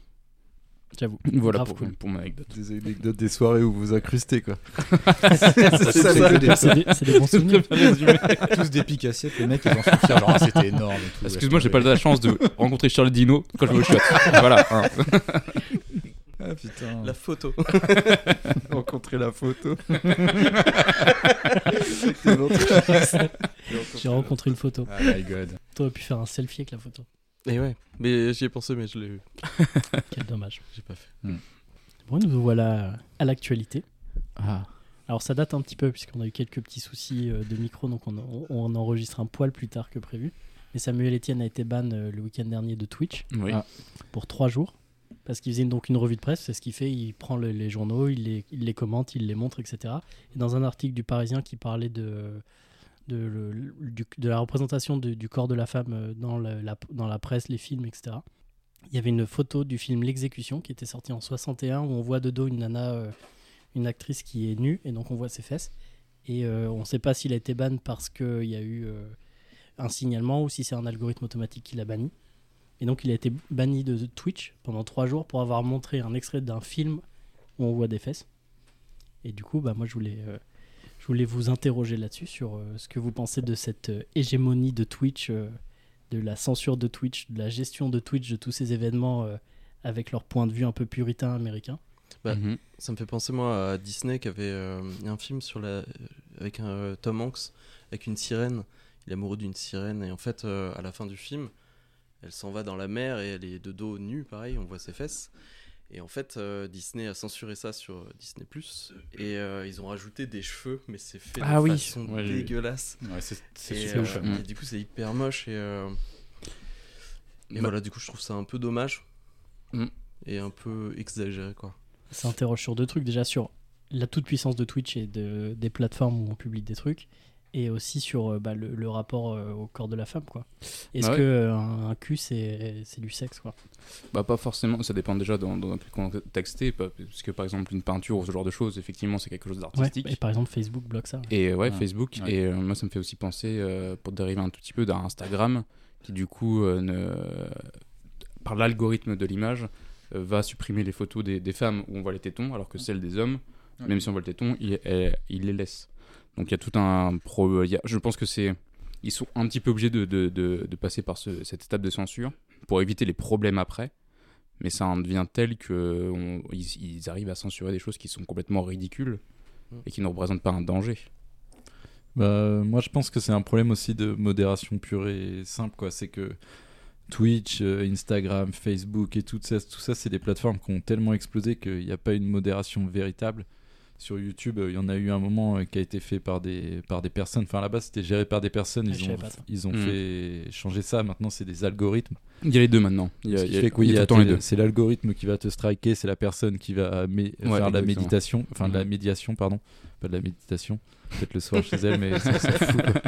Speaker 2: J'avoue.
Speaker 1: <laughs> Voilà
Speaker 2: Grave
Speaker 1: pour,
Speaker 2: <laughs> cool.
Speaker 1: pour mon anecdote.
Speaker 3: Des anecdotes des soirées où vous vous incrustez, quoi.
Speaker 5: C'est ça,
Speaker 2: C'est
Speaker 5: ça.
Speaker 2: des- c'est des, c'est des bons souvenirs.
Speaker 5: Tous des pics assiettes, les mecs, ils en sont fiers. Genre, ah, c'était énorme. et tout.
Speaker 1: Excuse-moi, j'ai pas la chance <laughs> de rencontrer Charles Dino quand je vais au shot. voilà. hein.
Speaker 5: Ah putain.
Speaker 4: La photo.
Speaker 3: Rencontrer la photo.
Speaker 2: <laughs> J'ai rencontré une photo.
Speaker 5: Ah my god.
Speaker 2: T'aurais pu faire un selfie avec la photo.
Speaker 4: Et ouais, mais j'y ai pensé, mais je l'ai
Speaker 2: Quel dommage.
Speaker 4: j'ai pas fait.
Speaker 2: Bon, nous voilà à l'actualité.
Speaker 3: Ah.
Speaker 2: Alors, ça date un petit peu, puisqu'on a eu quelques petits soucis euh, de micro, donc on, on, on enregistre un poil plus tard que prévu. Mais Samuel Etienne a été ban euh, le week-end dernier de Twitch
Speaker 1: Oui.
Speaker 3: Ah.
Speaker 2: pour trois jours. Parce qu'il faisait donc une revue de presse, c'est ce qu'il fait, il prend le- les journaux, il les, il les commente, il les montre, etc. Et dans un article du Parisien qui parlait de, de, le- du- de la représentation de- du corps de la femme euh, dans, le- la, dans la presse, les films, etc. Il y avait une photo du film L'Exécution qui était sorti en 61 où on voit de dos une nana, euh, une actrice qui est nue et donc on voit ses fesses. Et euh, on ne sait pas s'il a été ban parce qu'il y a eu euh, un signalement ou si c'est un algorithme automatique qui l'a banni. Et donc il a été banni de Twitch pendant trois jours pour avoir montré un extrait d'un film où on voit des fesses. Et du coup, bah, moi je voulais, euh, je voulais vous interroger là-dessus sur euh, ce que vous pensez de cette euh, hégémonie de Twitch, euh, de la censure de Twitch, de la gestion de Twitch, de tous ces événements euh, avec leur point de vue un peu puritain américain.
Speaker 4: Bah,
Speaker 1: Mhm.
Speaker 4: Ça me fait penser moi à Disney qui avait euh, il y a un film sur la euh, avec un euh, Tom Hanks avec une sirène. Il est amoureux d'une sirène et en fait euh, à la fin du film, elle s'en va dans la mer et elle est de dos nue pareil, on voit ses fesses. Et en fait euh, Disney a censuré ça sur euh, Disney et euh, ils ont rajouté des cheveux mais c'est fait de
Speaker 1: Ah oui.
Speaker 4: façon
Speaker 1: Ouais, j'ai vu.
Speaker 4: dégueulasse.
Speaker 5: Ouais, c'est c'est
Speaker 4: Et,
Speaker 5: super
Speaker 4: euh,
Speaker 5: chouette.
Speaker 1: Mm.
Speaker 4: et du coup c'est hyper moche et euh, et
Speaker 1: Bah-
Speaker 4: voilà du coup je trouve ça un peu dommage
Speaker 1: Mm.
Speaker 4: et un peu exagéré quoi.
Speaker 2: Ça interroge sur deux trucs. Déjà sur la toute-puissance de Twitch et de, des plateformes où on publie des trucs. Et aussi sur euh, bah, le, le rapport euh, au corps de la femme. quoi. Est-ce
Speaker 1: Ah ouais.
Speaker 2: que euh, un, un cul, c'est c'est du sexe quoi
Speaker 1: Bah pas forcément, ça dépend déjà dans, dans quel contexte t'es, pas- parce que par exemple une peinture ou ce genre de choses, effectivement c'est quelque chose
Speaker 2: Ouais,
Speaker 1: d'artistique.
Speaker 2: Et par exemple, Facebook bloque ça. ouais.
Speaker 1: Et euh, ouais,
Speaker 5: Ouais.
Speaker 1: Facebook.
Speaker 5: Ouais.
Speaker 1: Et euh, moi, ça me fait aussi penser, euh, pour dériver un tout petit peu, d'un Instagram qui, du coup, euh, ne- par l'algorithme de l'image, euh, va supprimer les photos des, des femmes où on voit les tétons, alors que celles des hommes,
Speaker 5: Ouais.
Speaker 1: même si on voit le téton, il, elle- il les laisse. Donc il y a tout un pro. il y a- je pense que c'est. Ils sont un petit peu obligés de, de- de- de passer par ce- cette étape de censure pour éviter les problèmes après. Mais ça en devient tel qu'ils ils arrivent à censurer des choses qui sont complètement ridicules
Speaker 5: Mm.
Speaker 1: et qui ne représentent pas un danger.
Speaker 3: Bah, euh, moi, je pense que c'est un problème aussi de modération pure et simple, quoi. C'est que Twitch, euh, Instagram, Facebook et tout ça, tout ça, c'est des plateformes qui ont tellement explosé qu'il n'y a pas une modération véritable. Sur YouTube, euh, il y en a eu un moment euh, qui a été fait par des, par des personnes. Enfin, là-bas, c'était géré par des personnes.
Speaker 2: Ah,
Speaker 3: Ils
Speaker 2: je
Speaker 3: ont,
Speaker 2: savais pas ça.
Speaker 3: ils ont
Speaker 1: Mm.
Speaker 3: fait changer ça. Maintenant, c'est des algorithmes.
Speaker 1: Il y a les deux maintenant. Il y a,
Speaker 3: Ce qui
Speaker 1: il y a-
Speaker 3: fait que oui,
Speaker 1: il y a tout le temps les deux.
Speaker 3: c'est l'algorithme qui va te striker, c'est la personne qui va mé- faire de la
Speaker 1: exactement.
Speaker 3: méditation, enfin de la
Speaker 1: Mhm.
Speaker 3: médiation, pardon, pas de la méditation, peut-être
Speaker 2: <laughs>
Speaker 3: le soir chez elle, mais <laughs> ça, on s'en fout, quoi.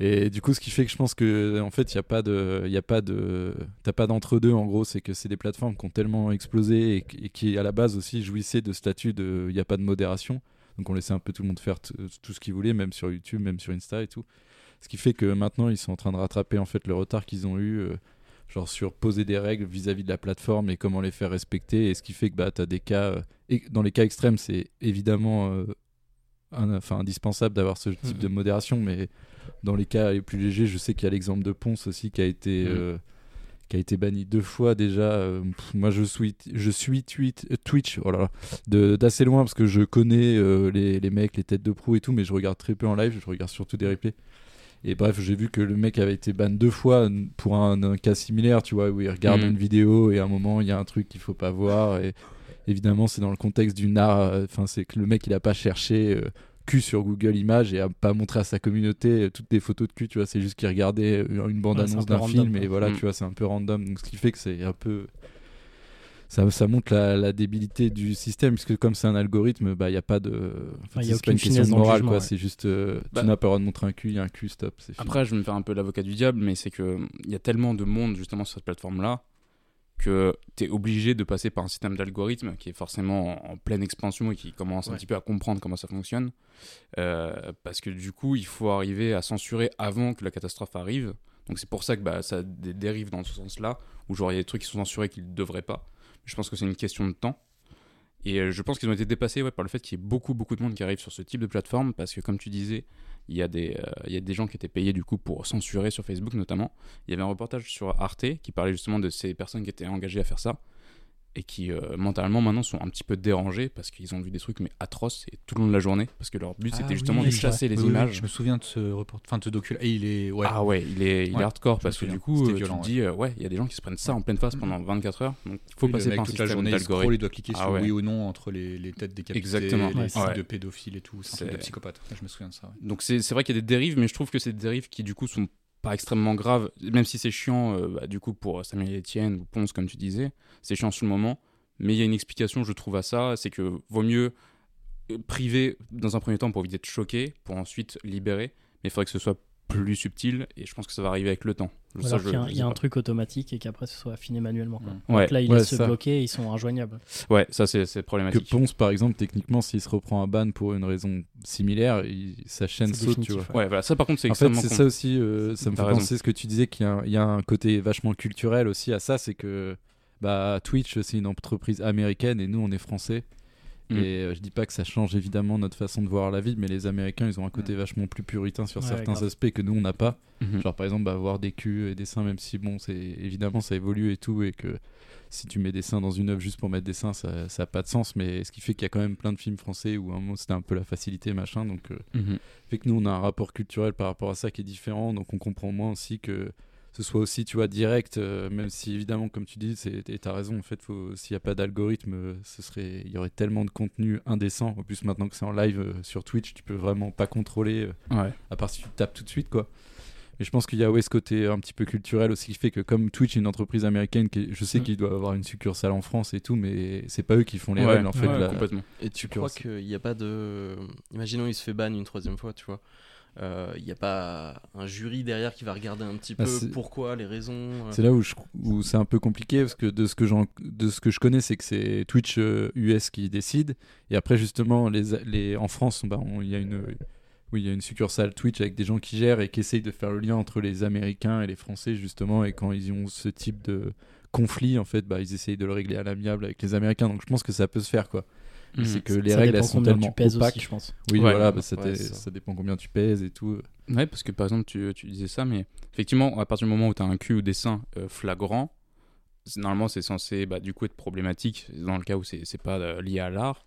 Speaker 3: Et du coup, ce qui fait que je pense que en fait, il y a pas de, il y a pas de, t'as pas d'entre deux en gros, c'est que c'est des plateformes qui ont tellement explosé et, qui- et qui à la base aussi jouissaient de statut de, il y a pas de modération, donc on laissait un peu tout le monde faire t- euh, tout ce qu'il voulait, même sur YouTube, même sur Insta et tout. Ce qui fait que maintenant, ils sont en train de rattraper en fait le retard qu'ils ont eu. euh, genre sur poser des règles vis-à-vis de la plateforme et comment les faire respecter. Et ce qui fait que bah, tu as des cas, euh, et dans les cas extrêmes, c'est évidemment euh, un- enfin, indispensable d'avoir ce type
Speaker 1: Mhm.
Speaker 3: de modération, mais dans les cas les plus légers, je sais qu'il y a l'exemple de Ponce aussi qui a été.
Speaker 1: Mhm.
Speaker 3: euh, qui a été banni deux fois déjà. Euh, pff, moi, je suis, je suis tweet, euh, Twitch oh là là, de- d'assez loin parce que je connais euh, les, les mecs, les têtes de proue et tout, mais je regarde très peu en live, je regarde surtout des replays. Et bref, j'ai vu que le mec avait été ban deux fois n- pour un, un cas similaire, tu vois, où il regarde
Speaker 1: Mhm.
Speaker 3: une vidéo et à un moment, il y a un truc qu'il faut pas voir. Et évidemment, c'est dans le contexte du nar. Enfin, c'est que le mec, il a pas cherché euh, cul sur Google Images et a pas montré à sa communauté euh, toutes des photos de cul, tu vois. C'est juste qu'il regardait euh, une
Speaker 2: Ouais, c'est un
Speaker 3: bande-annonce
Speaker 2: peu
Speaker 3: d'un
Speaker 2: random,
Speaker 3: film et
Speaker 2: quoi. Mm.
Speaker 3: voilà,
Speaker 1: Mhm.
Speaker 3: tu vois, c'est un peu random. Donc, ce qui fait que c'est un peu. Ça, ça montre la, la débilité du système, puisque comme c'est un algorithme, bah, il n'y a pas de.
Speaker 2: Enfin,
Speaker 3: Enfin,
Speaker 2: il y a
Speaker 3: c'est
Speaker 2: aucune
Speaker 3: pas une question
Speaker 2: finesse
Speaker 3: de
Speaker 2: dans le
Speaker 3: morale,
Speaker 2: jugement,
Speaker 3: quoi.
Speaker 2: ouais.
Speaker 3: C'est juste. euh,
Speaker 1: Bah-
Speaker 3: tu n'as pas le droit de montrer un cul, il y a un cul, stop. c'est fini.
Speaker 1: <laughs> Après, je vais me faire un peu l'avocat du diable, mais c'est que euh, il y a tellement de monde justement sur cette plateforme-là que tu es obligé de passer par un système d'algorithme qui est forcément en, en pleine expansion et qui commence un
Speaker 4: Ouais.
Speaker 1: petit peu à comprendre comment ça fonctionne. Euh, parce que du coup, il faut arriver à censurer avant que la catastrophe arrive. Donc c'est pour ça que bah, ça dé- dérive dans ce sens-là, où genre il y a des trucs qui sont censurés qu'ils ne devraient pas. Je pense que c'est une question de temps. Et euh, je pense qu'ils ont été dépassés ouais, par le fait qu'il y ait beaucoup, beaucoup de monde qui arrive sur ce type de plateforme, parce que comme tu disais, il y, a des, euh, il y a des gens qui étaient payés du coup pour censurer sur Facebook notamment. Il y avait un reportage sur Arte qui parlait justement de ces personnes qui étaient engagées à faire ça et qui euh, mentalement maintenant sont un petit peu dérangées parce qu'ils ont vu des trucs mais atroces et tout le long de la journée parce que leur but
Speaker 5: Ah
Speaker 1: c'était
Speaker 5: oui,
Speaker 1: justement de
Speaker 5: oui,
Speaker 1: chasser
Speaker 5: oui,
Speaker 1: les
Speaker 5: oui, oui,
Speaker 1: images.
Speaker 5: je me souviens de ce report, enfin de ce docu. Et il est, ouais.
Speaker 1: Ah ouais, il est, il est
Speaker 5: Ouais,
Speaker 1: hardcore
Speaker 5: je me
Speaker 1: parce que
Speaker 5: souviens.
Speaker 1: du coup,
Speaker 5: C'était
Speaker 1: euh,
Speaker 5: violent, Mm.
Speaker 1: tu te dis, euh, ouais, il y a des gens qui se prennent ça en pleine face pendant 24 heures, donc il faut
Speaker 5: Oui, le
Speaker 1: passer
Speaker 5: mec,
Speaker 1: par un
Speaker 5: toute la
Speaker 1: système
Speaker 5: journée, il scrolle,
Speaker 1: d'algorithme.
Speaker 5: il doit cliquer
Speaker 1: Ah
Speaker 5: sur
Speaker 1: ouais.
Speaker 5: oui ou non entre les, les têtes décapitées,
Speaker 1: Exactement.
Speaker 5: les
Speaker 2: Ouais,
Speaker 5: sites
Speaker 1: ouais.
Speaker 5: de pédophiles et tout. C'est un truc
Speaker 1: C'est-
Speaker 5: de psychopathe. Je me souviens de ça. ouais.
Speaker 1: Donc c'est c'est vrai qu'il y a des dérives, mais je trouve que c'est des dérives qui du coup sont pas extrêmement graves, même si c'est chiant euh, bah, du coup pour Samuel Etienne ou Ponce comme tu disais, c'est chiant sur le moment, mais il y a une explication je trouve à ça, c'est que vaut mieux euh, priver dans un premier temps pour éviter de choquer, pour ensuite libérer, mais il faudrait que ce soit plus subtil et je pense que ça va arriver avec le temps.
Speaker 2: Ou
Speaker 1: Ça,
Speaker 2: alors
Speaker 1: je-
Speaker 2: qu'il y a, un-
Speaker 1: je
Speaker 2: il
Speaker 1: sais
Speaker 2: y a un
Speaker 1: pas.
Speaker 2: truc automatique et qu'après ce soit affiné manuellement. quoi.
Speaker 3: Mm.
Speaker 1: Ouais.
Speaker 2: Donc là, ils
Speaker 3: Ouais,
Speaker 2: laissent se
Speaker 3: ça.
Speaker 2: bloquer, ils sont injoignables.
Speaker 1: Ouais, ça c'est c'est
Speaker 3: Que
Speaker 1: problématique.
Speaker 3: Ponce, par exemple, techniquement, s'il se reprend un ban pour une raison similaire, il- sa chaîne
Speaker 2: C'est
Speaker 3: saute, tu
Speaker 2: définitif,
Speaker 3: vois.
Speaker 2: ouais.
Speaker 1: Ouais, voilà, ça par contre c'est
Speaker 3: En fait,
Speaker 1: extrêmement
Speaker 3: c'est
Speaker 1: con.
Speaker 3: ça aussi, euh, ça me fait
Speaker 1: T'as raison.
Speaker 3: penser ce que tu disais, qu'il y a un- il y, a un côté vachement culturel aussi à ça, c'est que bah, Twitch, c'est une entreprise américaine et nous, on est français.
Speaker 1: Mm.
Speaker 3: Et euh, je dis pas que ça change évidemment notre façon de voir la vie, mais les Américains, ils ont
Speaker 1: Mm.
Speaker 3: un côté vachement plus puritain sur
Speaker 2: Ouais,
Speaker 3: certains
Speaker 2: grave.
Speaker 3: aspects que nous, on n'a pas.
Speaker 1: Mhm.
Speaker 3: Genre, par exemple, bah, avoir des culs et des seins, même si, bon, c'est évidemment, ça évolue et tout, et que si tu mets des seins dans une œuvre juste pour mettre des seins, ça n'a pas de sens. Mais ce qui fait qu'il y a quand même plein de films français où à un moment, c'était un peu la facilité, machin. Donc, euh,
Speaker 1: Mhm.
Speaker 3: fait que nous, on a un rapport culturel par rapport à ça qui est différent, donc on comprend moins aussi que ce soit aussi, tu vois, direct, euh, même si évidemment, comme tu dis, c'est- et t'as raison, en fait, faut- s'il n'y a pas d'algorithme, euh, ce serait, il y aurait tellement de contenu indécent. En plus, maintenant que c'est en live euh, sur Twitch, tu peux vraiment pas contrôler, euh,
Speaker 1: Ouais.
Speaker 3: à part si tu tapes tout de suite, quoi. Mais je pense qu'il y a ouais, ce côté un petit peu culturel aussi qui fait que comme Twitch est une entreprise américaine, qui, est- je sais
Speaker 1: Mm.
Speaker 3: qu'ils doivent avoir une succursale en France et tout, mais c'est pas eux qui font les
Speaker 1: Ouais,
Speaker 3: règles en fait.
Speaker 1: ouais,
Speaker 3: de la-
Speaker 1: complètement.
Speaker 4: Et tu
Speaker 3: D'accord,
Speaker 4: crois
Speaker 3: c'est-
Speaker 4: qu'il n'y a pas de. Imaginons, il se fait ban une troisième fois, tu vois. Euh, Il n'y a pas un jury derrière qui va regarder un petit
Speaker 3: Ah,
Speaker 4: peu
Speaker 3: c'est-
Speaker 4: pourquoi, les raisons. euh.
Speaker 3: C'est là où, je- où c'est un peu compliqué parce que de ce que, j'en- de ce que je connais, c'est que c'est Twitch euh, US qui décide. Et après, justement, les, les, en France, bah, on- il y a une. Oui, il y a une succursale Twitch avec des gens qui gèrent et qui essayent de faire le lien entre les Américains et les Français, justement. Et quand ils ont ce type de conflit, en fait, bah, ils essayent de le régler à l'amiable avec les Américains. Donc je pense que ça peut se faire, quoi.
Speaker 1: Mhm.
Speaker 3: C'est que les
Speaker 2: Ça
Speaker 3: règles,
Speaker 2: dépend
Speaker 3: elles sont
Speaker 2: combien tu
Speaker 3: tellement
Speaker 2: pèses
Speaker 3: opaques.
Speaker 2: aussi, je pense.
Speaker 3: Oui,
Speaker 1: Ouais.
Speaker 3: voilà, bah, ça,
Speaker 4: Ouais,
Speaker 3: dé-
Speaker 4: c'est ça.
Speaker 3: ça dépend combien tu pèses et tout.
Speaker 1: Ouais, parce que par exemple, tu, tu disais ça, mais effectivement, à partir du moment où tu as un cul ou des seins euh, flagrants, c'est- normalement, c'est censé bah, du coup être problématique dans le cas où c'est c'est pas euh, lié à l'art.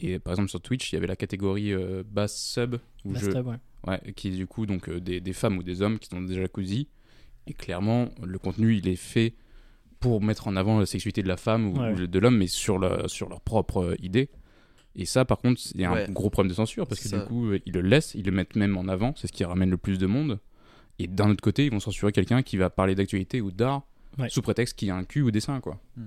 Speaker 1: Et par exemple, sur Twitch, il y avait la catégorie euh, basse sub, où je,
Speaker 2: Bastable, ouais.
Speaker 1: ouais, qui est du coup donc, euh, des, des femmes ou des hommes qui sont déjà jacuzzi. Et clairement, le contenu, il est fait pour mettre en avant la sexualité de la femme ou,
Speaker 2: Ouais.
Speaker 1: ou de l'homme, mais sur, la- sur leur propre euh, idée. Et ça, par contre, il y a
Speaker 4: Ouais.
Speaker 1: un gros problème de censure parce que
Speaker 4: Ça.
Speaker 1: du coup, euh, ils le laissent, ils le mettent même en avant, c'est ce qui ramène le plus de monde. Et d'un autre côté, ils vont censurer quelqu'un qui va parler d'actualité ou d'art
Speaker 2: Ouais.
Speaker 1: sous prétexte qu'il y a un cul ou dessin, quoi.
Speaker 4: Il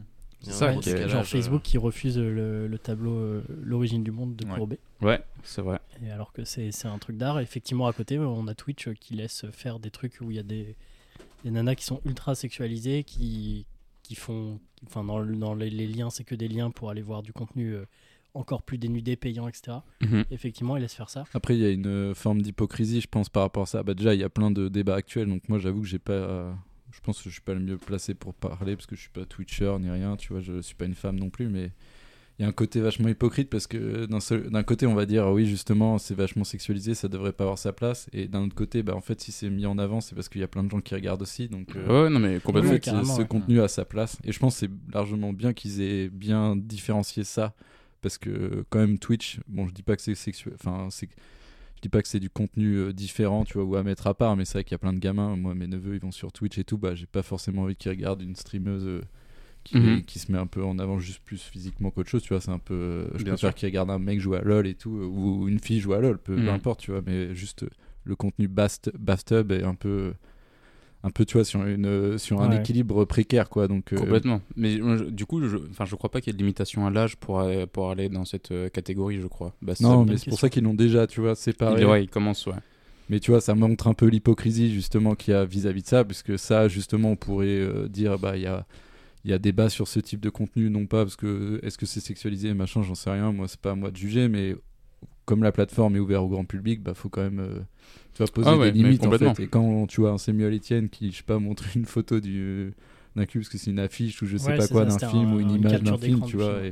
Speaker 4: y a un
Speaker 1: ça
Speaker 4: gros
Speaker 1: qui est-
Speaker 2: Ouais,
Speaker 4: décalage,
Speaker 2: genre
Speaker 4: euh.
Speaker 2: Facebook qui refuse le, le tableau euh, L'origine du monde de
Speaker 5: Ouais.
Speaker 2: Courbet,
Speaker 1: Ouais, c'est vrai.
Speaker 2: et alors que c'est c'est un truc d'art. Effectivement, à côté, on a Twitch euh, qui laisse faire des trucs où il y a des, des nanas qui sont ultra sexualisées, qui, qui font. Enfin, dans, le- dans les, les liens, c'est que des liens pour aller voir du contenu euh, encore plus dénudé, payant, etc.
Speaker 1: Mhm.
Speaker 2: Effectivement, ils laissent faire ça.
Speaker 3: Après, il y a une euh, forme d'hypocrisie, je pense, par rapport à ça. Bah, déjà, il y a plein de débats actuels, donc moi, j'avoue que j'ai pas. euh, je pense que je suis pas le mieux placé pour parler parce que je suis pas Twitcher ni rien, tu vois, je suis pas une femme non plus, mais il y a un côté vachement hypocrite parce que euh, d'un seul- d'un côté, on va dire, oui, justement, c'est vachement sexualisé, ça devrait pas avoir sa place, et d'un autre côté, bah, en fait, si c'est mis en avant, c'est parce qu'il y a plein de gens qui regardent aussi, donc. euh,
Speaker 1: Ouais, non, mais
Speaker 3: en
Speaker 1: complètement.
Speaker 2: Oui,
Speaker 3: fait,
Speaker 2: carrément,
Speaker 3: ce
Speaker 2: ouais. Mm.
Speaker 3: contenu a sa place. Et je pense que c'est largement bien qu'ils aient bien différencié ça. Parce que quand même Twitch, bon je dis pas que c'est sexuel, enfin c'est je dis pas que c'est du contenu euh, différent, tu vois, ou à mettre à part, mais c'est vrai qu'il y a plein de gamins, moi mes neveux ils vont sur Twitch et tout, bah j'ai pas forcément envie qu'ils regardent une streameuse euh, qui,
Speaker 1: Mhm.
Speaker 3: qui se met un peu en avant juste plus physiquement qu'autre chose, tu vois, c'est un peu, euh, je
Speaker 1: Bien
Speaker 3: préfère
Speaker 1: sûr.
Speaker 3: qu'ils regardent un mec jouer à LoL et tout, euh, ou une fille jouer à LoL, peu, peu
Speaker 1: Mhm.
Speaker 3: importe, tu vois, mais juste euh, le contenu bast- bathtub est un peu, un peu, tu vois, sur, une, euh, sur un
Speaker 2: Ouais.
Speaker 3: équilibre précaire, quoi, donc... euh,
Speaker 1: Complètement. Mais moi, je- du coup, je, enfin, je crois pas qu'il y ait de limitation à l'âge pour, aller- pour aller dans cette euh, catégorie, je crois. Bah, c'est
Speaker 3: Non,
Speaker 2: bonne
Speaker 3: mais c'est
Speaker 2: question.
Speaker 3: pour ça qu'ils l'ont déjà, tu vois,
Speaker 1: ça.
Speaker 3: séparé.
Speaker 1: Il, ouais, il commence, ouais.
Speaker 3: Mais tu vois, ça montre un peu l'hypocrisie justement qu'il y a vis-à-vis de ça, puisque ça, justement, on pourrait euh, dire, bah, il y a, il y a débat sur ce type de contenu, non pas parce que est-ce que c'est sexualisé, machin, j'en sais rien, moi, c'est pas à moi de juger, mais comme la plateforme est ouverte au grand public, bah, faut quand même, euh, tu vois, poser
Speaker 1: Ah ouais,
Speaker 3: des
Speaker 1: mais
Speaker 3: limites, en
Speaker 1: complètement.
Speaker 3: fait. Et quand tu vois un Samuel Etienne qui, je sais pas, montre une photo du d'un cul parce que c'est une affiche ou je sais
Speaker 2: Ouais,
Speaker 3: pas
Speaker 2: c'est
Speaker 3: quoi
Speaker 2: ça,
Speaker 3: d'un
Speaker 2: c'était
Speaker 3: film
Speaker 2: un-
Speaker 3: ou une
Speaker 2: une
Speaker 3: image
Speaker 2: capture
Speaker 3: d'un film
Speaker 2: d'écran
Speaker 3: tu
Speaker 2: du
Speaker 3: vois
Speaker 2: film.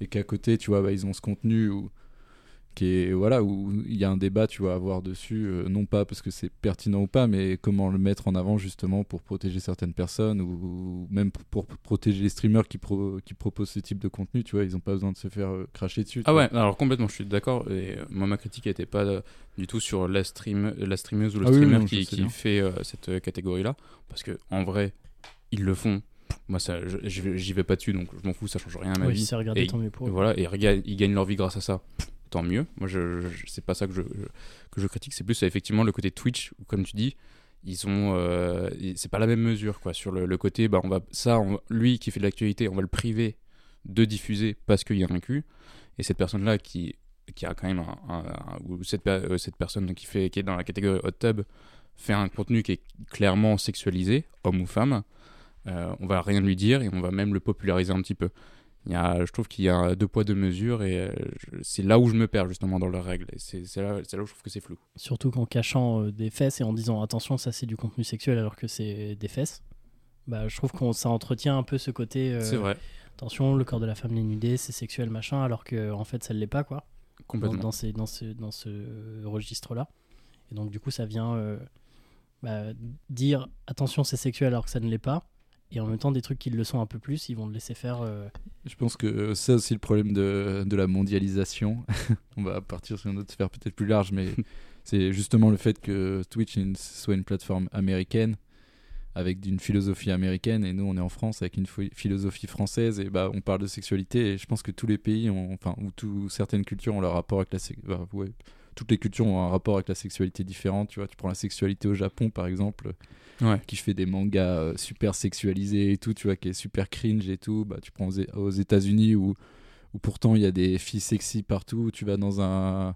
Speaker 3: et, et qu'à côté tu vois bah, ils ont ce contenu où, qui est voilà où il y a un débat tu vois à avoir dessus euh, non pas parce que c'est pertinent ou pas mais comment le mettre en avant justement pour protéger certaines personnes ou, ou même pour, pour protéger les streamers qui pro- qui proposent ce type de contenu tu vois ils ont pas besoin de se faire euh, cracher dessus tu
Speaker 1: Ah
Speaker 3: vois.
Speaker 1: ouais, alors complètement, je suis d'accord. Et euh, moi, ma critique n'était pas euh, du tout sur la, stream, la streameuse ou le
Speaker 3: Ah oui,
Speaker 1: streamer
Speaker 3: oui, non, je
Speaker 1: qui,
Speaker 3: sais
Speaker 1: qui
Speaker 3: bien.
Speaker 1: fait euh, cette euh, catégorie-là. Parce que en vrai, ils le font. Moi, ça, je- j'y vais- j'y vais pas dessus, donc je m'en fous, ça change rien à ma
Speaker 2: Oui,
Speaker 1: vie.
Speaker 2: c'est regarder
Speaker 1: Et-
Speaker 2: tant mieux pour
Speaker 1: Et
Speaker 2: eux.
Speaker 1: Voilà, et regarde, ils gagnent leur vie grâce à ça. Tant mieux. Moi, je, je- je- c'est pas ça que je, je- que je critique. C'est plus euh, effectivement le côté Twitch, où, comme tu dis, ils ont, euh, ils- c'est pas la même mesure quoi. Sur le, le côté, bah on va ça, on va- lui qui fait de l'actualité, on va le priver de diffuser parce qu'il y a un cul, et cette personne là qui qui a quand même un, un- un- où cette, per- euh, cette personne qui, fait, qui est dans la catégorie hot tub fait un contenu qui est clairement sexualisé, homme ou femme, euh, on va rien lui dire et on va même le populariser un petit peu. Il y a, je trouve qu'il y a deux poids, deux mesures et euh, je- c'est là où je me perds justement dans leurs règles. Et C'est c'est là, c'est là où je trouve que c'est flou.
Speaker 2: Surtout qu'en cachant euh, des fesses et en disant attention, ça c'est du contenu sexuel alors que c'est des fesses. Bah, je trouve qu'on ça entretient un peu ce côté euh,
Speaker 1: c'est vrai,
Speaker 2: attention, le corps de la femme dénudé, c'est sexuel machin, alors que en fait ça ne l'est pas quoi. dans,
Speaker 1: complètement.
Speaker 2: dans ces- dans ce, dans ce euh, registre-là. Et donc, du coup, ça vient euh, bah, dire attention, c'est sexuel alors que ça ne l'est pas. Et en même temps, des trucs qui le sont un peu plus, ils vont le laisser faire. euh,
Speaker 3: Je pense que euh, c'est aussi le problème de, de la mondialisation. <laughs> On va partir sur une autre sphère peut-être plus large, mais c'est justement le fait que Twitch est une- soit une plateforme américaine avec une philosophie américaine et nous on est en France avec une phi- philosophie française et bah on parle de sexualité et je pense que tous les pays ont enfin ou tout- certaines cultures ont leur rapport avec la sex- bah, ouais, toutes les cultures ont un rapport avec la sexualité différente tu vois tu prends la sexualité au Japon par exemple
Speaker 1: Ouais.
Speaker 3: qui fait des mangas euh, super sexualisés et tout, tu vois, qui est super cringe et tout. Bah, tu prends aux, aux États-Unis où, où pourtant il y a des filles sexy partout. Tu vas dans un,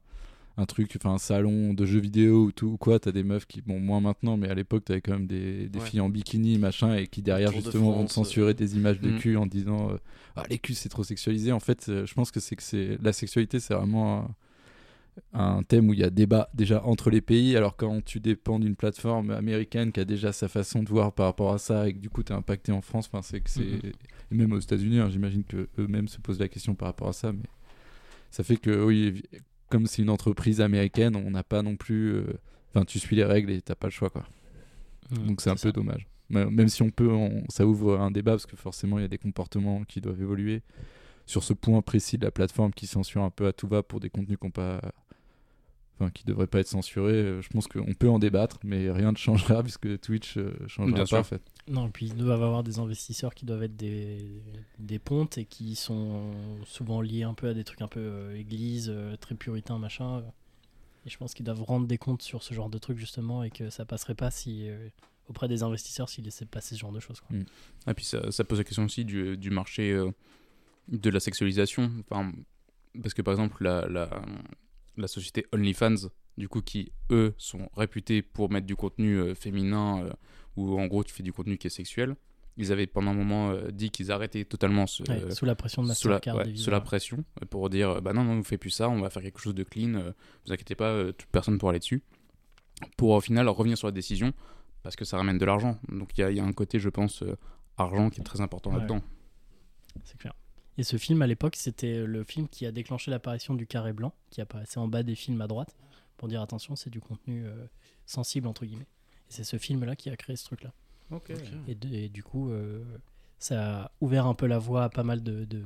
Speaker 3: un truc, enfin un salon de jeux vidéo ou tout, ou quoi. T'as des meufs qui, bon, moins maintenant, mais à l'époque, t'avais quand même des, des
Speaker 4: Ouais.
Speaker 3: filles en bikini, machin, et qui derrière,
Speaker 4: Tour de
Speaker 3: justement, vont te
Speaker 4: France, euh, hmm.
Speaker 3: censurer des images de
Speaker 1: Mm.
Speaker 3: cul en disant euh, Ah, les culs, c'est trop sexualisé. En fait, euh, je pense que c'est que c'est la sexualité, c'est vraiment. un- un thème où il y a débat déjà entre les pays, alors quand tu dépends d'une plateforme américaine qui a déjà sa façon de voir par rapport à ça et que du coup tu es impacté en France, enfin c'est que c'est
Speaker 4: Hmm,
Speaker 1: Mhm.
Speaker 3: et même aux États-Unis, hein, j'imagine que eux-mêmes se posent la question par rapport à ça, mais ça fait que oui, évi- comme c'est une entreprise américaine, on n'a pas non plus, euh, enfin tu suis les règles et t'as pas le choix quoi. Donc c'est un peu
Speaker 2: ça.
Speaker 3: dommage. Mais Même si on peut, on- ça ouvre un débat parce que forcément il y a des comportements qui doivent évoluer sur ce point précis de la plateforme qui censure un peu à tout va pour des contenus qui ont pas, enfin qui devraient pas être censurés. Euh, Je pense qu'on peut en débattre, mais rien ne changera <laughs> puisque Twitch euh, changera
Speaker 1: Bien
Speaker 3: pas
Speaker 1: sûr.
Speaker 3: en fait.
Speaker 2: Non, et puis ils doivent avoir des investisseurs qui doivent être des, des pontes et qui sont souvent liés un peu à des trucs un peu euh, église, euh, très puritain, machin. Et je pense qu'ils doivent rendre des comptes sur ce genre de trucs justement et que ça passerait pas si euh, auprès des investisseurs s'ils laissaient passer ce genre de choses. quoi.
Speaker 1: Et puis ça, ça pose la question aussi du, du marché euh, de la sexualisation. Enfin, parce que par exemple, la, la, la société OnlyFans, du coup, qui eux sont réputés pour mettre du contenu euh, féminin, euh, où en gros tu fais du contenu qui est sexuel, ils avaient pendant un moment euh, dit qu'ils arrêtaient totalement ce,
Speaker 2: Ouais,
Speaker 1: euh,
Speaker 2: sous la pression de
Speaker 1: sous la,
Speaker 2: Mastercard.
Speaker 1: ouais,
Speaker 2: évidemment.
Speaker 1: sous la pression euh, pour dire euh, bah non, non, vous faites plus ça, on va faire quelque chose de clean, euh, vous inquiétez pas, euh, toute personne pour aller dessus. Pour au final revenir sur la décision parce que ça ramène de l'argent. Donc il y, a- il y a un côté, je pense, euh, argent qui est très important
Speaker 2: Ouais.
Speaker 1: là-dedans.
Speaker 2: C'est clair. Et ce film, à l'époque, c'était euh, le film qui a déclenché l'apparition du carré blanc, qui apparaissait en bas des films à droite, pour dire attention, c'est du contenu euh, sensible, entre guillemets. Et c'est ce film-là qui a créé ce truc-là. Et, de- et du coup, euh, ça a ouvert un peu la voie à pas mal de, de,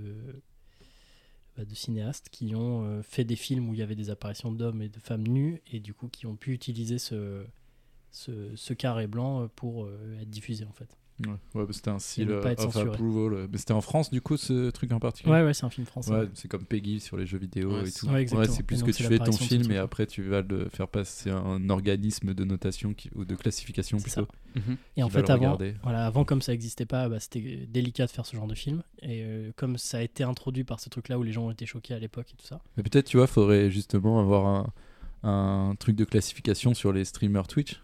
Speaker 2: bah, de cinéastes qui ont euh, fait des films où il y avait des apparitions d'hommes et de femmes nues, et du coup, qui ont pu utiliser ce, ce, ce carré blanc pour euh, être diffusé, en fait.
Speaker 3: Ouais, Ouais, bah, c'était un style
Speaker 2: ne pas
Speaker 3: euh,
Speaker 2: être
Speaker 3: of
Speaker 2: censuré.
Speaker 3: approval. euh, Mais c'était en France du coup ce truc en particulier.
Speaker 2: Ouais, ouais, c'est un film français.
Speaker 3: Ouais, c'est comme Peggy sur les jeux vidéo
Speaker 4: Ouais,
Speaker 3: et
Speaker 4: c'est
Speaker 3: tout.
Speaker 2: ça. Ouais, exactement.
Speaker 3: c'est
Speaker 2: Et
Speaker 3: plus
Speaker 2: donc,
Speaker 3: que
Speaker 2: c'est
Speaker 3: tu fais ton
Speaker 2: l'apparition de ce
Speaker 3: film et
Speaker 2: truc-là.
Speaker 3: après tu vas le faire passer à un organisme de notation qui- ou de classification
Speaker 2: C'est ça.
Speaker 3: plutôt.
Speaker 1: Mhm.
Speaker 2: Et en
Speaker 3: qui va
Speaker 2: fait,
Speaker 3: le
Speaker 2: avant,
Speaker 3: regarder.
Speaker 2: voilà, avant, comme ça n'existait pas, bah, c'était délicat de faire ce genre de film. Et euh, comme ça a été introduit par ce truc-là où les gens ont été choqués à l'époque et tout ça.
Speaker 3: Mais peut-être, tu vois, faudrait justement avoir un, un truc de classification sur les streamers Twitch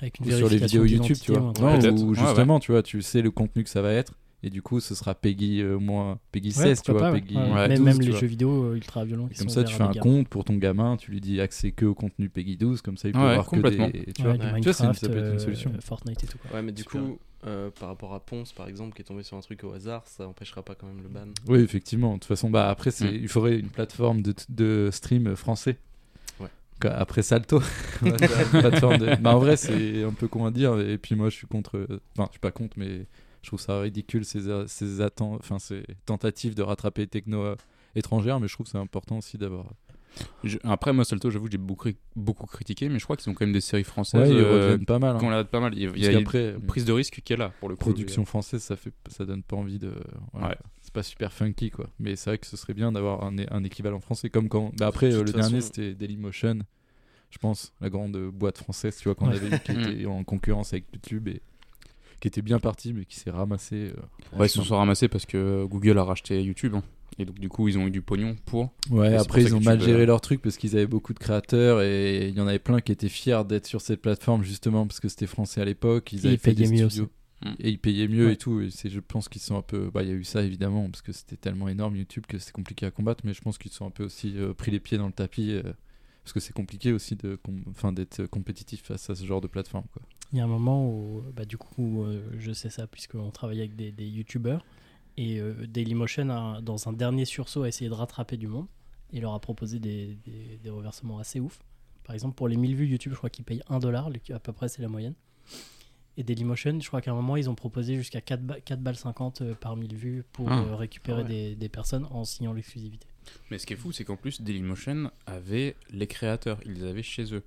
Speaker 2: Avec une
Speaker 3: ou sur les
Speaker 2: vérification
Speaker 3: vidéos YouTube,
Speaker 2: d'identité
Speaker 3: tu
Speaker 2: ou
Speaker 3: vois.
Speaker 2: un truc
Speaker 3: Non,
Speaker 2: comme ça.
Speaker 1: Peut-être.
Speaker 3: ou
Speaker 1: Ouais,
Speaker 3: justement, tu vois, tu sais le contenu que ça va être et du coup, ce sera Peggy euh, moins Peggy
Speaker 2: Ouais,
Speaker 3: 16, tu
Speaker 2: pourquoi
Speaker 3: vois,
Speaker 2: pas, ouais.
Speaker 3: Peggy
Speaker 2: Ouais,
Speaker 3: 12,
Speaker 2: même, même
Speaker 3: tu
Speaker 2: les
Speaker 3: vois.
Speaker 2: jeux vidéo euh, ultra violents qui
Speaker 3: Comme
Speaker 2: sont
Speaker 3: ça, tu
Speaker 2: ouverts
Speaker 3: fais
Speaker 2: à
Speaker 3: un
Speaker 2: des gamins.
Speaker 3: compte pour ton gamin, tu lui dis accès que au contenu Peggy 12, comme ça il peut
Speaker 1: Ouais,
Speaker 3: avoir que
Speaker 1: complètement.
Speaker 3: des. Tu
Speaker 2: Ouais,
Speaker 3: vois,
Speaker 2: du
Speaker 4: Ouais.
Speaker 3: Tu vois, c'est une-
Speaker 2: Minecraft,
Speaker 3: ça peut être une
Speaker 2: euh,
Speaker 3: solution.
Speaker 2: Fortnite et tout. Quoi.
Speaker 4: Ouais, mais du
Speaker 3: Super.
Speaker 4: coup, euh, par rapport à Ponce, par exemple, qui est tombé sur un truc au hasard, ça empêchera pas quand même le ban.
Speaker 3: Oui, effectivement. De toute façon, bah, après, c'est-
Speaker 1: Mm.
Speaker 3: il faudrait une plateforme de, de stream français.
Speaker 4: Ouais.
Speaker 3: Quoi, Après
Speaker 1: <laughs>
Speaker 3: Salto. Voilà, tu vois, une plateforme de- bah, en vrai, c'est un peu con à dire. Et puis moi, je suis contre. Enfin, je suis pas contre, mais je trouve ça ridicule ces, a- ces, atten- enfin, ces tentatives de rattraper techno euh, étrangère. Mais je trouve que c'est important aussi d'avoir.
Speaker 1: Je- après, moi, Salto, j'avoue que j'ai beaucoup, cri- beaucoup critiqué, mais je crois qu'ils ont quand même des séries françaises
Speaker 3: Ouais, ils
Speaker 1: euh,
Speaker 3: reviennent pas mal. hein.
Speaker 1: qu'on la pas mal. Il y a, il y a
Speaker 3: Parce qu'après,
Speaker 1: une prise de risque qui est là pour le coup.
Speaker 3: production française, ça fait, ça donne pas envie de. voilà.
Speaker 1: Ouais.
Speaker 3: C'est pas super funky quoi. Mais c'est vrai que ce serait bien d'avoir un, é- un équivalent français. Comme quand. bah, après,
Speaker 4: De
Speaker 3: euh, le
Speaker 4: toute
Speaker 3: dernier
Speaker 4: façon-
Speaker 3: c'était Dailymotion, je pense, la grande euh, boîte française, tu vois, qu'on
Speaker 2: Ouais.
Speaker 3: avait eu, qui était en concurrence avec YouTube et qui était bien parti, mais qui s'est ramassé. euh,
Speaker 1: Ouais, ils se sont ramassés parce que Google a racheté YouTube. hein. Et donc, du coup, ils ont eu du pognon pour. Et
Speaker 3: Ouais,
Speaker 1: c'est
Speaker 3: après
Speaker 1: pour
Speaker 3: ils
Speaker 1: ça
Speaker 3: ont
Speaker 1: que
Speaker 3: mal
Speaker 1: tu
Speaker 3: géré
Speaker 1: peux-
Speaker 3: leur truc parce qu'ils avaient beaucoup de créateurs et il y en avait plein qui étaient fiers d'être sur cette plateforme justement parce que c'était français à l'époque, ils
Speaker 2: Et
Speaker 3: avaient
Speaker 2: ils
Speaker 3: fait des
Speaker 2: payaient mieux
Speaker 3: studios
Speaker 1: aussi. Mm.
Speaker 3: et ils payaient mieux
Speaker 2: Ouais.
Speaker 3: et tout. Et c'est, je pense qu'ils sont un peu, bah il y a eu ça évidemment parce que c'était tellement énorme YouTube que c'était compliqué à combattre, mais je pense qu'ils sont un peu aussi euh, pris les pieds dans le tapis euh, parce que c'est compliqué aussi de, com- enfin d'être euh, compétitif face à ce genre de plateforme quoi.
Speaker 2: Il y a un moment où, bah, du coup, euh, je sais ça, puisqu'on travaillait avec des, des youtubeurs. Et euh, Dailymotion, a, dans un dernier sursaut, a essayé de rattraper du monde. Et leur a proposé des, des- des reversements assez ouf. Par exemple, pour les 1000 vues YouTube, je crois qu'ils payent 1 dollar, les- à peu près, c'est la moyenne. Et Dailymotion, je crois qu'à un moment, ils ont proposé jusqu'à 4, ba- 4 balles 50 euh, par 1000 vues pour
Speaker 1: Ah.
Speaker 2: euh, récupérer
Speaker 4: Ah ouais.
Speaker 2: des, des personnes en signant l'exclusivité.
Speaker 1: Mais ce qui est fou, c'est qu'en plus, Dailymotion avait les créateurs, ils les avaient chez eux.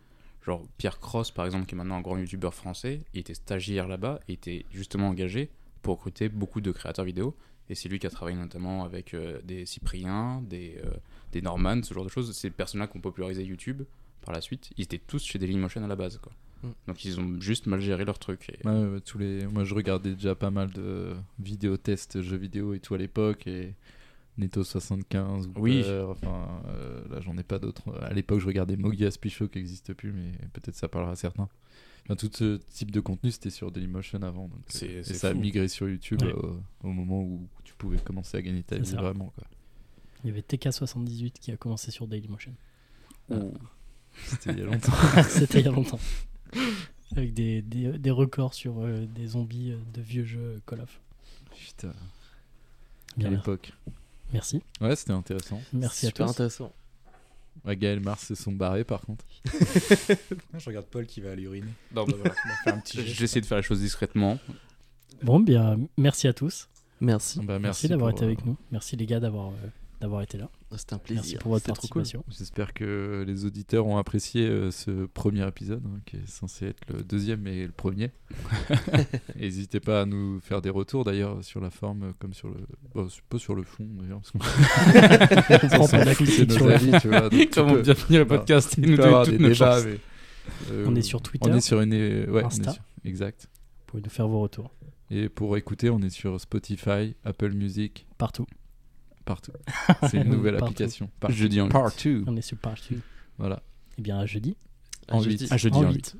Speaker 1: Genre Pierre Cross, par exemple, qui est maintenant un grand youtubeur français, il était stagiaire là-bas, il était justement engagé pour recruter beaucoup de créateurs vidéo. Et c'est lui qui a travaillé notamment avec euh, des Cypriens, des, euh, des Norman, ce genre de choses. Ces personnes-là qui ont popularisé YouTube par la suite, ils étaient tous chez Dailymotion à la base. Quoi.
Speaker 4: Mm.
Speaker 1: Donc ils ont juste mal géré leur truc. Et...
Speaker 3: Ouais, ouais, tous les... Moi, je regardais déjà pas mal de vidéos tests jeux vidéo et tout à l'époque. Et Neto 75, ou
Speaker 1: Oui.
Speaker 3: Enfin, euh, là, j'en ai pas d'autres. À l'époque, je regardais Mogia Spichot qui n'existe plus, mais peut-être ça parlera à certains. Enfin, tout ce type de contenu, c'était sur Dailymotion avant. Donc,
Speaker 1: C'est-
Speaker 3: euh, et
Speaker 1: c'est
Speaker 3: ça a
Speaker 1: fou.
Speaker 3: migré sur YouTube
Speaker 2: Ouais.
Speaker 3: euh, au moment où tu pouvais commencer à gagner ta
Speaker 2: C'est
Speaker 3: vie
Speaker 2: ça.
Speaker 3: vraiment. Quoi.
Speaker 2: Il y avait TK78 qui a commencé sur Dailymotion.
Speaker 1: Ou-
Speaker 3: C'était il y a
Speaker 2: <laughs>
Speaker 3: longtemps.
Speaker 2: C'était il y a
Speaker 3: <laughs>
Speaker 2: longtemps. Avec des, des, des records sur euh, des zombies euh, de vieux jeux Call of.
Speaker 3: Putain,
Speaker 2: Bien,
Speaker 3: à l'époque.
Speaker 2: Merci.
Speaker 3: Ouais, c'était intéressant.
Speaker 2: Merci à
Speaker 4: Super
Speaker 2: tous.
Speaker 4: intéressant.
Speaker 3: Ouais, Gaël Mars se sont barrés par contre.
Speaker 6: Je regarde Paul qui va à
Speaker 5: <laughs>
Speaker 6: l'urine.
Speaker 1: Non, bah voilà.
Speaker 6: Il va faire un
Speaker 1: <laughs>
Speaker 6: petit geste.
Speaker 1: J'ai essayé de faire les choses discrètement.
Speaker 2: Bon, bien, merci à tous.
Speaker 4: Merci.
Speaker 3: Bah, merci
Speaker 2: Merci, d'avoir
Speaker 3: pour,
Speaker 2: été avec
Speaker 3: euh,
Speaker 2: nous. Merci les gars d'avoir euh, d'avoir été là.
Speaker 4: C'était un
Speaker 2: Merci
Speaker 4: plaisir.
Speaker 2: pour votre
Speaker 4: C'était trop cool.
Speaker 2: participation.
Speaker 3: J'espère que les auditeurs ont apprécié euh, ce premier épisode, hein, qui est censé être le deuxième et le
Speaker 1: <laughs>
Speaker 3: premier. <laughs> N'hésitez pas à nous faire des retours d'ailleurs sur la forme, euh, comme sur le. Bon, c'est pas sur le fond d'ailleurs, parce qu'on <laughs>
Speaker 2: On prend
Speaker 3: on s'en
Speaker 2: pas la
Speaker 3: fout, c'est
Speaker 2: critique sur
Speaker 3: nos
Speaker 2: le-
Speaker 3: avis, tu vois. donc tu
Speaker 1: Comment
Speaker 3: peux-
Speaker 1: bien finir le
Speaker 3: Bah,
Speaker 1: podcast
Speaker 3: tu
Speaker 1: et nous
Speaker 3: peux
Speaker 1: donner
Speaker 3: avoir
Speaker 1: toutes
Speaker 3: des
Speaker 1: nos
Speaker 3: débats,
Speaker 1: chances.
Speaker 3: mais, euh,
Speaker 2: On est sur Twitter.
Speaker 3: On est sur une. euh, ouais, on est
Speaker 2: Insta.
Speaker 3: sur- Exact.
Speaker 2: Vous pouvez nous faire vos retours
Speaker 3: Et pour écouter, on est sur Spotify, Apple Music,
Speaker 2: partout.
Speaker 3: partout. C'est une nouvelle
Speaker 2: Partout.
Speaker 3: application.
Speaker 1: Jeudi en huit.
Speaker 3: Partout.
Speaker 2: On est sur partout.
Speaker 3: Voilà.
Speaker 2: Eh bien, à jeudi.
Speaker 4: À
Speaker 3: En
Speaker 4: jeudi.
Speaker 3: huit.
Speaker 1: À jeudi
Speaker 2: En
Speaker 1: en
Speaker 2: huit.
Speaker 1: huit.